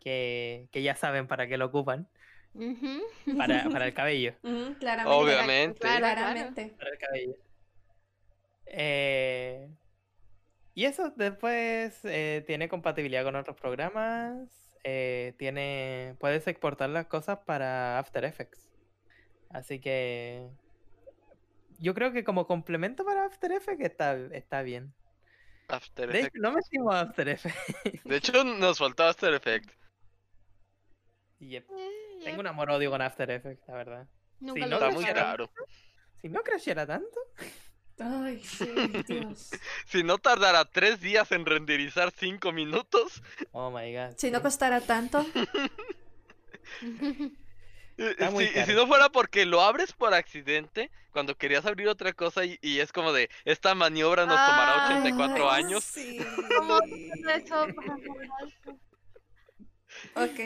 A: que, que ya saben para qué lo ocupan,
D: Ujú.
A: para, para el cabello.
B: Ujú, Mm, claramente.
C: Obviamente.
D: Claro, claro.
B: Claramente.
A: para el cabello. Eh, y eso después eh, tiene compatibilidad con otros programas. eh, tiene, puedes exportar las cosas para After Effects. Así que yo creo que como complemento para After Effects está, está bien.
C: After
A: De hecho,
C: Effects.
A: no metimos After Effects.
C: De hecho, nos faltó After Effects.
A: Yep.
D: Eh, ya
A: Tengo un amor odio con After Effects, la verdad.
D: Nunca
A: sí,
D: lo
A: no,
C: Está muy
D: usaron.
C: raro.
A: Si no creciera tanto,
B: Ay, sí, Dios.
C: Si no tardara tres días en renderizar cinco minutos,
A: oh my god.
B: Si no
A: sí.
B: costara tanto.
C: Eh,
A: Está muy
C: sí, y si
A: caro.
C: no fuera porque lo abres por accidente, cuando querías abrir otra cosa y, y es como de, esta maniobra nos tomará
D: Ah,
C: 84
B: Ay,
C: años.
B: Sí.
D: ¿Cómo eso?
B: Ok.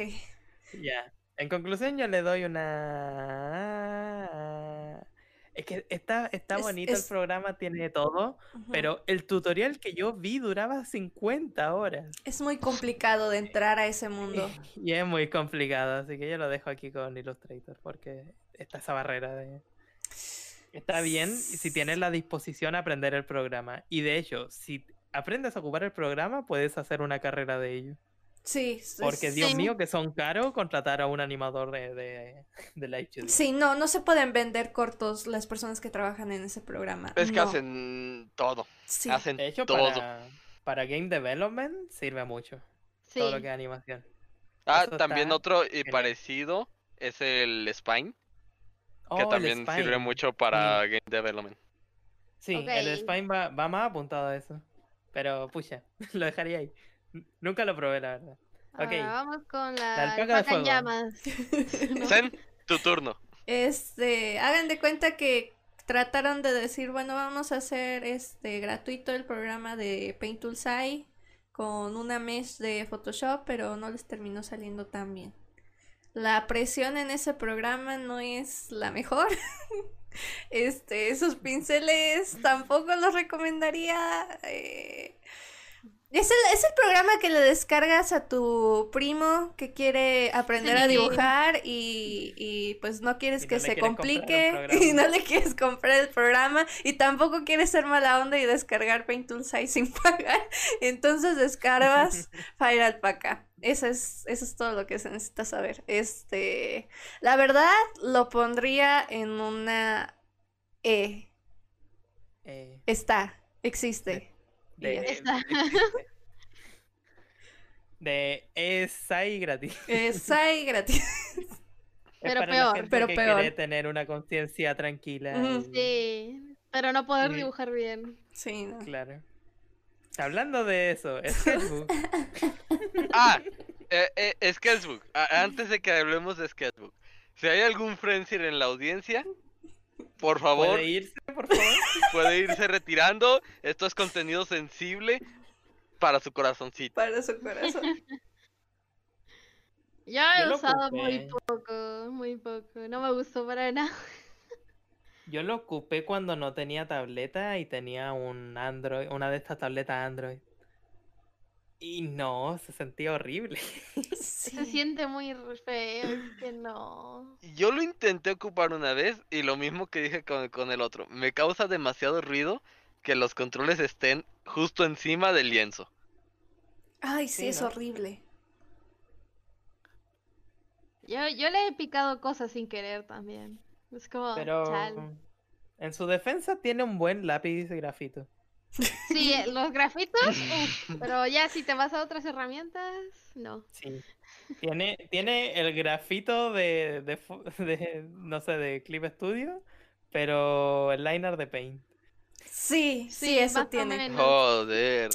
A: Ya. En conclusión, yo le doy una. Es que está, está
B: Es-
A: bonito
B: es-
A: el programa, tiene de todo,
B: Ujú.
A: pero el tutorial que yo vi duraba 50 horas.
B: Es muy complicado de entrar a ese mundo.
A: Y es muy complicado, así que yo lo dejo aquí con Illustrator, porque está esa barrera de... Está bien si tienes la disposición a aprender el programa. Y de hecho, si aprendes a ocupar el programa, puedes hacer una carrera de ello.
B: Sí. sí,
A: Porque,
B: sí.
A: Dios mío, que son caros contratar a un animador de, de, de live studio.
B: Sí, no, no se pueden vender cortos las personas que trabajan en ese programa.
C: Es que
B: No.
C: hacen todo.
B: Sí.
C: Hacen
A: De hecho,
C: todo.
A: para, para game development sirve mucho.
D: Sí.
A: Todo lo que es animación.
C: Ah,
A: eso
C: también
A: está
C: otro y
A: genial.
C: parecido es el Spine,
A: Oh,
C: que
A: el
C: también sirve
A: Spine. Mm.
C: mucho para game development.
A: Sí,
D: Ok.
A: el Spine va, va más apuntado a eso. Pero, pucha, lo dejaría ahí. N- Nunca lo probé, la verdad.
D: Ahora
A: Ok.
D: vamos con la,
A: La alpaca de
D: alpaca en
A: fuego.
D: llamas.
C: Zen, tu turno.
B: Este, hagan de cuenta que trataron de decir, bueno, vamos a hacer este gratuito el programa de Paint Tools AI con una mesh de Photoshop, pero no les terminó saliendo tan bien. La presión en ese programa no es la mejor. Este, esos pinceles tampoco los recomendaría. eh, es el, es el programa que le descargas a tu primo que quiere aprender a
D: Sí.
B: dibujar y, y, pues no quieres
A: Y no
B: que
A: le
B: se
A: quieres comprar el
B: complique
A: programa.
B: y no le quieres comprar el programa y tampoco quieres ser mala onda y descargar Paint Tools ahí sin pagar. Entonces descargas Fire Alpaca. Eso es, eso es todo lo que se necesita saber. Este, la verdad, lo pondría en una E.
A: Eh,
B: Está, existe. Y
A: de,
B: ya.
D: Está.
A: existe. de es ahí gratis.
B: Es ahí gratis.
A: Es
D: Pero
A: para la
D: peor,
A: gente
B: pero
A: que
B: peor.
A: quiere tener una conciencia tranquila.
B: Ujú.
A: y-
D: Sí, pero no poder
A: Sí.
D: dibujar bien.
B: Sí, no.
A: Claro. Hablando de eso, Sketchbook.
C: Ah, eh, eh, Sketchbook. A- Antes de que hablemos de Sketchbook, si hay algún Frenzier en la audiencia, por favor,
A: ¿Puede irse, por favor?
C: puede irse retirando. Esto es contenido sensible para su corazoncito.
B: Para su corazón.
D: Yo he
A: Yo lo
D: usado muy
A: ocupé.
D: poco, muy poco. No me gustó para nada.
A: Yo lo ocupé cuando no tenía tableta y tenía un Android, una de estas tabletas Android. Y no, se sentía horrible.
D: Se siente muy re feo, es que no.
C: Yo lo intenté ocupar una vez y lo mismo que dije con, con el otro. Me causa demasiado ruido que los controles estén justo encima del lienzo.
B: Ay, sí,
A: Sí,
B: es
A: ¿no?
B: horrible.
D: Yo, yo le he picado cosas sin querer también. Es como,
A: Pero
D: chale.
A: en su defensa tiene un buen lápiz de grafito.
D: Sí, eh, los grafitos, uf, pero ya si te vas a otras herramientas, no.
A: Sí. Tiene, tiene el grafito de, de, fu- de, no sé, de Clip Studio, pero el liner de Paint.
B: Sí, sí,
D: Sí,
B: eso
D: más o
B: tiene.
D: menos.
C: Joder.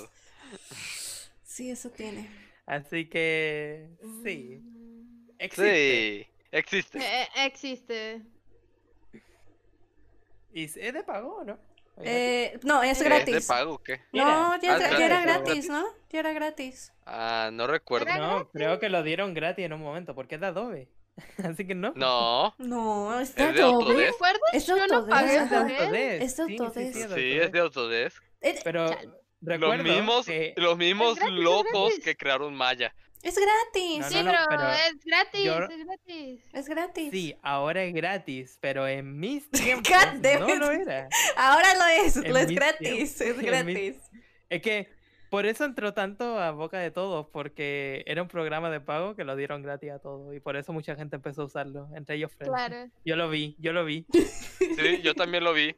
B: Sí, eso tiene.
A: Así que sí,
D: Mm.
A: existe.
C: Sí, existe.
D: Eh, eh, existe.
A: Y es es de pago, ¿no? Obviamente.
B: Eh, no, es
D: Eh,
C: ¿Es de
B: gratis.
C: pago o qué?
B: No,
A: Mira.
B: ya,
C: Ah,
B: era- ya
C: gratis,
B: era
C: ¿no?
B: gratis, ¿no? Ya era gratis.
C: Ah, no recuerdo.
D: Era-
A: no, creo que lo dieron gratis en un momento, porque es de Adobe. Así que no.
C: No,
B: No, está
C: es de
D: ¿Me
C: Autodesk.
D: acuerdas?
B: Es
D: Yo no
B: Autodesk.
D: pagué
A: Es de
D: por él.
A: Autodesk.
B: Es de
A: sí, sí,
B: Autodesk.
A: sí, es de
C: Sí, es de
A: Autodesk.
C: Autodesk.
B: Es,
A: Pero
D: Chale.
A: recuerdo
C: los mismos,
A: que
C: los mismos
D: gratis, es
C: locos
D: gratis.
C: que crearon Maya.
B: es gratis.
A: No,
D: Sí,
A: no, no,
D: pero,
A: pero
D: es gratis,
A: yo-
D: es gratis.
B: Es gratis.
A: sí, ahora es gratis, pero en mis tiempos
B: God damn
A: no lo
B: it.
A: era.
B: Ahora lo es,
A: En
B: lo es
A: mis
B: gratis, es
A: en mis-
B: gratis.
A: Es que por eso entró tanto a boca de todos, porque era un programa de pago que lo dieron gratis a todos y por eso mucha gente empezó a usarlo, entre ellos Fred.
D: Claro.
A: Yo lo vi, yo lo vi.
C: Sí, yo también lo vi.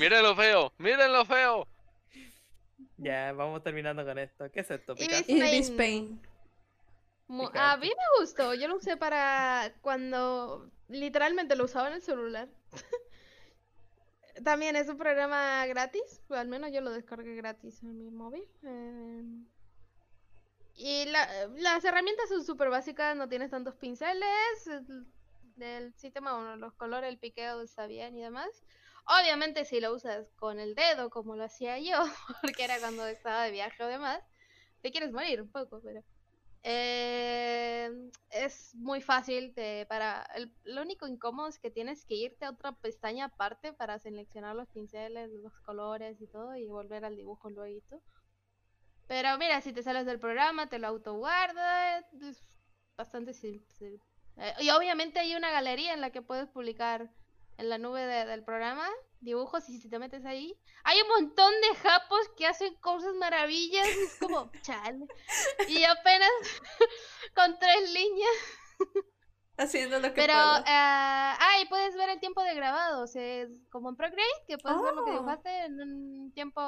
C: Miren lo feo, miren lo feo.
A: Ya, vamos terminando con esto. ¿Qué es esto,
D: Y
A: Picasso?
D: ves-
B: Y
D: Spain.
B: Miss Pain.
D: Mu-
A: Picante.
D: A mí me gustó, yo lo usé para cuando literalmente lo usaba en el celular. También es un programa gratis, o al menos yo lo descargué gratis en mi móvil. em, y la- las herramientas son súper básicas, no tienes tantos pinceles, el, del sistema, bueno, los colores, el piqueo está bien y demás. Obviamente si lo usas con el dedo, como lo hacía yo, porque era cuando estaba de viaje o demás, te quieres morir un poco, pero... Eh, es muy fácil de- para el- lo único incómodo es que tienes que irte a otra pestaña aparte para seleccionar los pinceles, los colores y todo y volver al dibujo luego. Pero mira, si te sales del programa, te lo autoguarda, es bastante simple. Eh, y obviamente hay una galería en la que puedes publicar en la nube de- del programa dibujos y si te metes ahí, hay un montón de japos que hacen cosas maravillas, y es como, chale. Y apenas con tres líneas.
B: Haciendo lo que
D: Pero,
B: puedo.
D: ah, ay, puedes ver el tiempo de grabado. O sea, es como en Procreate, que puedes ver lo que
B: Oh.
D: dibujaste en un tiempo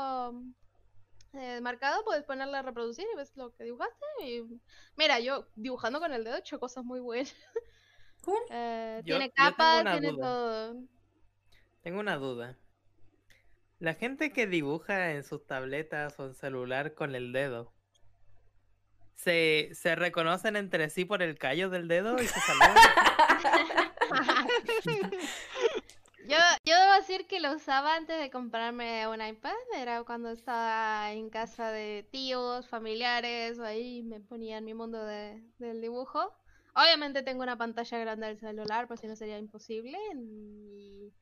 D: eh, marcado. Puedes ponerla a reproducir y ves lo que dibujaste. Y... Mira, yo dibujando con el dedo he hecho cosas muy buenas.
B: Cool.
D: Eh,
A: Yo-
D: tiene
A: yo tengo
D: capas,
A: una
D: tiene
A: duda.
D: todo.
A: Tengo una duda. La gente que dibuja en sus tabletas o en celular con el dedo, ¿se, se reconocen entre sí por el callo del dedo y se saludan?
D: Yo, yo debo decir que lo usaba antes de comprarme un iPad, era cuando estaba en casa de tíos, familiares, o ahí me ponía en mi mundo de- del dibujo. Obviamente tengo una pantalla grande del celular, por si no sería imposible. Y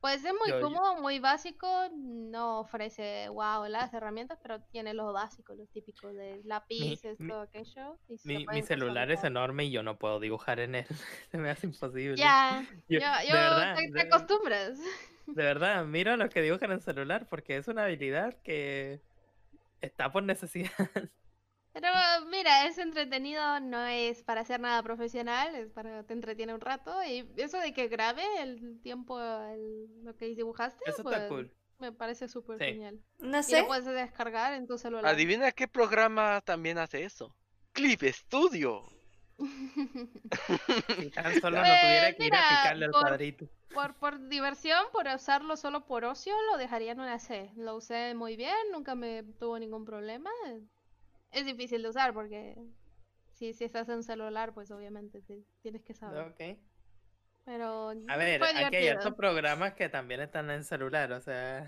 D: pues es muy
A: Yo- yo-
D: cómodo, muy básico, no ofrece, wow, las herramientas, pero tiene los básicos, los típicos de lápices,
A: mi-
D: todo aquello. y se lo
A: Mi, mi
D: puedes usar
A: celular es
D: para-
A: enorme y yo no puedo dibujar en él. Se me hace imposible.
D: Ya,
A: Yo-
D: yo,
A: de
D: yo-
A: verdad,
D: te-
A: de-
D: te acostumbras.
A: De verdad, miro a los que dibujan en celular porque es una habilidad que está por necesidad.
D: Pero mira, es entretenido, no es para hacer nada profesional, es para te entretiene un rato y eso de que grabe el tiempo, el- lo que dibujaste,
A: Eso
D: pues,
A: está cool.
D: me parece súper
A: Sí.
D: genial.
B: No
D: Y
B: sé.
D: lo puedes descargar en tu celular.
C: Adivina qué programa también hace eso. Clip Studio.
A: Si tan solo no tuviera
D: Pues,
A: que ir a
D: mira,
A: picarle al
D: por-
A: cuadrito.
D: Por, por diversión, por usarlo solo por ocio, lo dejaría en una C. Lo usé muy bien, nunca me tuvo ningún problema. Es difícil de usar porque si, si estás en celular, pues obviamente te- tienes que saber.
A: Ok.
D: Pero
A: A ver,
D: fue
A: aquí hay
D: divertido.
A: otros programas que también están en celular, o sea,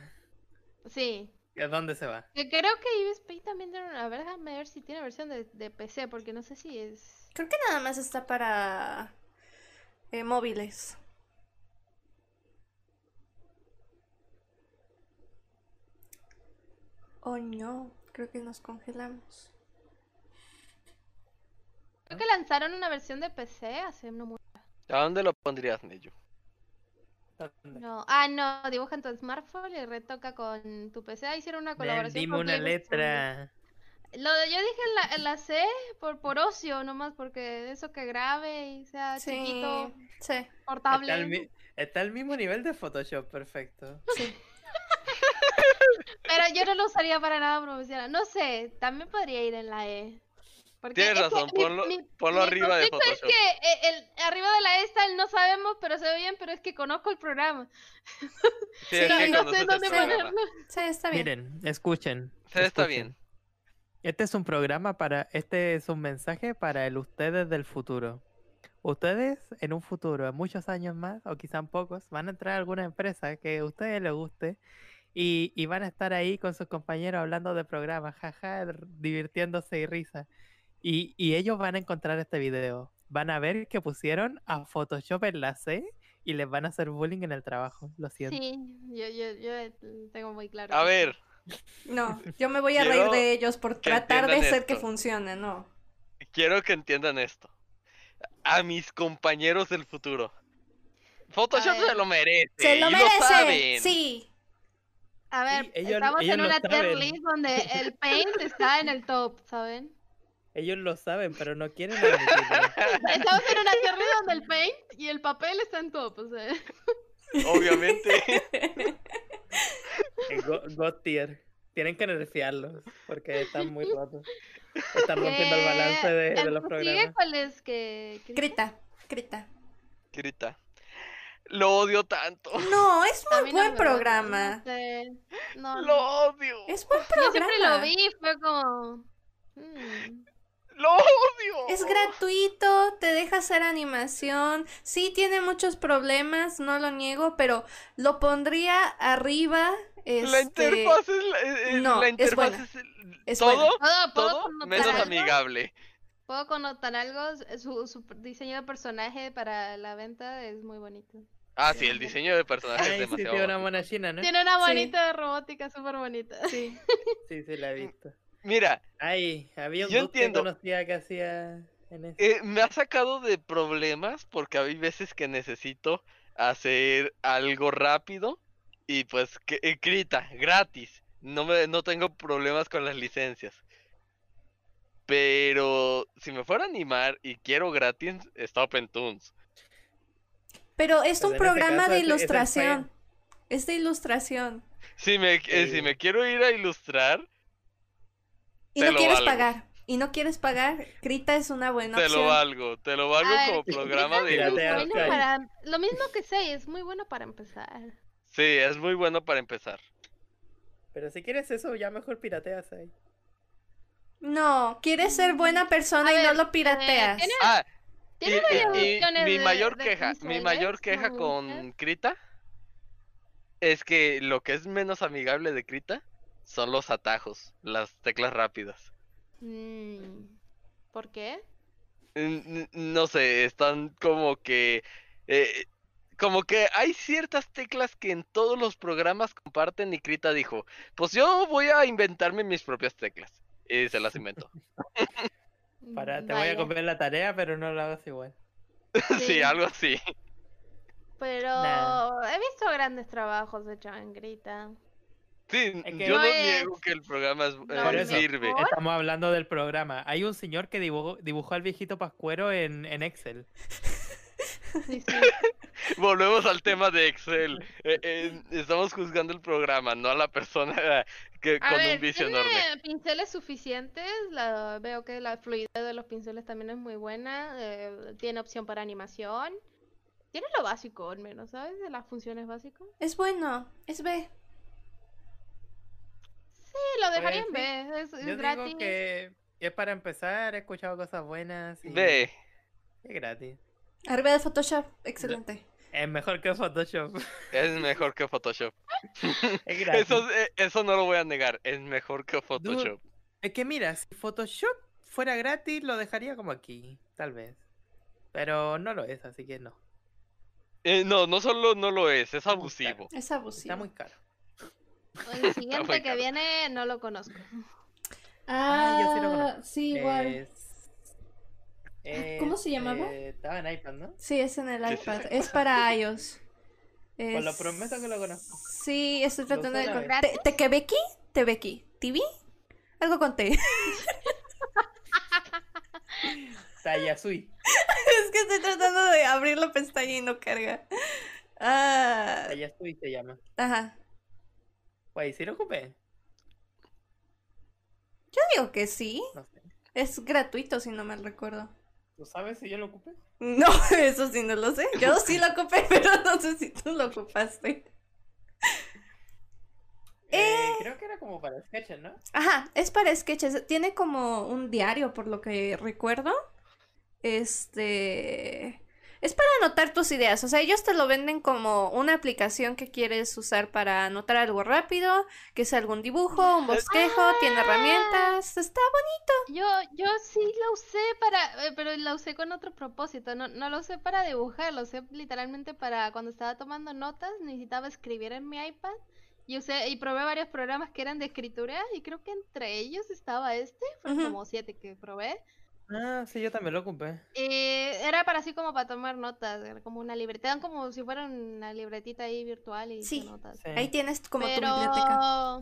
D: Sí.
A: ¿a dónde se va?
D: Que creo que USP también tiene una. A ver, déjame ver si tiene versión de, de PC, porque no sé si es.
B: Creo que nada más está para eh, móviles. Oh no, creo que nos congelamos.
D: Creo que
A: Ah.
D: lanzaron una versión de PC hace no mucho.
C: ¿A dónde lo pondrías, Neyu?
A: ¿Dónde?
D: No. Ah, no, dibuja en tu smartphone y retoca con tu PC. Ah, Hicieron una
A: Ven,
D: colaboración.
A: dime
D: con
A: una
D: Clip Studio.
A: letra.
D: Lo de, yo dije en la, en la C por, por ocio nomás, porque eso que grabe y sea
B: Sí,
D: Ah, chiquito,
B: sí,
D: portable.
A: Está al, mi- está al mismo nivel de Photoshop, perfecto.
B: sí.
D: Pero yo no lo usaría para nada profesional. No sé, también podría ir en la E. Porque
C: Tienes
D: es
C: razón,
D: que mi-
C: ponlo-
D: mi-
C: ponlo
D: mi
C: arriba de
D: conflicto es
C: Photoshop.
D: que eh, el, arriba de la esta el no sabemos, pero se ve bien, pero es que conozco el programa.
C: Sí, es
B: Sí,
C: que
B: no
D: no
C: conoces
D: sé
C: el
D: dónde
C: programa.
D: ponerlo.
B: Sí, está bien.
A: Miren, escuchen.
C: Sí, está
A: escuchen.
C: bien.
A: Este es un programa para, este es un mensaje para el ustedes del futuro. Ustedes en un futuro, en muchos años más, o quizá en pocos, van a entrar a alguna empresa que a ustedes les guste y, y van a estar ahí con sus compañeros hablando de programas, jaja, r- divirtiéndose y risa. Y, y ellos van a encontrar este video. Van a ver que pusieron a Photoshop en la C y les van a hacer bullying en el trabajo. Lo siento.
D: Sí, yo, yo, yo eh, tengo muy claro. que
C: A
D: sí.
C: ver,
B: No, yo me voy a
C: Quiero
B: reír de ellos por
C: que
B: tratar de
C: entiendan
B: hacer que
C: esto.
B: funcione, no.
C: quiero que entiendan esto. A mis compañeros del futuro. Photoshop
D: A ver.
C: se lo merece.
B: ¡Se lo
C: y
B: merece!
C: saben.
B: Sí.
D: A ver,
A: ellos-
D: estamos
A: ellos
D: en
A: lo
D: una tier
A: saben.
D: list donde el paint está en el top, ¿saben?
A: Ellos lo saben, pero no quieren admitirlo.
D: Estamos en una tier list donde el paint y el papel están top, o sea.
C: Obviamente.
A: Eh, Go- God tier. Tienen que nerfearlos porque están muy rotos. Están rompiendo el balance de, de
D: Eh,
A: los
D: ¿sigue
A: programas.
D: cuál es que que-
B: Grita, grita.
C: Grita. Lo odio tanto.
B: No, es
D: a
B: muy
D: mí no
B: buen
D: me gusta, no
B: programa.
D: sé, No,
C: Lo
D: no.
C: odio.
B: Es buen
D: Yo siempre lo
B: programa.
D: vi, fue como. mm.
C: Lo odio.
B: Es gratuito, te deja hacer animación. Sí, tiene muchos problemas, no lo niego, pero lo pondría arriba.
C: La
B: este,
C: interfaz es la, eh, eh,
B: no,
C: la
B: es
C: interfaz
B: buena.
C: es,
B: Es
C: todo,
B: buena.
D: Puedo- puedo
C: todo
D: connotar
C: menos
D: algo,
C: amigable.
D: Puedo connotar algo. s- Su, su diseño de personaje para la venta es muy bonito.
C: Ah, sí, el diseño de personaje Ah, es
A: Ay, sí,
C: demasiado.
A: tiene una
C: bueno.
A: mona china, ¿no?
D: Tiene una
B: Sí.
D: bonita robótica súper bonita.
B: Sí.
A: Sí, sí, la he
D: Mm.
A: visto.
C: Mira,
A: Ay, había un
C: Yo
A: dude que
C: entiendo.
A: conocía que hacía en eso.
C: eh, me ha sacado de problemas porque hay veces que necesito hacer algo rápido y pues que eh, grita, gratis. No me, no tengo problemas con las licencias. Pero si me fuera a animar y quiero gratis, Stop en Toons.
B: Pero
A: Pues
B: es un
A: en este
B: programa
A: caso
B: de
A: es- es el
B: ilustración. Es de ilustración.
C: Si me, eh, si
A: Sí.
C: me quiero ir a ilustrar,
B: Y
C: Te
B: no
C: lo
B: quieres
C: valgo.
B: pagar. Y no quieres pagar, grita es una buena
C: te
B: opción. Ah,
C: lo valgo. Te lo valgo
D: A ver,
C: como
D: Grita
C: programa
D: es
C: de
D: muy
A: Piratea
C: ilustración.
D: bueno
A: Sky.
D: para- Lo mismo que sé, es muy bueno para empezar. Eh,
C: Sí, es muy bueno para empezar.
A: Pero si quieres eso, ya mejor pirateas ahí.
B: No, quieres ser buena persona
D: A
B: y no
A: eh,
D: ver,
B: lo pirateas.
D: tiene-
C: Ah, y,
D: Tiene varias
C: y- y
D: opciones
C: mi
D: de-
C: mayor
D: de
C: queja, mi
D: visuales,
C: mayor queja
D: ¿no?
C: con Krita es que lo que es menos amigable de Krita son los atajos, las teclas rápidas.
D: Mm, ¿Por qué?
C: N- n- No sé, están como que eh, como que hay ciertas teclas que en todos los programas comparten y Krita dijo, "Pues yo voy a inventarme mis propias teclas." Y se las inventó.
A: Para, te voy a
D: Mm, Vaya,
A: comer la tarea, pero no la hagas igual.
C: sí, algo así.
D: Pero
A: Nah.
D: he visto grandes trabajos hechos en Grita.
C: Sí,
A: Es que-
C: yo
D: No
C: no
D: es-
C: niego que el programa es- eh,
A: Pero eso-
C: sirve.
D: ¿Por?
A: Estamos hablando del programa. Hay un señor que dibujó, dibujó al viejito Pascuero en, en Excel.
D: Sí, sí.
C: Volvemos al tema de Excel. Eh, eh, estamos juzgando el programa, no a la persona que,
D: A
C: con
D: ver,
C: un vicio
D: tiene
C: enorme.
D: pinceles suficientes. la- veo que la fluidez de los pinceles también es muy buena. eh, tiene opción para animación. Tiene lo básico, al menos, ¿sabes? De las funciones básicas.
B: Es bueno, es B.
D: Sí, lo dejaría en
A: sí.
D: B. Es, es
A: Yo
D: gratis.
A: digo que es para empezar, he escuchado cosas buenas y
C: Ve,
A: es gratis.
B: Arriba de Photoshop, excelente.
A: Es mejor que Photoshop.
C: es mejor que Photoshop.
A: Es gratis.
C: Eso, eh, eso no lo voy a negar, es mejor que Photoshop.
A: Es que mira, si Photoshop fuera gratis, lo dejaría como aquí, tal vez. Pero no lo es, así que no.
C: Eh, no, no solo no lo es, es abusivo.
B: Es abusivo.
A: Está muy caro.
D: El siguiente que
C: caro.
D: viene no lo conozco.
A: Ah, yo sí lo conozco.
B: sí,
A: Es- es,
B: Ah, ¿Cómo se llamaba?
A: eh, estaba en iPad, ¿no?
B: Sí, es en el
C: Sí, sí,
B: iPad.
C: sí.
B: Es para iOS.
A: Pues lo
B: Es-
A: prometo que lo conozco.
B: Sí, estoy
A: Lo
B: tratando de...
A: usé
D: una
B: con- ¿Te, Tequebequi? ¿Tebequi? ¿TV? Algo con T. es
A: Tayasui.
B: que estoy tratando de abrir la pestaña y no carga. Ah,
A: Tayasui se llama.
B: ajá.
A: Pues sí lo ocupé.
B: Yo digo que sí.
A: No sé.
B: Es gratuito, si no mal recuerdo.
A: ¿Tú sabes si yo lo ocupé?
B: No, eso sí no lo sé. Yo sí lo ocupé, pero no sé si tú lo ocupaste.
A: Eh, creo que era como para sketches, ¿no?
B: Ajá, es para sketches. Tiene como un diario, por lo que recuerdo. Este. Es para anotar tus ideas. O sea, ellos te lo venden como una aplicación que quieres usar para anotar algo rápido, que sea algún dibujo, un bosquejo, tiene herramientas. Está
D: Yo, yo sí la usé para, eh, pero la usé con otro propósito, no, no la usé para dibujar, la usé literalmente para cuando estaba tomando notas, necesitaba escribir en mi iPad y usé, y probé varios programas que eran de escritura y creo que entre ellos estaba este, fueron
B: Ujú.
D: como siete que probé.
A: Ah, sí, yo también lo ocupé.
D: Eh, era para así como para tomar notas, era como una libreta, eran como si fuera una libretita ahí virtual y
B: Sí.
D: con notas.
A: Sí.
B: Ahí tienes como
D: pero...
B: tu biblioteca.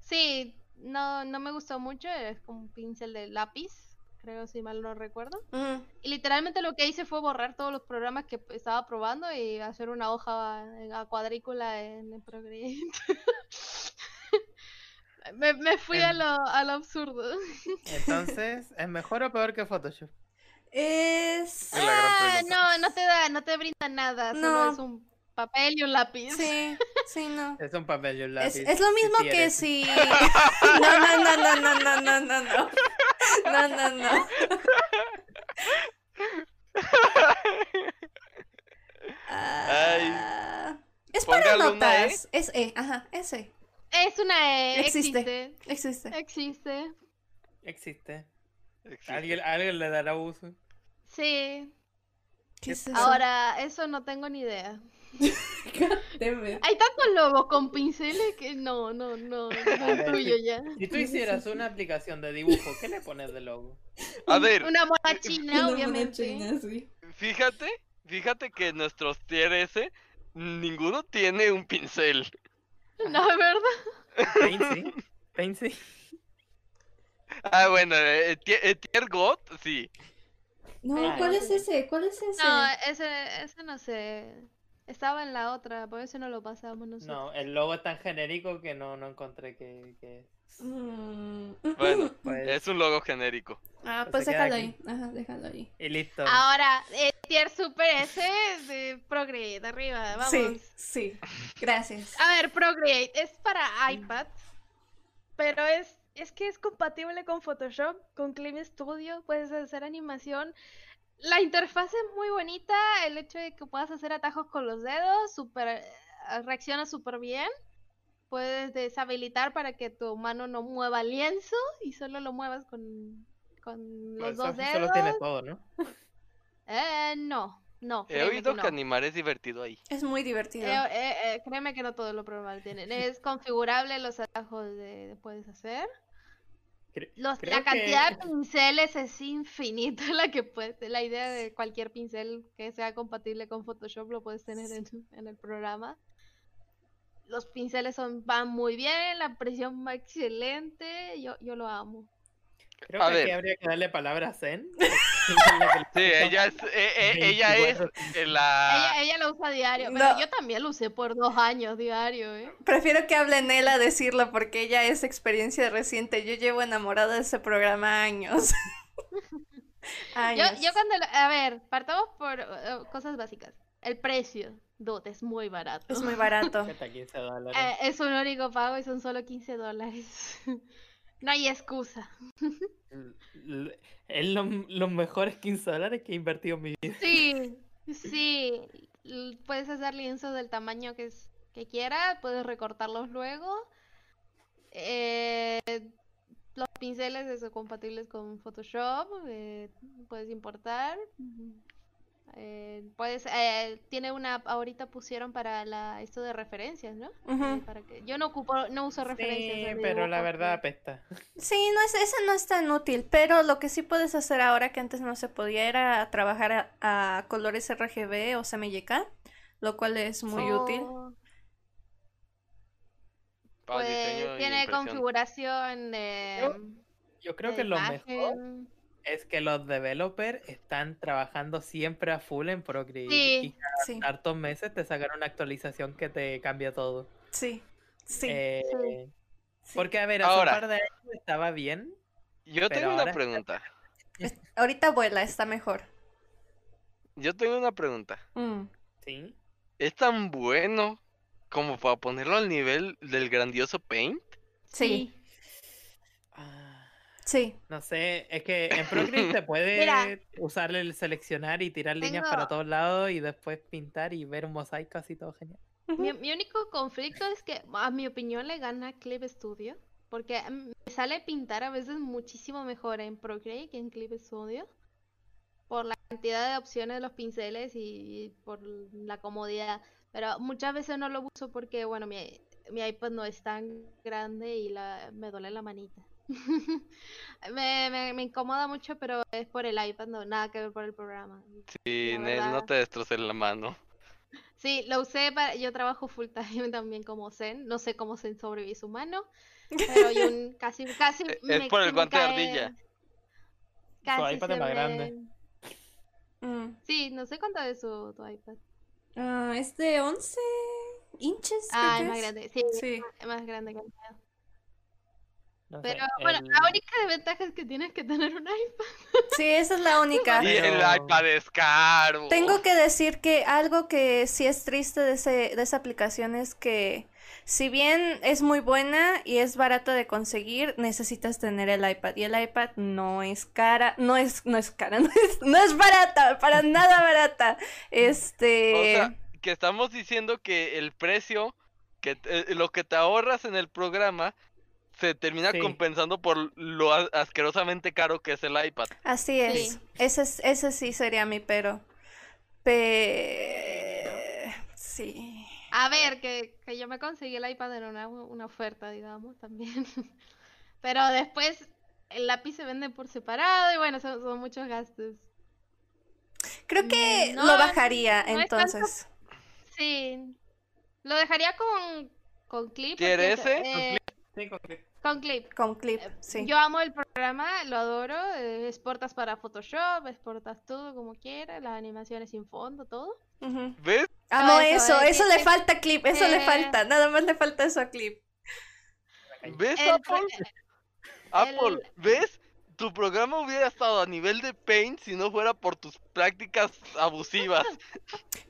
D: Sí, no, no me gustó mucho, es como un pincel de lápiz, creo si mal no recuerdo.
B: Ujú.
D: Y literalmente lo que hice fue borrar todos los programas que estaba probando y hacer una hoja a a cuadrícula en el Procreate. me, me fui a
A: Em.
D: lo, a lo absurdo.
A: Entonces, ¿es mejor o peor que Photoshop?
B: Es.
C: Es la gran
D: Ah,
C: pregunta.
D: no, no te da, no te brinda nada,
B: No.
D: solo es un papel y un lápiz.
B: Sí, sí, no.
A: Es un papel y un
B: Es,
A: lápiz.
B: es lo mismo que
A: quieres.
B: si. No, no, no, no, no, no, no, no, no. No, no, no. Ah, es para
C: Póngale una E.
B: notas. Es E, ajá, es E.
D: Es una E,
B: Existe.
D: existe.
B: Existe.
D: Existe.
A: Existe.
C: Existe.
A: Alguien, alguien le dará uso.
D: Sí.
B: ¿Qué es eso?
D: Ahora, eso no tengo ni idea.
B: Deme.
D: Hay tantos lobos con pinceles que no, no, no, no
A: ver,
D: incluyo ya.
A: Si tú hicieras una aplicación de dibujo, ¿qué le pones de logo?
C: A ver,
D: Una mona china,
B: Una
D: obviamente.
B: monachina, sí.
C: fíjate, fíjate que nuestros tier S, ninguno tiene un pincel.
D: No, es verdad.
A: Paint, sí. Paint, sí.
C: Ah, bueno, eh, eh, tie- eh, tier God, sí.
B: No,
A: Ah,
B: ¿cuál es
A: sí.
B: ese? ¿Cuál es ese?
D: No, ese, ese no sé. Estaba en la otra, por eso no lo pasamos nosotros.
A: No, el logo es tan genérico que no, no encontré que... que...
B: Mm.
C: Bueno,
A: Pues-
C: Es un logo genérico.
B: Ah,
A: Se
B: pues
A: queda
B: déjalo ahí.
A: aquí.
B: Ajá, déjalo ahí.
A: Y listo.
D: Ahora, el tier super ese de Procreate, arriba, vamos.
B: Sí, sí. Gracias.
D: A ver, Procreate es para iPad, pero es, es que es compatible con Photoshop, con Clip Studio, puedes hacer animación. La interfaz es muy bonita, el hecho de que puedas hacer atajos con los dedos, super, eh, reacciona súper bien. Puedes deshabilitar para que tu mano no mueva lienzo y solo lo muevas con, con
A: Pues,
D: los dos
A: Sophie
D: dedos.
A: solo tiene todo, ¿no?
D: Eh, no, no.
C: He
D: créeme
C: oído
D: no.
C: que animar es divertido ahí.
B: Es muy divertido.
D: Eh, eh, eh, créeme que no todos los programas lo tienen. Es configurable los atajos de, de puedes hacer.
A: Cre-
D: Los-
A: creo
D: la cantidad
A: que-
D: de pinceles es infinita la que puedes. La idea de cualquier pincel que sea compatible con Photoshop lo puedes tener en, en el programa. Los pinceles son, van muy bien, la presión va excelente. Yo, yo lo amo.
A: Creo
C: A
A: que
C: ver.
A: aquí habría que darle palabra zen.
C: Sí, ella es, eh, eh, ella es
A: 24.
C: eh, la...
A: Ah.
D: Ella, ella lo usa diario,
B: No.
D: pero yo también lo usé por dos años diario. ¿eh?
B: Prefiero que hable Nela a decirlo porque ella es experiencia reciente. Yo llevo enamorada de ese programa años.
D: Yo,
B: años.
D: yo cuando... lo- a ver, partamos por eh, cosas básicas. El precio, Dot, es muy barato.
B: Es muy barato.
A: Hasta 15 dólares.
D: Eh, es un único pago y son solo 15 dólares. no hay excusa.
A: L- Es lo- los mejores 15 dólares que he invertido en mi vida.
D: Sí, sí. l- Puedes hacer lienzos del tamaño que, es- que quieras, puedes recortarlos luego. Eh, los pinceles eso, compatibles con Photoshop, eh, puedes importar. Eh, puedes, eh, tiene una, ahorita pusieron para la, esto de referencias, ¿no? Eh,
B: Ujú.
D: para que, yo no ocupo, no uso referencias.
A: Sí,
D: en mi
A: pero la
D: dibujo,
A: verdad
D: pero-
A: apesta.
B: Sí, no es, esa no es tan útil, pero lo que sí puedes hacer ahora que antes no se podía era trabajar a, a colores RGB o CMYK, lo cual es muy útil.
D: Oh.
C: para
D: Pues,
C: diseño y
D: tiene
C: impresión.
D: configuración de.
A: Yo creo
D: de
A: que lo mejor
D: imagen.
A: es que los developers están trabajando siempre a full en Procreate. Y
D: Sí,
A: cada
B: Sí,
A: hartos meses te sacan una actualización que te cambia todo.
B: sí, sí.
A: Eh,
D: sí.
A: Porque, a ver, hace
C: Ahora.
A: un par de años estaba bien, Pero
C: Yo tengo una
A: ahora-
C: pregunta.
B: Ahorita vuela, está mejor.
C: Yo tengo una pregunta.
B: Mm.
A: Sí.
C: ¿Es tan bueno como para ponerlo al nivel del grandioso Paint?
B: Sí,
A: Ah,
B: sí.
A: no sé, es que en Procreate se puede
D: Mira.
A: usar el seleccionar y tirar líneas
D: Tengo-
A: para todos lados y después pintar y ver un mosaico así todo genial.
D: Mi, mi único conflicto es que, a mi opinión, le gana Clip Studio. Porque mm, me sale pintar a veces muchísimo mejor en Procreate que en Clip Studio. Por la cantidad de opciones de los pinceles y, y por la comodidad. Pero muchas veces no lo uso porque, bueno, mi, mi iPad no es tan grande y la, me duele la manita. me, me, me incomoda mucho, pero es por el iPad, no, nada que ver por el programa.
C: Sí,
D: La
C: Nel, no
D: verdad.
C: te destroces la mano.
D: Sí, lo usé para. Yo trabajo full time también como Zen. No sé cómo Zen sobrevive su mano. Pero yo un- casi, casi.
C: Eh, Es
D: me-
C: por el
D: se me
C: guante de
D: cae-
C: ardilla.
D: Casi
A: iPad
D: se
A: es más
D: me-
A: grande.
B: Mm.
D: Sí, no sé cuánto es su tu iPad.
B: Ah, es de 11 inches.
D: Ah, es
B: creo
D: más
B: que
D: grande. Sí,
B: es. Sí.
D: es más grande que el mío.
A: No sé,
D: Pero bueno, la
A: el-
D: única desventaja es que tienes que tener un iPad.
B: sí, esa es la única.
C: Y el
A: Pero-
C: iPad es caro.
B: Tengo que decir que algo que sí es triste de, ese- de esa aplicación es que si bien es muy buena y es barata de conseguir, necesitas tener el iPad. Y el iPad no es cara, no es, no es cara, no es, no es barata, para nada barata. Este...
C: O sea, que estamos diciendo que el precio, que te- eh, lo que te ahorras en el programa, se termina
A: Sí.
C: compensando por lo a- asquerosamente caro que es el iPad.
B: Así es.
D: Sí.
B: Ese, es- ese sí sería mi pero. Pe... Sí.
D: A ver, que, que yo me conseguí el iPad en una, una oferta, digamos, también. Pero después el lápiz se vende por separado y bueno, son, son muchos gastos.
B: Creo que
D: Mm, no,
B: lo bajaría
D: no es tanto.
B: entonces.
D: Sí. Lo dejaría con, con clip. porque,
C: ¿Quiere ese? ¿Con
D: eh,
A: Sí, con que-
D: con clip.
B: Con clip, sí.
D: Yo amo el programa, lo adoro. eh, exportas para Photoshop, exportas todo como quieras, las animaciones sin fondo, todo.
B: Ujú.
C: ¿Ves?
B: Amo
D: No, eso,
B: eso, eso,
D: eh, sí,
B: le
D: sí.
B: falta clip, eso le
D: Eh.
B: falta, nada más le falta eso a clip.
C: ¿Ves,
D: El-
C: Apple? Apple, ¿ves? Tu programa hubiera estado a nivel de Paint si no fuera por tus prácticas abusivas.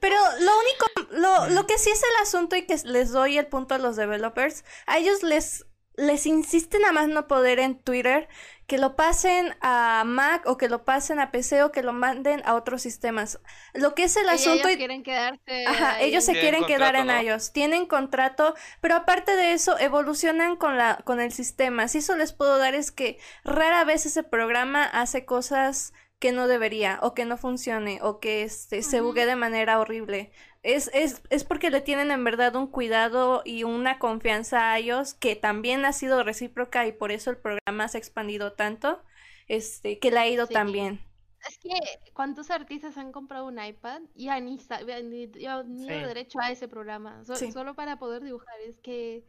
B: Pero lo único, lo, lo que sí es el asunto y que les doy el punto a los developers, a ellos les, les insisten a más no poder en Twitter que lo pasen a Mac o que lo pasen a PC o que lo manden a otros sistemas. Lo que es el
D: y
B: asunto...
D: ellos
B: y-
D: quieren quedarse.
B: Ajá,
D: ahí.
B: ellos se
C: Tienen
B: quieren quedar en
C: contrato, ¿no?
B: ellos, tienen contrato, pero aparte de eso evolucionan con la con el sistema. Si eso les puedo dar es que rara vez ese programa hace cosas que no debería o que no funcione o que este, se
D: Ujú.
B: bugue de manera horrible. Es, es, es porque le tienen en verdad un cuidado y una confianza a ellos que también ha sido recíproca y por eso el programa se ha expandido tanto, este, que le ha ido
D: Sí.
B: tan bien.
D: Es que, ¿cuántos artistas han comprado un iPad y han insta- y han y- y han tenido
A: Sí.
D: derecho a ese programa? So-
B: Sí.
D: Solo para poder dibujar. Es que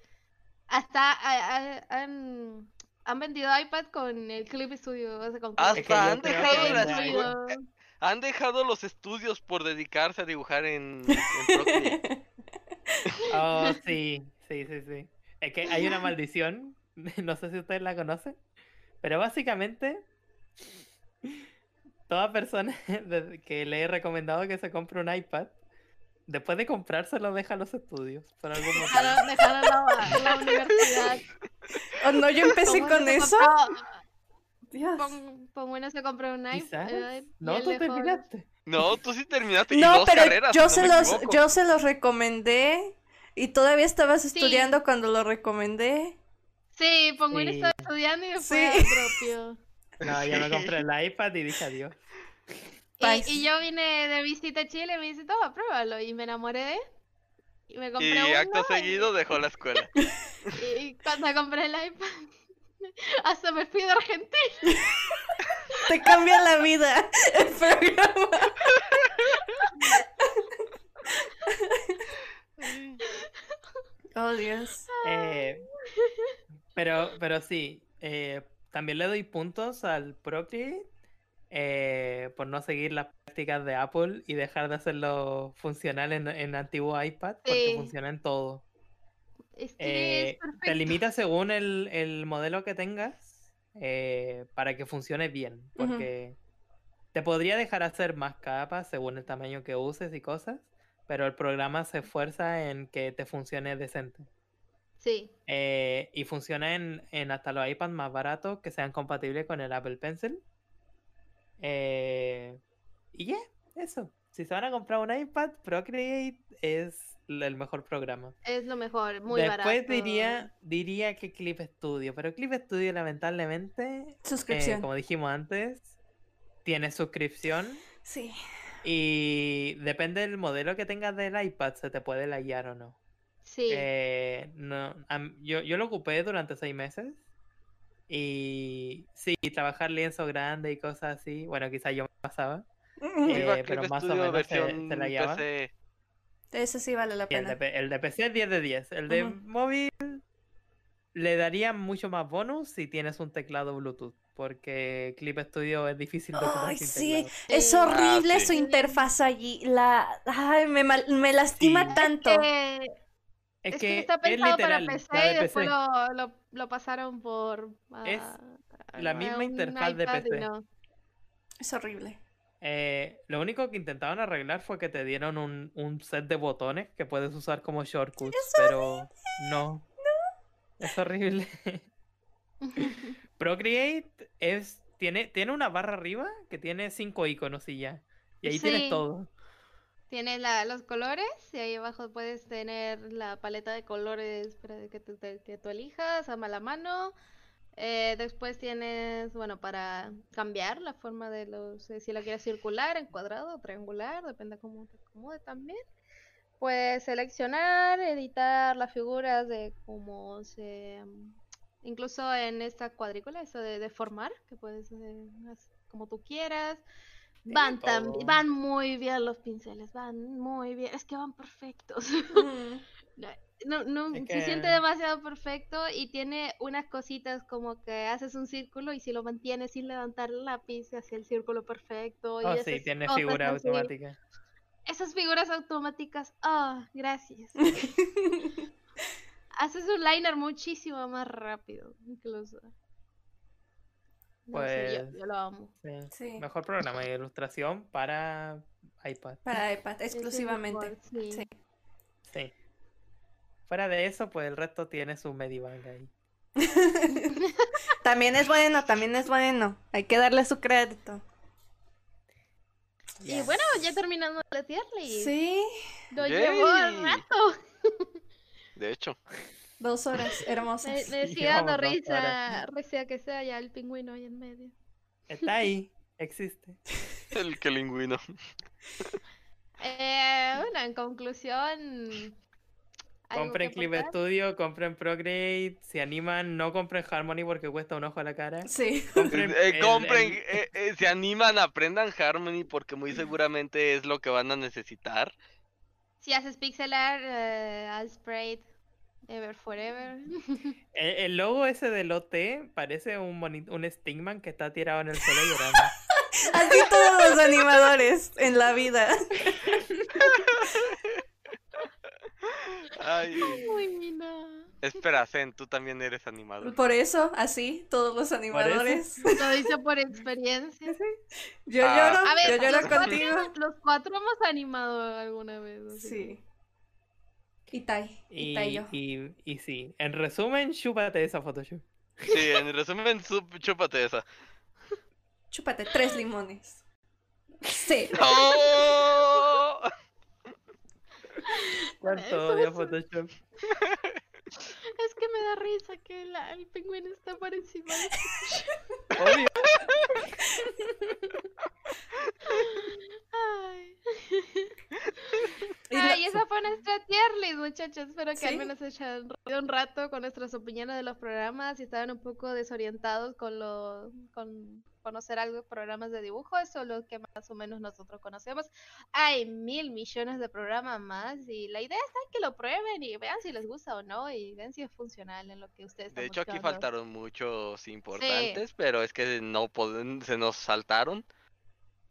D: hasta a- a- han, han vendido iPad con el Clip Studio. o sea, con
C: Hasta
D: Clip
A: que yo
C: han
A: creo
C: dejado
A: que
C: las
A: ya-
C: cu- han dejado los estudios por dedicarse a dibujar en, en Procreate.
A: Oh, sí, sí, sí, sí. Es que hay una maldición, no sé si ustedes la conocen, pero básicamente toda persona desde que le he recomendado que se compre un iPad, después de comprárselo deja los estudios por algún motivo.
D: Dejaron, dejaron la, la universidad.
B: Oh, no, yo empecé
D: Pongo
B: con
D: ese
B: eso.
D: papá-
B: Dios.
D: pon- Pongo en ese compré un
A: Quizás.
D: iPhone.
A: No, tú terminaste.
C: No, tú sí terminaste y
B: No,
C: dos
B: pero
C: carreras,
B: yo,
C: si
B: se
C: no me
B: los,
C: equivoco.
B: yo se los recomendé y todavía estabas
D: Sí.
B: estudiando cuando lo recomendé.
D: Sí, pongo en
A: Sí.
D: estaba estudiando y después
B: Sí.
D: al propio.
A: No, yo me compré el iPad y dije adiós.
B: Pais.
D: Eh, Y, y yo vine de visita a Chile y me dice, toma, pruébalo. Y me enamoré de él. Y me compré
C: Y
D: uno.
C: acto
D: y-
C: seguido dejó la escuela.
D: Y, y cuando compré el iPad, hasta me fui de Argentina.
B: Te cambia la vida el programa. Oh, Dios.
A: Eh, pero, pero sí, eh, también le doy puntos al Procreate eh, por no seguir las prácticas de Apple y dejar de hacerlo funcional en, en antiguo iPad porque
D: Sí.
A: funciona en todo.
D: Es que
A: Eh,
D: es perfecto.
A: te limita según el, el modelo que tengas, eh, para que funcione bien. Porque te podría dejar hacer más capas según el tamaño que uses y cosas, pero el programa se esfuerza en que te funcione decente.
D: Sí,
A: Eh, y funciona en, en hasta los iPads más baratos que sean compatibles con el Apple Pencil. Eh, y ya, eso. Si se van a comprar un iPad, Procreate es l- el mejor programa.
D: es lo mejor, muy
A: Después
D: barato.
A: diría diría que Clip Studio, pero Clip Studio lamentablemente, eh,
B: Suscripción.
A: como dijimos antes, tiene suscripción
B: Sí.
A: y depende del modelo que tengas del iPad, se te puede layar o no.
D: Sí,
A: Eh, no, am- yo, yo lo ocupé durante seis meses. Y sí, trabajar lienzo grande y cosas así. Bueno, quizás yo me pasaba.
B: Mm,
C: Viva
A: eh, pero
C: Clip
A: más o
C: Studio
A: menos se-
C: versión
A: se la lleva.
C: PC.
B: Eso mm. sí vale la
A: Y el, de,
B: pena.
A: P- el de PC es 10 de 10. El de
B: Ujú.
A: móvil le daría mucho más bonus si tienes un teclado Bluetooth. Porque Clip Studio es difícil de ocupar
B: Ay,
A: sin
B: sí,
A: teclado.
B: es
D: Sí.
B: horrible
C: Ah, sí.
B: su interfaz allí. La, ay, me, mal- me lastima
A: Sí.
B: tanto.
D: que-
A: Es,
D: es que,
A: que,
D: está
A: es
D: pensado
A: literal.
D: para
A: la
D: PC y
A: de PC.
D: después lo, lo, lo pasaron por a-
A: Es
D: a-
A: la
D: a
A: misma
D: un
A: interfaz de
D: iPad y
A: PC.
D: no.
B: Es horrible.
A: Eh, lo único que intentaban arreglar fue que te dieron un, un set de botones que puedes usar como shortcuts, pero no. Es horrible. Procreate es, tiene, tiene una barra arriba que tiene cinco iconos y ya. Y ahí
D: Sí.
A: tienes todo.
D: Tiene la, los colores y ahí abajo puedes tener la paleta de colores para que, tú te- que tú elijas a mala mano. Eh, después tienes, bueno, para cambiar la forma de los, eh, si la quieres circular, en cuadrado, triangular, depende cómo te acomode también. Puedes seleccionar, editar las figuras de cómo se, mm, incluso en esta cuadrícula, eso de deformar, que puedes eh, haz como tú quieras.
A: Tiene
D: Van, tam-
A: todo.
D: van muy bien los pinceles, van muy bien, es que van perfectos. Mm. No, no,
A: Es
D: se siente
A: que-
D: demasiado perfecto y tiene unas cositas como que haces un círculo y si lo mantienes sin levantar el lápiz hacia el círculo perfecto. y
A: Oh, sí,
D: esas
A: tiene
D: cosas
A: figura
D: así.
A: automática.
D: Esas figuras automáticas, oh, gracias. haces un liner muchísimo más rápido, incluso. No sé, yo-
A: Pues-
D: yo, lo amo.
A: Sí.
B: Sí,
A: Mejor programa de ilustración para iPad.
B: para iPad
D: Es el
B: exclusivamente.
D: mejor, sí.
B: Sí.
A: Sí. Fuera de eso, pues el resto tiene su Medibank ahí.
B: También es bueno, también es bueno. Hay que darle su crédito.
D: Y bueno, ya terminando la tier list.
B: Sí,
D: Lo llevó al
C: Yay.
D: rato.
C: De hecho,
B: dos horas
D: Me,
B: hermosas.
D: me
A: Sí,
D: sigue dando
A: vamos, dos
D: risa, risa que sea ya el pingüino ahí en medio.
A: Está ahí, existe.
C: el que lingüino.
D: Eh, bueno, en conclusión. ¿algo
A: Compren
D: que
A: Clip
D: aportar?
A: Studio, compren Procreate, si animan, no compren Harmony porque cuesta un ojo a la cara.
B: Sí,
A: Compren,
C: Eh,
A: el-
C: compren,
A: el-
C: eh, eh, se animan, aprendan Harmony porque muy seguramente es lo que van a necesitar.
D: Si haces pixelar, eh, haz Sprite, Ever Forever.
A: el, el logo ese del OT parece un, moni- un Stingman que está tirado en el suelo llorando.
B: así todos los animadores en la vida.
C: Ay,
D: Uy, no.
C: espera, Zen, tú también eres animador.
B: Por eso, así, todos los animadores.
D: Lo hice por experiencia.
B: Yo
C: Ah.
B: lloro,
D: A ver,
B: yo lloro
D: los,
B: contigo.
D: cuatro, los cuatro hemos animado alguna vez. así
B: Sí. Itai,
A: Y,
B: Itai yo.
A: y, y sí, en resumen, chúpate esa Photoshop.
C: Sí, en resumen, sup- chúpate esa.
B: Chúpate tres limones. Sí.
C: ¡No!
A: Cuánto
D: Eso
A: odio
D: es-
A: Photoshop.
D: que- Es que me da risa que la- el pingüino está por encima. de-
A: Obvio.
D: Ay.
B: Y la-
D: Ay, esa fue nuestra tier list, muchachos. Espero que
B: Sí.
D: al menos se hayan reído un rato con nuestras opiniones de los programas y estaban un poco desorientados con lo, con conocer algo de programas de dibujo. Eso es lo que más o menos nosotros conocemos. Hay mil millones de programas más y la idea está en que lo prueben y vean si les gusta o no y vean si es funcional en lo que ustedes están
C: De hecho, aquí
D: buscando.
C: faltaron muchos importantes, pero es que no pod- se nos saltaron.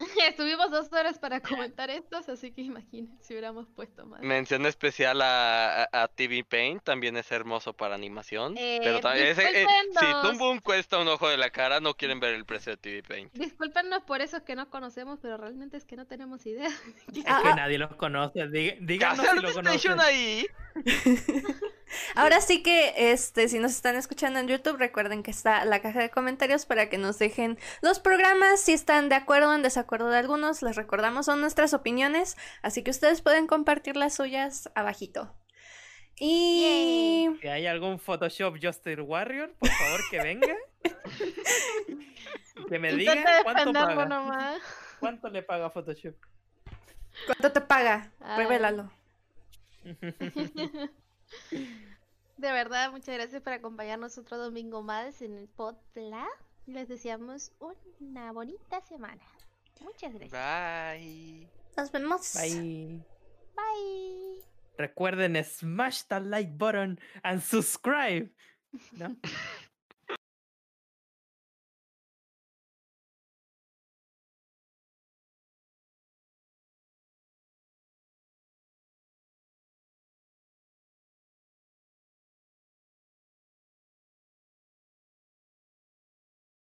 D: Estuvimos dos horas para comentar estos, así que imaginen si hubiéramos puesto más.
C: Mención especial a, a- a TV Paint, también es hermoso para animación.
D: Eh,
C: pero también
A: pues,
C: ese- eh,
D: disculpen
C: si
D: los-
C: Toon cuesta un ojo de la cara, no quieren ver el precio de TV Paint.
D: Discúlpenos por esos que no conocemos, pero realmente es que no tenemos idea.
A: Es
B: Ah,
A: que
B: ah.
A: nadie los conoce. Dí-
C: ¿Qué hace
A: Díganos si lo conocen.
C: PlayStation ahí?
B: Ahora sí que, este, si nos están escuchando en YouTube, recuerden que está la caja de comentarios para que nos dejen los programas, si están de acuerdo o en desacuerdo de algunos, les recordamos, son nuestras opiniones, así que ustedes pueden compartir las suyas abajito. Y
A: Si hay algún Photoshop Justin Warrior, por favor que venga. que me diga
D: Intenta
A: cuánto
D: defenderlo
A: paga.
D: nomás.
A: ¿Cuánto le paga Photoshop?
B: ¿cuánto te paga?
D: Ay.
B: Revélalo.
D: De verdad, muchas gracias por acompañarnos otro domingo más en el Potla. Les deseamos una bonita semana. Muchas gracias.
C: Bye.
B: Nos vemos.
A: Bye.
D: Bye.
A: Recuerden smash the like button and subscribe. ¿No?